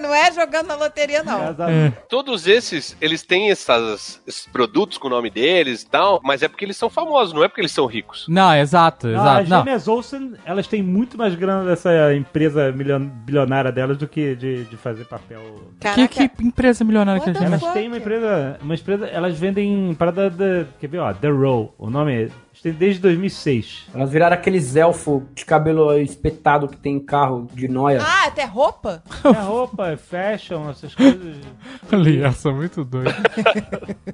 [LAUGHS] não é jogando na loteria, É, É. não. Exatamente. Todos esses, eles têm essas- esses produtos com o nome deles e tal, mas é porque eles são famosos, não é porque eles são ricos. Não, é exato, Não, Ah, as exato. Não. gêmeas Olsen, elas têm muito mais grana dessa empresa milion- bilionária delas do que de, de fazer papel. Caraca. Que, que empresa milionária que é a What the gente Elas fuck? têm uma empresa, uma empresa, elas vendem parada da, quer ver, ó, The Row, o nome, é- eles têm desde [LAUGHS] 2006. Elas viraram aqueles elfos de cabelo espetado que tem em carro de noia. Ah, até roupa? É roupa, é fashion, essas coisas. Ali, essa é muito doida.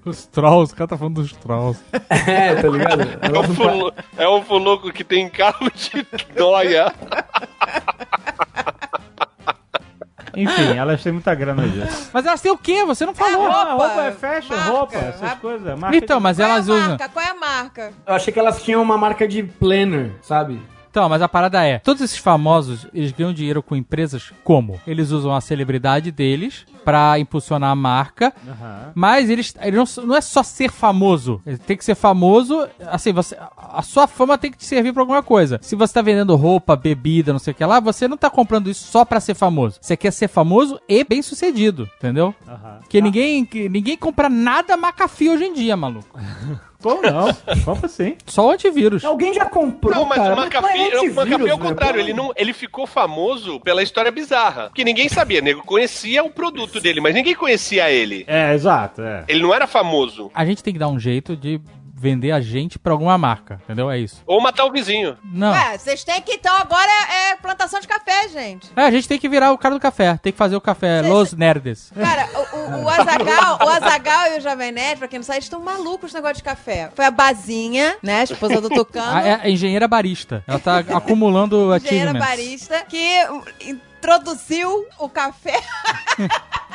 os trolls, o cara tá falando dos trolls. [LAUGHS] É, tá ligado? É um, fulu, é um fuluco que tem carro de noia. Enfim, elas têm muita grana [LAUGHS] disso. Mas elas têm o quê? Você não falou. roupa, Ah, roupa é fashion, marca, roupa, essas marca. coisas. marca Então, de- mas Qual é a elas usam. marca? Qual é a marca? Eu achei que elas tinham uma marca de planner, sabe? Então, mas a parada é, todos esses famosos, eles ganham dinheiro com empresas como? Eles usam a celebridade deles pra impulsionar a marca, mas eles, eles não, s- não é só ser famoso, Ele tem que ser famoso, assim, você, a sua fama tem que te servir pra alguma coisa. Se você tá vendendo roupa, bebida, não sei o que lá, você não tá comprando isso só pra ser famoso. Você quer ser famoso e bem sucedido, entendeu? Ah. Porque ninguém, que ninguém compra nada Macafio hoje em dia, maluco. Ah, Como não? Como [LAUGHS] assim? Só o antivírus. Alguém já comprou, Não, mas cara? o McAfee, o não é McAfee é antivírus, o né? contrário. Ele, não, ele ficou famoso pela história bizarra. Porque ninguém sabia. Nego conhecia o produto dele, mas ninguém conhecia ele. É, exato, é. Ele não era famoso. A gente tem que dar um jeito de vender a gente pra alguma marca, entendeu? É isso. Ou matar o vizinho. Não. É, Ué, vocês têm que então agora é, é plantação de café, gente. a gente tem que virar o cara do café. Tem que fazer o café Cê- Los Nerds. Cara, o, o, o Azagal, o Azagal e o Jovem Nerd, pra quem não sabe, eles estão malucos no negócio de café. Foi a Bazinha, né? A esposa do [LAUGHS] Tucano. A, é né? a engenheira barista. [LAUGHS] Ela tá acumulando engenheira achievements. barista, que introduziu o [LAUGHS] café [LAUGHS]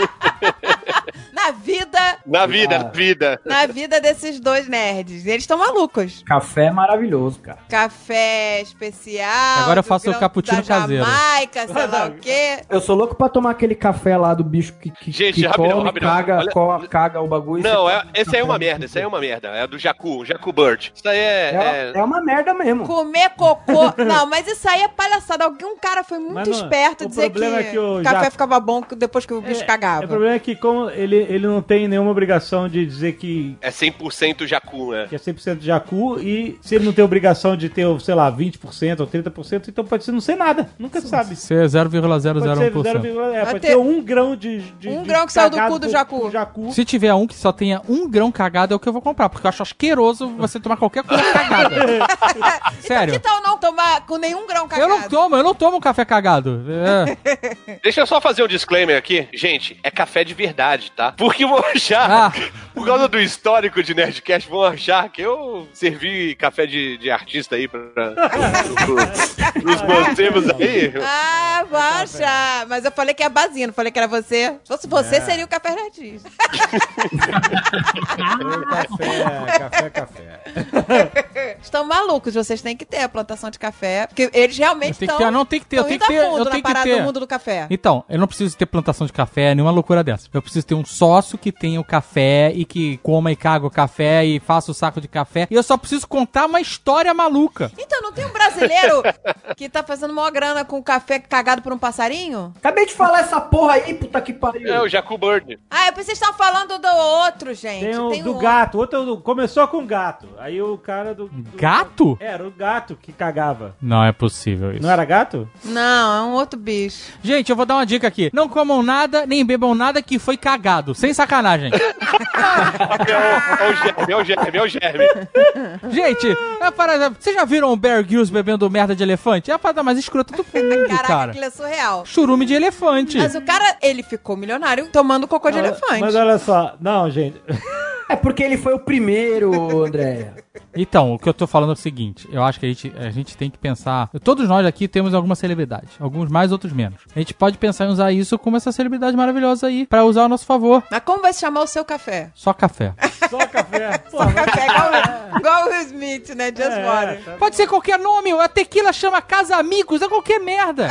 na vida, Na vida, na vida. na vida desses dois nerds. Eles estão malucos. Café é maravilhoso, cara. Café especial. Agora eu do faço grão o cappuccino da caseiro. Jamaica, sei [LAUGHS] lá o quê. Eu sou louco pra tomar aquele café lá do bicho que, que, Gente, que rapidão, come, rapidão. caga, Olha- co- caga o bagulho. e Não, você é, toma esse aí é uma café. merda. Esse aí é uma merda. É do Jacu, Jacu Bird. Isso aí É, é. é- é uma merda mesmo. Comer cocô. Não, mas isso aí é palhaçada. Algum cara foi muito Mas não- esperto o dizer que, problema é que o café Jaco- ficava bom depois que o bicho cagava. O problema é que como ele, ele não tem nenhuma obrigação de dizer que, É 100% Jacu, né? que é 100% Jacu e se ele não tem obrigação de ter, sei lá, 20% ou 30%, então pode ser não ser nada. Nunca se sabe. Isso é 0,001%. Pode ser 0,1, é, Vai pode ter ter um grão de, de- um de grão que saiu do cagado cu do por- Jacu. por Jacu. Se tiver um que só tenha um grão cagado, é o que eu vou comprar, porque eu acho asqueroso você tomar qualquer coisa [LAUGHS] cagada. Sério. Então, Que tal não tomar com nenhum grão cagado? Eu não tomo, eu não tomo um café cagado. É. Deixa eu só fazer um disclaimer aqui. Gente, é café de verdade, tá? Porque vão Ah. achar, [LAUGHS] por causa do histórico de Nerdcast, vão achar que eu servi café de, de artista aí pra, pro- pros motivos aí. Ah, baixa! Mas eu falei que é a bazinha, não falei que era você. Se fosse você, É. seria o café nerdista. É, Café, café, café. Estão malucos, vocês têm que ter a plantação de café. Porque eles realmente Tem que estão. ter, não, tem que ter, eu estão tenho indo que ter, a fundo eu na tenho que parada ter. do mundo do café. Então, eu não preciso ter plantação de café, nenhuma loucura dessa. Eu preciso ter um sócio que tenha o café e que coma e caga o café e faça o saco de café. E eu só preciso contar uma história maluca. Então, não tem um brasileiro que tá fazendo maior grana com café cagado por um passarinho? Acabei de falar essa porra aí, puta que pariu. É o Jacu Bird. Ah, eu pensei que vocês estavam falando do outro, [LAUGHS] gente. Tem o Tem do um- gato. Outro é o do- começou com gato. Aí o cara do, do- Gato? Era o gato que cagava. Não é possível isso. Não era gato? Não, é um outro bicho. Gente, eu vou dar uma dica aqui. Não comam nada, nem bebam nada que foi cagado. Sem sacanagem. É o germe, é o germe, é o germe. Gente, é a parada. Vocês já viram o Bear Grylls bebendo merda de elefante? É a parada mais escrota do mundo, Caraca, cara. aquilo é surreal. Churume de elefante. Mas o cara, ele ficou milionário tomando cocô de Mas- elefante. Ah, Mas olha só. Não, gente. É porque ele foi o primeiro, Andréia. Então, o que eu tô falando é o seguinte: eu acho que a gente, a gente tem que pensar. Todos nós aqui temos alguma celebridade, alguns mais, outros menos. A gente pode pensar em usar isso como essa celebridade maravilhosa aí, pra usar ao nosso favor. Mas como vai se chamar o seu café? Só café. Só café. [LAUGHS] Pô, Café [LAUGHS] igual, igual o Will Smith, né? Just é, water. tá- [LAUGHS] Pode ser qualquer nome, a tequila chama Casa Amigos, é qualquer merda.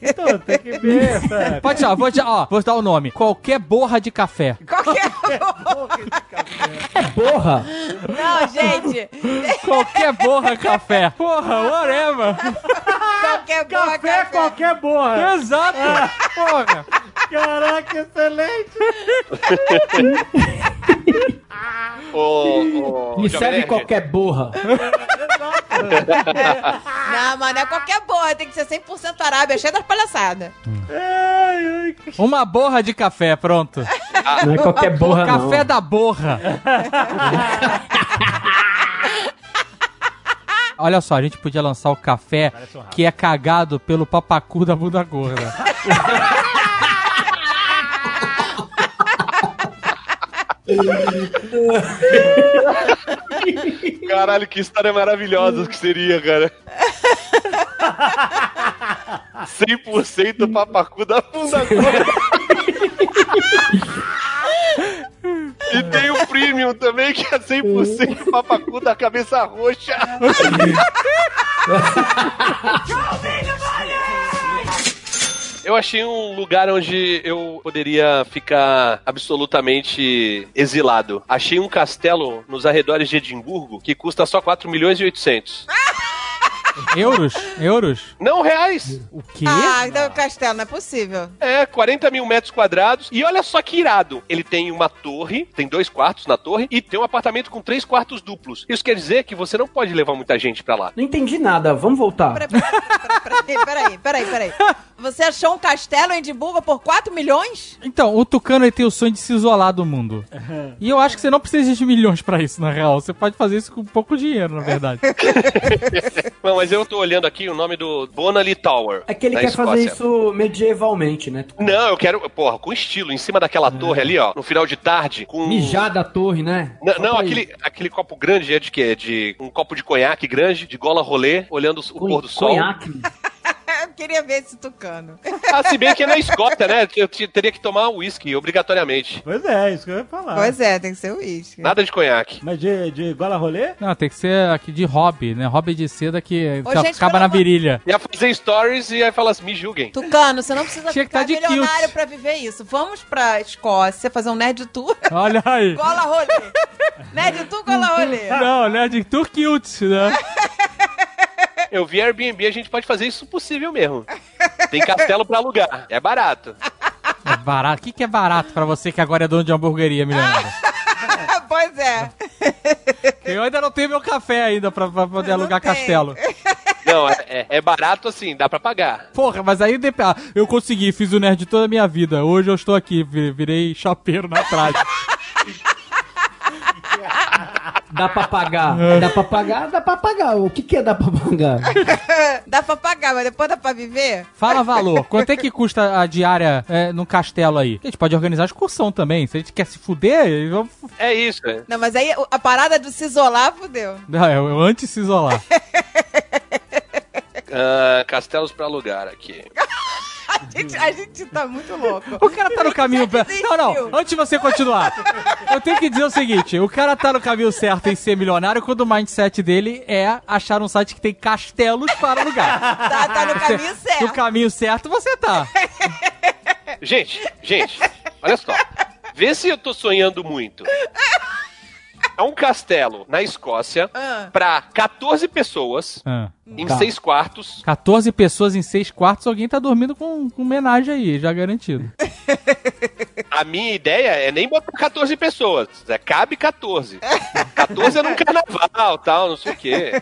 Então, tem que ver essa. Pode ser, ó, vou, te- ó, vou dar o nome: qualquer borra de café. Qualquer. Porra! Não, gente. [LAUGHS] Qualquer borra café. Porra, whatever. Qualquer boa Café, [LAUGHS] café. qualquer borra. Exato. Porra. Caraca, excelente. Ô, ô, Me Jovem serve Nerd, qualquer borra. Não, mas não é qualquer boa. Tem que ser 100% arábia, cheia das palhaçadas. Ai, ai, que Uma borra de café, pronto. Ah. Não é qualquer borra, não. Café da borra. Olha só, a gente podia lançar o café que é cagado pelo papacu da bunda gorda. Caralho, que história maravilhosa que seria, cara. 100% papacu da bunda gorda. E tem o premium também, que é 100% papacu da cabeça roxa. Eu achei um lugar onde eu poderia ficar absolutamente exilado. Achei um castelo nos arredores de Edimburgo que custa só 4 milhões e 800. Euros? Euros? Não reais. O quê? Ah, então, castelo, não é possível. É, 40 mil metros quadrados. E olha só que irado. Ele tem uma torre, tem dois quartos na torre, e tem um apartamento com três quartos duplos. Isso quer dizer que você não pode levar muita gente pra lá. [LAUGHS] Não entendi nada, vamos voltar. Peraí, peraí, peraí, peraí, peraí. Você achou um castelo em Edimburgo por 4 milhões? Então, o Tucano ele tem o sonho de se isolar do mundo. E eu acho que você não precisa de milhões pra isso, na real. Você pode fazer isso com pouco dinheiro, na verdade. Não, mas eu tô olhando aqui o nome do Bonaly Tower. É que ele na quer fazer Escócia. isso medievalmente, né? Não, eu quero, porra, com estilo, em cima daquela torre ali, ó, no final de tarde, com. Ah. Mijar da torre, né? N- Só não, pra aquele, aquele copo grande é de quê? De um copo de conhaque grande, de gola rolê, olhando o Con- pôr do sol. Conhaque. É, Eu queria ver esse tucano. Ah, se bem que é na Escócia, né? Eu te- teria que tomar uísque, obrigatoriamente. Pois é, isso que eu ia Ah. falar. Pois é, tem que ser o uísque. Nada de conhaque. Mas de, de gola rolê? Não, tem que ser aqui de hobby, né? Hobby de seda que Ô, só gente, acaba pelo na amor- virilha. Ia fazer stories e aí fala assim, me julguem. Tucano, você não precisa Tinha que ficar tá de milionário kilt. pra viver isso. Vamos pra Escócia fazer um nerd [LAUGHS] tour. Olha aí. Cola rolê. nerd tour, cola [LAUGHS] rolê. Não, né? De turquilt, né? Eu vi Airbnb, a gente pode fazer isso possível mesmo. Tem castelo pra alugar. É barato. É barato. O que, que é barato pra você que agora é dono de hamburgueria, milionário? pois é. Eu ainda não tenho meu café ainda pra, pra poder Não alugar tem. castelo. Não, é, é- é barato assim, dá pra pagar. Porra, mas aí dep- ah, eu consegui, fiz o nerd toda a minha vida. Hoje eu estou aqui, vi- virei chapeiro na traje. Dá pra pagar. Dá pra pagar, dá pra pagar. O que que é dá pra pagar? Dá pra pagar, mas depois dá pra viver? Fala valor, quanto é que custa a diária é, num castelo aí? A gente pode organizar excursão também. Se a gente quer se fuder, vamos. É isso, né? Não, mas aí a parada do se isolar fudeu. Não, [LAUGHS] eu, eu antes se isolar. Ah, castelos pra alugar aqui. A gente, a gente tá muito louco. O cara tá no caminho. Já Não, não, desistiu. antes de você continuar, eu tenho que dizer o seguinte: o cara tá no caminho certo em ser milionário quando o mindset dele é achar um site que tem castelos para alugar. Tá, tá no caminho [LAUGHS] No certo. caminho certo você [LAUGHS] tá. Gente, gente, olha só. Vê se eu tô sonhando muito. É um castelo na Escócia Ah. pra 14 pessoas Ah. em Tá. seis quartos. 14 pessoas em 6 quartos, alguém tá dormindo com, com homenagem aí, já garantido. A minha ideia é nem botar 14 pessoas. É, cabe 14. 14 é num carnaval, tal, não sei o quê.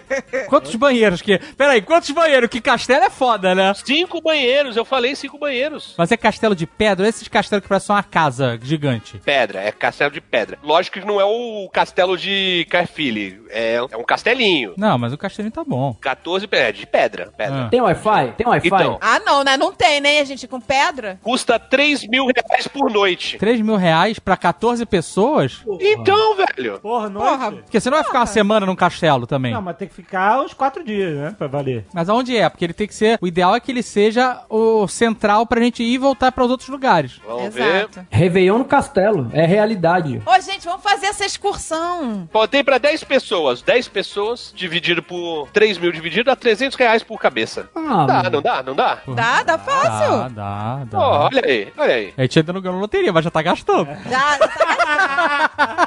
Quantos banheiros que. Peraí, quantos banheiros? Que castelo é foda, né? Cinco banheiros, eu falei cinco banheiros. Mas é castelo de pedra? ou Esses castelos que parecem uma casa gigante. Pedra, é castelo de pedra. Lógico que não é o castelo de Carfile, é, é um castelinho. Não, mas o castelinho tá bom. 14 pe- é de pedra, pedra. Ah. Tem Wi-Fi? Tem Wi-Fi? Então. Ah, não, né? Não tem, né? A gente com pedra. Custa 3 mil reais por noite. 3 mil reais pra 14 pessoas? Então, velho. Porra, Porra. noite. Porque você não vai Ah. ficar uma semana num castelo também. Não, mas tem que ficar uns quatro dias, né? Pra valer. Mas aonde é? Porque ele tem que ser. O ideal é que ele seja o central pra gente ir e voltar pra os outros lugares. Vamos ver. Exato. Réveillon no castelo. É realidade. Ô, gente, vamos fazer essa excursão. Botei pra 10 pessoas. 10 pessoas dividido por 3 mil dividido dá 300 reais por cabeça. Ah, dá, mano. Tá, não dá, não dá? Dá, dá Dá, fácil. dá, Pô, dá. olha aí, olha aí. A gente ainda não ganhou na loteria, mas já tá gastando. Já, tá gastando.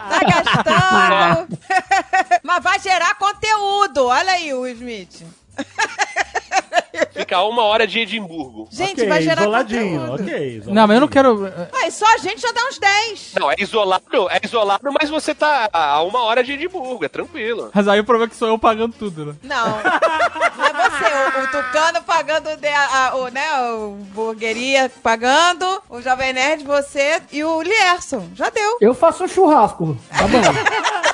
Tá gastando. Mas vai gerar conteúdo. Olha aí, Will Smith. Fica uma hora de Edimburgo. Gente, ok, vai gerar isoladinho, conteúdo. ok. Isoladinho. Não, mas eu não quero. eh, Ai, só a gente já dá uns 10. Não, é isolado, é isolado, mas você tá a uma hora de Edimburgo, é tranquilo. [LAUGHS] Mas aí o problema é que sou eu pagando tudo, né? Não. Não é você. O, o Tucano pagando, de- a, a- o, né, o Burgueria pagando, o Jovem Nerd, você e o Lierson. Já [LAUGHS] deu. Eu faço um churrasco. [LAUGHS] Tá bom.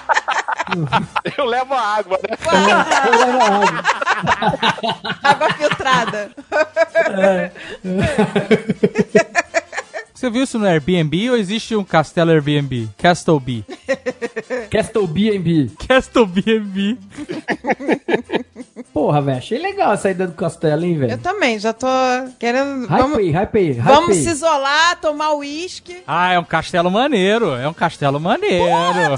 Eu levo a água, né? Com a Eu levo a água. água filtrada. Você viu isso no Airbnb ou existe um castelo Airbnb? Castle [LAUGHS] B. Castle B&B. é Castle B&B. Pô, Porra, velho, achei legal a saída do castelo, hein, Eu velho. também, já tô querendo. vamos Hypei, hypei, vamos se hypei. isolar, tomar uísque. Ah, é um castelo maneiro. É um castelo maneiro. Mano,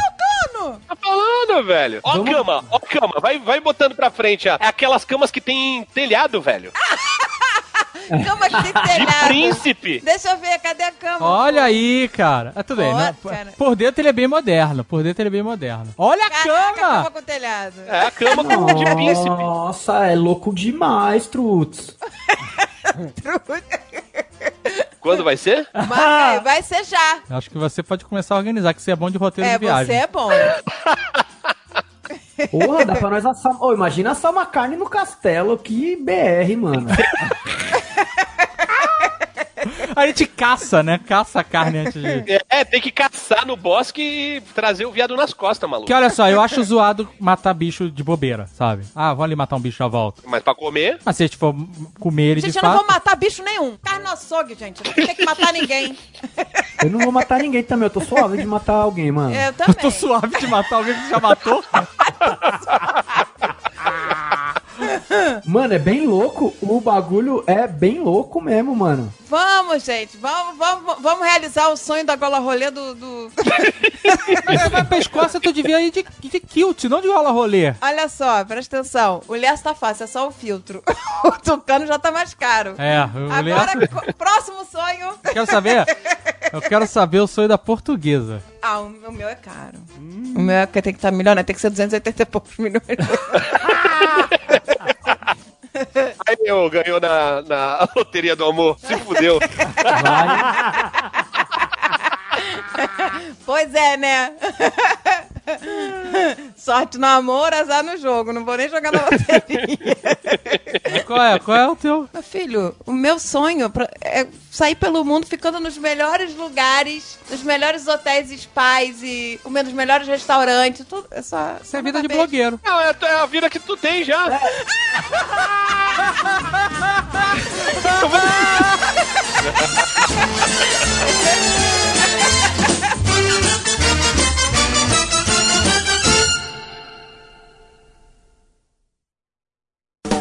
Tá falando, velho. Ó a cama, ó a cama. Vai, vai botando pra frente. ó. É aquelas camas que tem telhado, velho. [LAUGHS] cama que tem De telhado. príncipe. Deixa eu ver, cadê a cama? Olha aí, cara. Ah, tudo bem. Olha, né? Por- cara. Por dentro ele é bem moderno. Por dentro ele é bem moderno. Olha a Caraca, cama! cama com [LAUGHS] telhado. É a cama com- de príncipe. Nossa, é louco demais, Trutz. Quando vai ser? Marca aí, vai ser já. Acho que você pode começar a organizar, que você é bom de roteiro É, de viagem. você é bom. Porra, dá pra nós assar. Ô, imagina assar uma carne no castelo, que BR, mano. A gente caça, né? Caça a carne antes de. É, tem que caçar no bosque e trazer o viado nas costas, maluco. Que olha só, eu acho zoado matar bicho de bobeira, sabe? Ah, vou ali matar um bicho já volto. Mas pra comer, Mas se a gente for comer ele Gente, de eu não fato. vou matar bicho nenhum. Carne no açougue, gente. Não tem que matar [LAUGHS] ninguém. Eu não vou matar ninguém também, eu tô suave de matar alguém, mano. Eu Eu também. tô suave de matar alguém que já matou. Mano, é bem louco. O bagulho é bem louco mesmo, mano. Vamos, gente. Vamos, vamos, vamos realizar o sonho da gola rolê do... do- Mas pescoça tu devia ir de, de kilt, não de rola rolê. Olha só, presta atenção. O Lércio tá fácil, é só o filtro. [LAUGHS] O tucano já tá mais caro. É, eu Agora, co- próximo sonho. quero saber. Eu quero saber o sonho da portuguesa. [LAUGHS] Ah, o, o meu é caro. O meu é que tem que estar milionário, tem que ser 280 e poucos [LAUGHS] milhões. aí eu ganhou na, na [LAUGHS] loteria do amor. Se fudeu. pois é, né? Sorte no amor, azar no jogo. Não vou nem jogar na [LAUGHS] loteria. Mas Qual é? Qual é o teu? Meu filho, o meu sonho pra- é sair pelo mundo ficando nos melhores lugares, nos melhores hotéis e spas e comendo nos melhores restaurantes. Tudo, é só, Isso é vida de blogueiro. Não, é, é a vida que tu tem já.